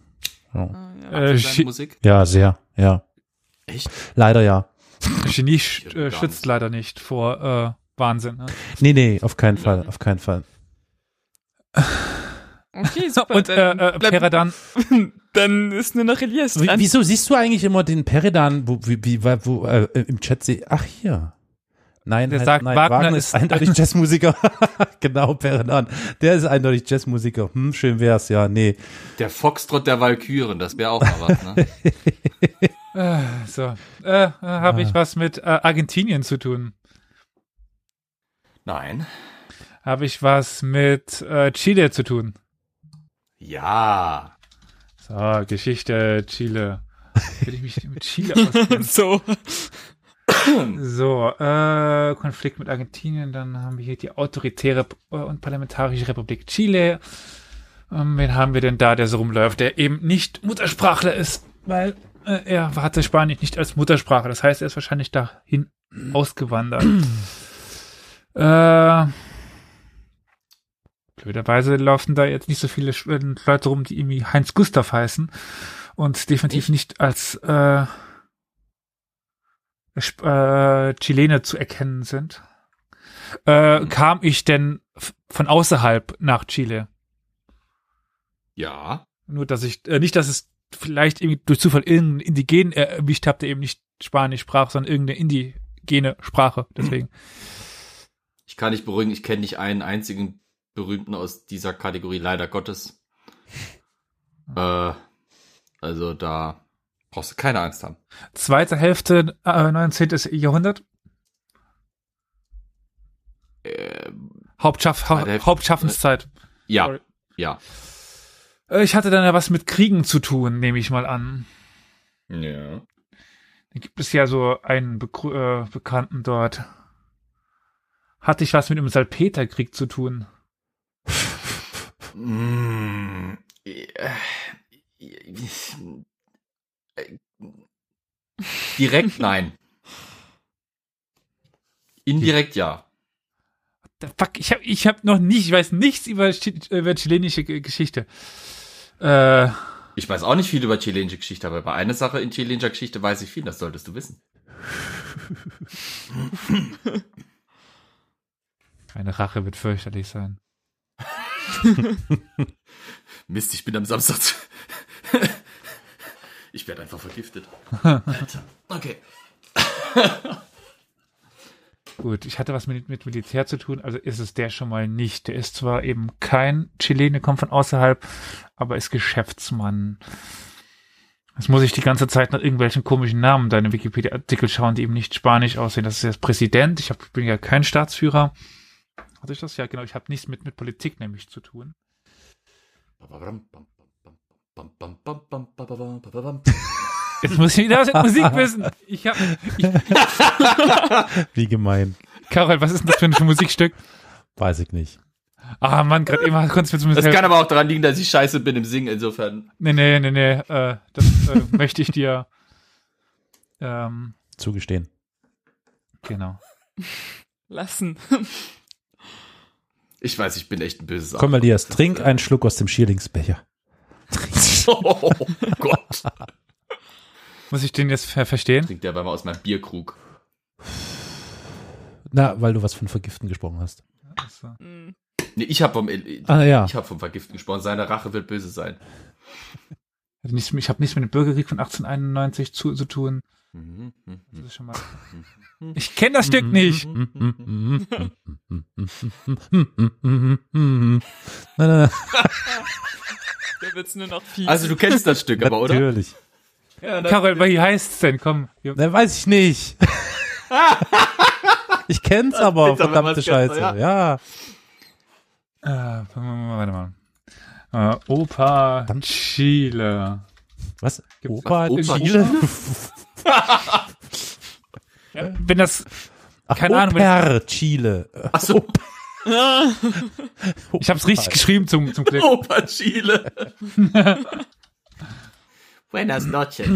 Speaker 1: Ja,
Speaker 2: Äh,
Speaker 6: seine
Speaker 2: Ge-
Speaker 6: Musik.
Speaker 1: ja sehr, ja.
Speaker 6: Echt?
Speaker 1: Leider ja.
Speaker 2: Genie sch
Speaker 6: gar
Speaker 2: äh,
Speaker 6: nicht.
Speaker 2: schützt leider nicht vor äh, Wahnsinn. Ne?
Speaker 1: Nee, nee, auf keinen Fall, auf keinen Fall.
Speaker 7: Okay, super.
Speaker 2: Und äh, äh,
Speaker 7: bleib-
Speaker 2: Peradan,
Speaker 7: dann ist nur noch Elias
Speaker 1: Wie,
Speaker 7: dran.
Speaker 1: wieso siehst du eigentlich immer den Peridan wo, wie, wie, wo, äh, im Chat? seh- Ach hier. Nein,
Speaker 2: Der
Speaker 1: heißt-
Speaker 2: sagt,
Speaker 1: nein,
Speaker 2: Wagner
Speaker 1: Wagner,
Speaker 2: ist-
Speaker 1: ist eindeutig Jazzmusiker. genau, Perenan. Der ist eindeutig Jazzmusiker. Hm, schön wär's, ja, nee.
Speaker 6: Der Foxtrot der Walküren, das wäre auch mal was, ne?
Speaker 2: So, äh, äh, habe ich was mit äh, Argentinien zu tun?
Speaker 6: Nein.
Speaker 2: Habe ich was mit äh, Chile zu tun?
Speaker 6: Ja.
Speaker 2: So, Geschichte Chile. Will ich mich mit Chile auskennen?
Speaker 7: So.
Speaker 2: So, äh, Konflikt mit Argentinien, dann haben wir hier die autoritäre äh, und parlamentarische Republik Chile. Ähm, wen haben wir denn da, der so rumläuft, der eben nicht Muttersprachler ist, weil äh, er hatte Spanisch nicht als Muttersprache. Das heißt, er ist wahrscheinlich dahin ausgewandert. äh, blöderweise laufen da jetzt nicht so viele Sch- äh, Leute rum, die irgendwie Heinz Gustav heißen und definitiv nicht als äh, Sp- äh, Chilene zu erkennen sind.
Speaker 6: Mhm.
Speaker 2: Äh, kam ich denn f- von außerhalb nach Chile?
Speaker 6: Ja.
Speaker 2: Nur, dass ich, äh, nicht, dass es vielleicht irgendwie durch Zufall irgendeinen Indigenen erwischt habe, der eben nicht Spanisch sprach, sondern irgendeine indigene
Speaker 6: Mhm.
Speaker 2: Sprache. Deswegen.
Speaker 6: Ich kann dich beruhigen, ich kenne nicht einen einzigen berühmten aus dieser Kategorie, leider Gottes. Äh, also da brauchst du keine Angst haben.
Speaker 2: Zweite Hälfte, äh, 19. Jahrhundert.
Speaker 6: Ähm,
Speaker 2: Hauptschaff, hau,
Speaker 6: Zweite Hälfte-
Speaker 2: Hauptschaffenszeit.
Speaker 6: ja,
Speaker 2: Sorry.
Speaker 6: ja.
Speaker 2: Äh, ich hatte dann ja was mit Kriegen zu tun, nehme ich mal an.
Speaker 6: Ja.
Speaker 2: Da gibt es ja so einen Begr äh, Bekannten dort. Hatte ich was mit dem Salpeterkrieg zu tun?
Speaker 6: Mm, äh, äh, Direkt nein. Indirekt ja.
Speaker 2: The fuck, ich habe ich hab noch nicht, ich weiß nichts über, Chi- über chilenische Ge- Geschichte. Äh,
Speaker 6: Ich weiß auch nicht viel über chilenische Geschichte, aber bei einer Sache in chilenischer Geschichte weiß ich viel, das solltest du wissen.
Speaker 2: meine Rache wird fürchterlich sein.
Speaker 6: Mist, ich bin am Samstag. zu- ich werde einfach vergiftet. Alter. Okay.
Speaker 2: Gut, ich hatte was mit, mit Militär zu tun, also ist es der schon mal nicht. Der ist zwar eben kein Chilene, kommt von außerhalb, aber ist Geschäftsmann. Jetzt muss ich die ganze Zeit nach irgendwelchen komischen Namen deine Wikipedia-Artikel schauen, die eben nicht spanisch aussehen. Das ist jetzt Präsident, ich hab, ich bin ja kein Staatsführer. Hatte ich das? Ja, genau, ich habe nichts mit, mit Politik nämlich zu tun. Jetzt muss ich wieder was mit Musik wissen. Ich hab, ich,
Speaker 1: Wie gemein.
Speaker 2: Karol, was ist denn das für ein Musikstück?
Speaker 1: Weiß ich nicht.
Speaker 2: Ah, Mann, gerade eben konntest du mir zumindest
Speaker 6: Das
Speaker 2: helfen.
Speaker 6: kann aber auch daran liegen, dass ich scheiße bin im Singen, insofern.
Speaker 2: Nee, nee, nee, nee. Äh, das äh, möchte ich dir. Ähm,
Speaker 1: Zugestehen.
Speaker 2: genau.
Speaker 7: Lassen.
Speaker 6: Ich weiß, ich bin echt ein böses
Speaker 1: Komm, Elias, trink einen Schluck aus dem Schierlingsbecher.
Speaker 6: Oh Gott.
Speaker 2: Muss ich den jetzt ver verstehen?
Speaker 6: Trinkt der bei mir aus meinem Bierkrug.
Speaker 1: Na, weil du was von Vergiften gesprochen hast.
Speaker 2: Also,
Speaker 7: Mm.
Speaker 6: Nee, ich hab vom, ich
Speaker 1: Ah ja.
Speaker 6: hab vom Vergiften gesprochen. Seine Rache wird böse sein.
Speaker 2: also nichts, ich habe nichts mit dem Bürgerkrieg von 1891 zu, zu tun.
Speaker 6: Mhm, mhm,
Speaker 2: Das
Speaker 6: mhm.
Speaker 2: ist schon mal. Ich kenne das Stück nicht.
Speaker 1: Hm, hm,
Speaker 7: Da wird's nur noch viel.
Speaker 6: Also du kennst das Stück aber, oder?
Speaker 1: Natürlich.
Speaker 6: Ja, na-
Speaker 2: Karol, wie heißt's denn? Komm. wir-
Speaker 1: Na, weiß ich nicht. ich kenn's aber,
Speaker 6: bitter, wenn
Speaker 1: verdammte
Speaker 6: man's kennt,
Speaker 1: Scheiße.
Speaker 6: ja.
Speaker 1: ja.
Speaker 2: Äh, warte mal. Äh, Opa Chile.
Speaker 1: Was?
Speaker 2: Gibt's
Speaker 1: Opa,
Speaker 6: was? Opa?
Speaker 1: Chile?
Speaker 2: Ja, wenn das.
Speaker 1: Ach,
Speaker 2: Keine Ahnung, wenn-
Speaker 1: Oper Chile. Äh,
Speaker 6: Ach so,
Speaker 2: Ich habe es richtig geschrieben zum, zum Glück.
Speaker 6: Opa Chile. Buenas noches.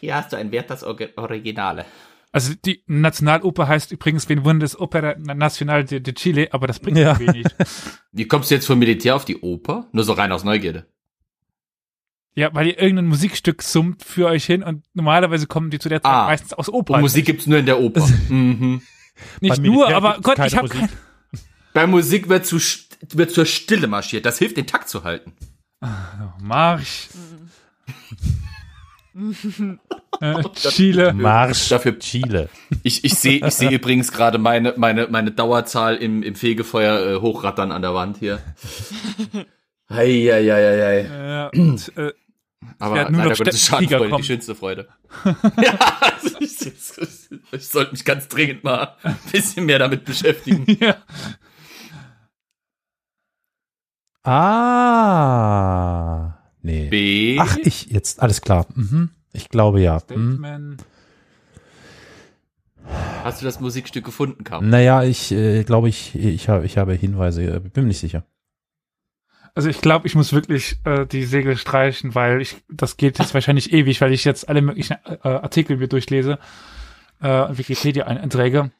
Speaker 6: Hier hast du ein Wert das Originale.
Speaker 2: Also die Nationaloper heißt übrigens, wen wundert es, Opera Nacional de, de Chile, aber das bringt
Speaker 1: Ja.
Speaker 2: wenig.
Speaker 6: Wie kommst du jetzt vom Militär auf die Oper? Nur so rein aus Neugierde.
Speaker 2: Ja, weil ihr irgendein Musikstück summt für euch hin und normalerweise kommen die zu der Zeit
Speaker 6: Ah.
Speaker 2: meistens aus
Speaker 6: Und
Speaker 2: Opern.
Speaker 6: Musik gibt's nur in der Oper. mhm.
Speaker 2: nicht
Speaker 1: Beim
Speaker 2: nur,
Speaker 1: Militär
Speaker 2: aber
Speaker 1: gibt's
Speaker 2: Gott, ich
Speaker 1: keine
Speaker 2: habe
Speaker 1: Musik.
Speaker 2: kein,
Speaker 6: Bei Musik wird, zu, st- wird zur Stille marschiert. Das hilft, den Takt zu
Speaker 2: Oh,
Speaker 6: halten.
Speaker 1: Mhm.
Speaker 2: Marsch. Äh, Chile.
Speaker 1: Marsch
Speaker 6: Dafür-
Speaker 1: Chile.
Speaker 6: Ich, ich sehe ich seh übrigens gerade meine, meine, meine Dauerzahl im, im Fegefeuer äh, hochrattern an der Wand hier. Eieieiei.
Speaker 2: Äh, und, äh,
Speaker 6: Aber
Speaker 2: werden nur
Speaker 6: leider
Speaker 2: noch
Speaker 6: Gottes
Speaker 2: Steppen- Flieger
Speaker 6: Schadenfreude,
Speaker 2: kommen.
Speaker 6: die schönste Freude. ja, also ich, ich, ich sollte mich ganz dringend mal ein bisschen mehr damit beschäftigen.
Speaker 1: Mhm.
Speaker 2: ja.
Speaker 1: Ah. Nee.
Speaker 6: B.
Speaker 1: Ach, ich jetzt, alles klar. Mhm. Ich glaube ja. Mhm.
Speaker 2: Statement.
Speaker 6: Hast du das Musikstück gefunden, Kam?
Speaker 1: Naja, ich äh, glaube, ich, ich, habe, ich habe Hinweise, äh, bin mir nicht sicher.
Speaker 2: Also ich glaube, ich muss wirklich äh, die Segel streichen, weil ich das geht jetzt wahrscheinlich ewig, weil ich jetzt alle möglichen äh, Artikel mir durchlese, äh, und Wikipedia-Einträge.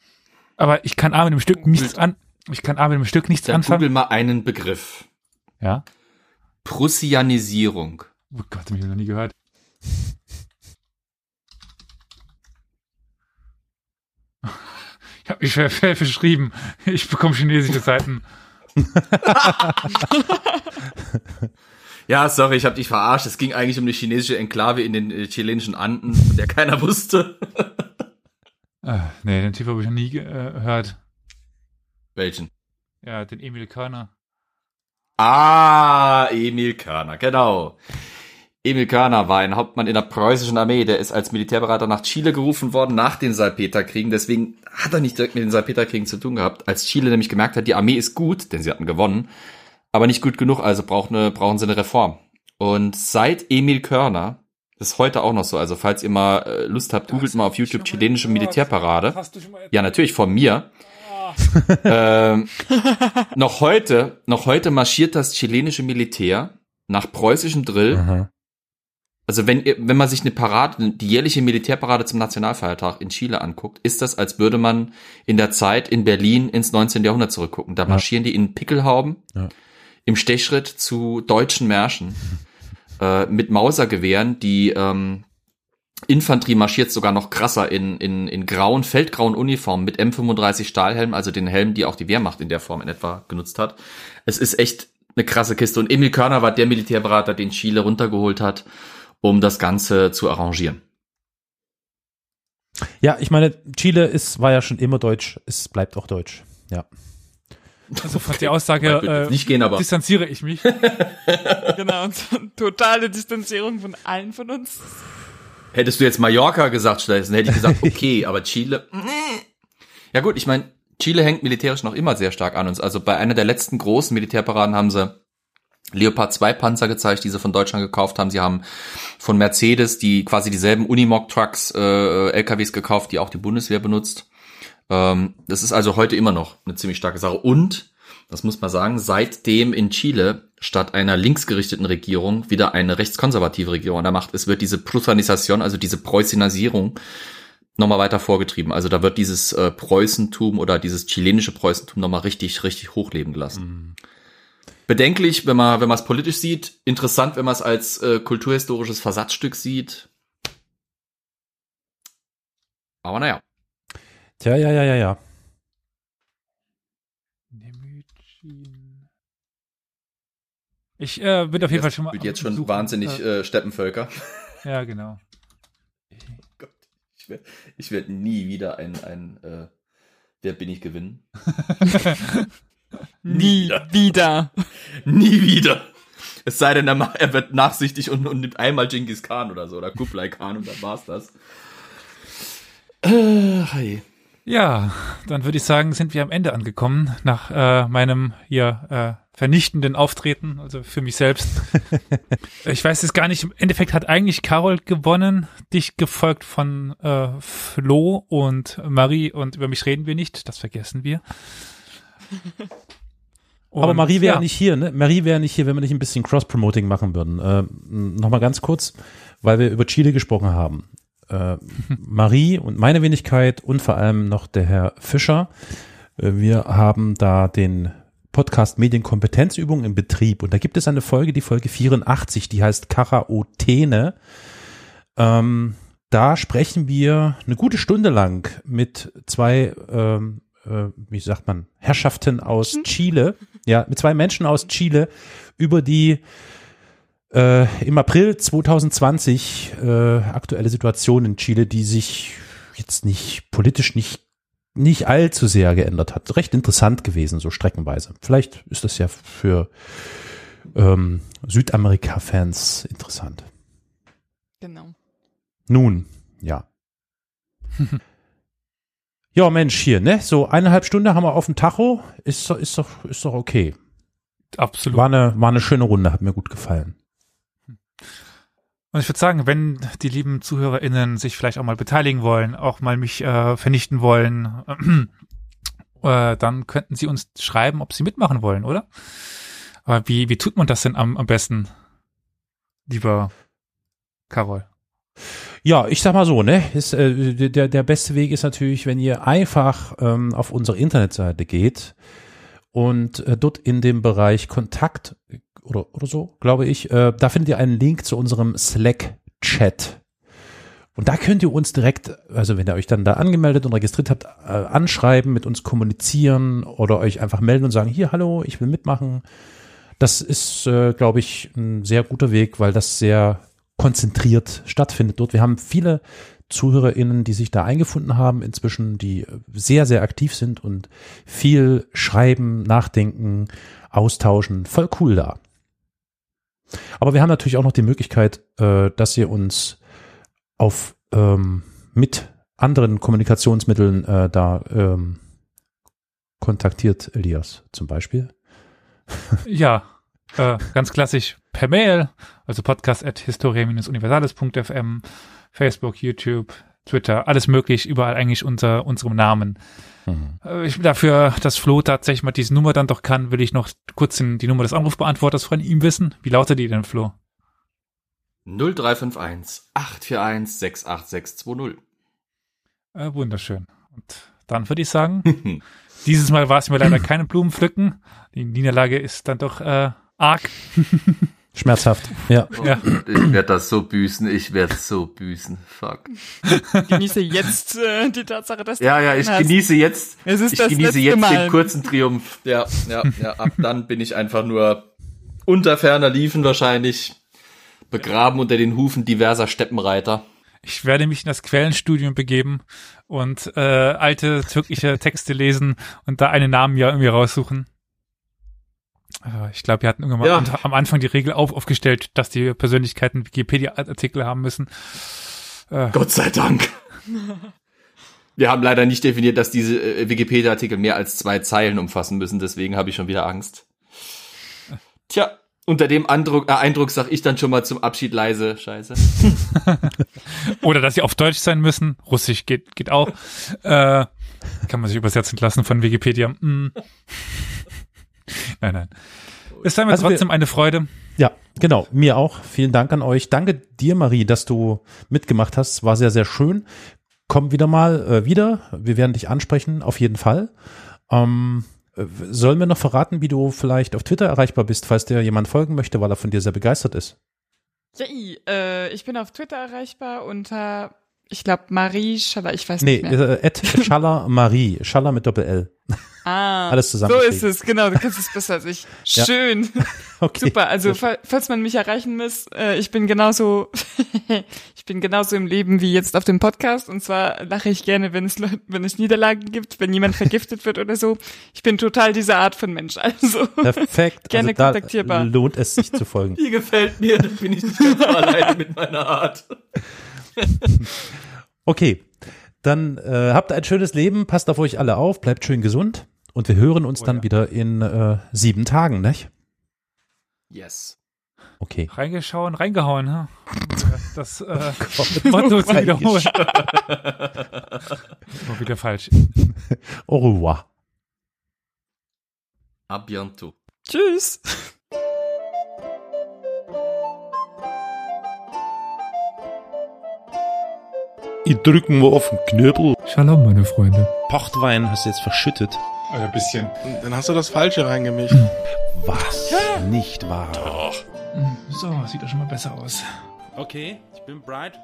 Speaker 2: Aber ich kann A mit dem Stück nichts an, ich kann A mit dem Stück nichts
Speaker 6: Dann google
Speaker 2: anfangen.
Speaker 6: mal einen Begriff.
Speaker 2: Ja.
Speaker 6: Prussianisierung.
Speaker 2: Oh Gott, hab ich noch nie gehört. Ich habe mich ver- ver- verschrieben. Ich bekomme chinesische Seiten.
Speaker 6: Ja, sorry, ich habe dich verarscht. Es ging eigentlich um eine chinesische Enklave in den äh, chilenischen Anden, von der keiner wusste.
Speaker 2: Äh, nee, den Typ habe ich noch nie ge- äh, gehört.
Speaker 6: Welchen?
Speaker 2: Ja, den Emil Körner.
Speaker 6: Ah, Emil Körner, genau. Emil Körner war ein Hauptmann in der preußischen Armee, der ist als Militärberater nach Chile gerufen worden nach den Salpeterkriegen, deswegen hat er nicht direkt mit den Salpeterkriegen zu tun gehabt. Als Chile nämlich gemerkt hat, die Armee ist gut, denn sie hatten gewonnen, aber nicht gut genug, also braucht eine, brauchen sie eine Reform. Und seit Emil Körner, das ist heute auch noch so, also falls ihr mal äh, Lust habt, googelt mal auf YouTube chilenische Militärparade. Ja, natürlich von mir. ähm, noch heute, noch heute marschiert das chilenische Militär nach preußischem Drill.
Speaker 1: Aha.
Speaker 6: Also wenn ihr, wenn man sich eine Parade, die jährliche Militärparade zum Nationalfeiertag in Chile anguckt, ist das, als würde man in der Zeit in Berlin ins 19. Jahrhundert zurückgucken. Da marschieren die in Pickelhauben
Speaker 1: Ja.
Speaker 6: im Stechschritt zu deutschen Märschen äh, mit Mausergewehren. Die ähm, Infanterie marschiert sogar noch krasser in, in, in grauen, feldgrauen Uniformen mit M35 Stahlhelm, also den Helm, die auch die Wehrmacht in der Form in etwa genutzt hat. Es ist echt eine krasse Kiste. Und Emil Körner war der Militärberater, den Chile runtergeholt hat, um das Ganze zu arrangieren.
Speaker 1: Ja, ich meine, Chile ist, war ja schon immer deutsch, es bleibt auch deutsch. Ja.
Speaker 2: Also von der
Speaker 6: Weit wird
Speaker 2: Aussage
Speaker 6: jetzt
Speaker 2: äh,
Speaker 6: nicht gehen, aber
Speaker 2: distanziere ich mich.
Speaker 7: Genau, und totale Distanzierung von allen von uns.
Speaker 6: hättest du jetzt Mallorca gesagt stattdessen, hätte ich gesagt, okay, aber Chile. nee. Ja gut, ich meine, Chile hängt militärisch noch immer sehr stark an uns. Also bei einer der letzten großen Militärparaden haben sie Leopard 2 Panzer gezeigt, die sie von Deutschland gekauft haben. Sie haben von Mercedes die quasi dieselben Unimog-Trucks, äh, LKWs gekauft, die auch die Bundeswehr benutzt. Ähm, das ist also heute immer noch eine ziemlich starke Sache. Und, das muss man sagen, seitdem in Chile statt einer linksgerichteten Regierung wieder eine rechtskonservative Regierung an der Macht ist, wird diese Prussianisation, also diese Preußinisierung, nochmal weiter vorgetrieben. Also da wird dieses äh, Preußentum oder dieses chilenische Preußentum nochmal richtig, richtig hochleben gelassen. Bedenklich, wenn man wenn man es politisch sieht, interessant, wenn man es als äh, kulturhistorisches Versatzstück sieht. Aber naja.
Speaker 1: Tja, ja, ja, ja, ja.
Speaker 2: Ich äh, bin auf jeden Fall
Speaker 6: Das
Speaker 2: schon mal.
Speaker 6: wird jetzt
Speaker 2: am
Speaker 6: schon
Speaker 2: Suchen.
Speaker 6: wahnsinnig äh, Steppenvölker.
Speaker 2: Äh, ja, genau.
Speaker 6: Gott, ich werde ich werd nie wieder ein, ein äh, Wer bin ich gewinnen.
Speaker 7: Nie wieder.
Speaker 6: Nie wieder. Es sei denn, er ma- er wird nachsichtig und, und nimmt einmal Genghis Khan oder so oder Kublai Khan und dann war's das. Äh, hi.
Speaker 2: Ja, dann würde ich sagen, sind wir am Ende angekommen nach äh, meinem hier äh, vernichtenden Auftreten, also für mich selbst. ich weiß es gar nicht. Im Endeffekt hat eigentlich Carol gewonnen, dich gefolgt von äh, Flo und Marie und über mich reden wir nicht, das vergessen wir.
Speaker 1: Aber
Speaker 2: Und
Speaker 1: Marie wäre
Speaker 2: ja.
Speaker 1: nicht hier, ne? Marie wäre nicht hier, wenn wir nicht ein bisschen Cross-Promoting machen würden. Ähm, Nochmal ganz kurz, weil wir über Chile gesprochen haben. Äh, Marie und meine Wenigkeit und vor allem noch der Herr Fischer. Äh, wir haben da den Podcast Medienkompetenzübung im Betrieb und da gibt es eine Folge, die Folge 84, die heißt Karaotene. Ähm, da sprechen wir eine gute Stunde lang mit zwei, ähm, äh, wie sagt man,
Speaker 2: Hm?
Speaker 1: Herrschaften aus Chile, ja, mit zwei Menschen aus Chile über die Äh, Im April 2020 äh, aktuelle Situation in Chile, die sich jetzt nicht politisch nicht nicht allzu sehr geändert hat. Recht interessant gewesen, so streckenweise. Vielleicht ist das ja für ähm, Südamerika-Fans interessant.
Speaker 7: Genau.
Speaker 1: Nun, ja. ja, Mensch, hier, ne? So eineinhalb Stunde haben wir auf dem Tacho. Ist, doch- ist, doch, ist doch okay.
Speaker 2: Absolut.
Speaker 1: War eine, war eine schöne Runde, hat mir gut gefallen.
Speaker 2: Und ich würde sagen, wenn die lieben ZuhörerInnen sich vielleicht auch mal beteiligen wollen, auch mal mich äh, vernichten wollen, äh, dann könnten sie uns schreiben, ob sie mitmachen wollen, oder? Aber wie, wie tut man das denn am, am besten, lieber Carol?
Speaker 1: Ja, ich sag mal so, ne? Ist, äh, der, der beste Weg ist natürlich, wenn ihr einfach ähm, auf unsere Internetseite geht und äh, dort in dem Bereich Kontakt äh, oder, oder so, glaube ich, äh, da findet ihr einen Link zu unserem Slack-Chat. Und da könnt ihr uns direkt, also wenn ihr euch dann da angemeldet und registriert habt, äh, anschreiben, mit uns kommunizieren oder euch einfach melden und sagen, hier, hallo, ich will mitmachen. Das ist, äh, glaube ich, ein sehr guter Weg, weil das sehr konzentriert stattfindet dort. Wir haben viele ZuhörerInnen, die sich da eingefunden haben, inzwischen, die sehr, sehr aktiv sind und viel schreiben, nachdenken, austauschen. Voll cool da. Aber wir haben natürlich auch noch die Möglichkeit, äh, dass ihr uns auf ähm, mit anderen Kommunikationsmitteln äh, da ähm, kontaktiert, Elias zum Beispiel.
Speaker 2: Ja, äh, ganz klassisch per Mail, also podcast at historia-universales.fm, Facebook, YouTube, Twitter, alles möglich, überall eigentlich unter unserem Namen. Äh, Ich will dafür, dass Flo tatsächlich mal diese Nummer dann doch kann, will ich noch kurz den, die Nummer des Anrufbeantworters von ihm wissen. Wie lautet die denn, Flo?
Speaker 9: 0351 841 68620.
Speaker 2: Äh, wunderschön. Und dann würde ich sagen, dieses Mal war es mir leider keine Blumen pflücken. Die Niederlage ist dann doch äh, arg.
Speaker 1: Schmerzhaft. Ja.
Speaker 2: Ja.
Speaker 9: Ich werde das so büßen, ich werde so büßen. Fuck.
Speaker 7: Genieße jetzt äh, die Tatsache, dass
Speaker 9: Ja,
Speaker 7: du
Speaker 9: ja, ich
Speaker 7: gewonnen hast.
Speaker 9: genieße jetzt,
Speaker 7: Es ist
Speaker 9: ich
Speaker 7: das
Speaker 9: genieße
Speaker 7: letzte
Speaker 9: jetzt
Speaker 7: Mal.
Speaker 9: den kurzen Triumph. Ja, ja, ja, ab dann bin ich einfach nur unter ferner Liefen wahrscheinlich, begraben unter den Hufen diverser Steppenreiter.
Speaker 2: Ich werde mich in das Quellenstudium begeben und äh, alte türkische Texte lesen und da einen Namen ja irgendwie raussuchen. Äh, Ich glaube, wir hatten irgendwann
Speaker 9: Ja.
Speaker 2: mal am Anfang die Regel auf, aufgestellt, dass die Persönlichkeiten Wikipedia-Artikel haben müssen. Äh,
Speaker 9: Gott sei Dank. Wir haben leider nicht definiert, dass diese äh, Wikipedia-Artikel mehr als zwei Zeilen umfassen müssen, deswegen habe ich schon wieder Angst. Tja, unter dem Andruck, äh, Eindruck sag ich dann schon mal zum Abschied leise, scheiße.
Speaker 2: oder dass sie auf Deutsch sein müssen. Russisch geht, geht auch. Äh, kann man sich übersetzen lassen von Wikipedia. Mm. Nein, nein. Es sei mir
Speaker 1: Also wir-
Speaker 2: trotzdem eine Freude.
Speaker 1: Ja, genau. Mir auch. Vielen Dank an euch. Danke dir, Marie, dass du mitgemacht hast. War sehr, sehr schön. Komm wieder mal äh, wieder. Wir werden dich ansprechen, auf jeden Fall. Ähm, äh, sollen wir noch verraten, wie du vielleicht auf Twitter erreichbar bist, falls dir jemand folgen möchte, weil er von dir sehr begeistert ist?
Speaker 7: Yay, äh, ich bin auf Twitter erreichbar unter, ich glaube, Marie Schaller, ich weiß
Speaker 1: Nee,
Speaker 7: nicht mehr.
Speaker 1: äh, at Schaller Marie. Schaller mit Doppel-L.
Speaker 7: Ah,
Speaker 1: Alles
Speaker 7: so
Speaker 1: zusammen.
Speaker 7: ist es, genau, du kannst es besser als ich.
Speaker 1: Ja.
Speaker 7: Schön,
Speaker 1: Okay.
Speaker 7: super. Also
Speaker 1: sehr schön.
Speaker 7: fa- falls man mich erreichen muss, äh, ich bin genauso, ich bin genauso im Leben wie jetzt auf dem Podcast. Und zwar lache ich gerne, wenn es Leut- wenn es Niederlagen gibt, wenn jemand vergiftet wird oder so. Ich bin total diese Art von Mensch. Also
Speaker 1: Perfekt.
Speaker 7: Gerne
Speaker 1: also da
Speaker 7: kontaktierbar.
Speaker 1: Lohnt es sich zu folgen.
Speaker 9: Die gefällt mir, dann bin ich nicht ganz alleine mit meiner Art.
Speaker 1: Okay, dann äh, habt ein schönes Leben, passt auf euch alle auf, bleibt schön gesund und wir hören uns
Speaker 2: Oh
Speaker 1: dann
Speaker 2: ja.
Speaker 1: wieder in äh, sieben Tagen, nicht?
Speaker 9: Yes.
Speaker 1: Okay.
Speaker 2: Reingeschauen, reingehauen. Ja. Das äh, Motto zu wiederholen. War wieder falsch.
Speaker 1: Au revoir.
Speaker 9: A bientôt.
Speaker 7: tschüss.
Speaker 3: Ich drück mal auf den Knöbel.
Speaker 2: Shalom, meine Freunde.
Speaker 3: Pochtwein hast du jetzt verschüttet.
Speaker 4: Ein bisschen.
Speaker 5: Dann hast du das Falsche reingemischt.
Speaker 3: Was? Nicht wahr?
Speaker 4: So, sieht doch schon mal besser aus.
Speaker 3: Okay, ich bin Bright.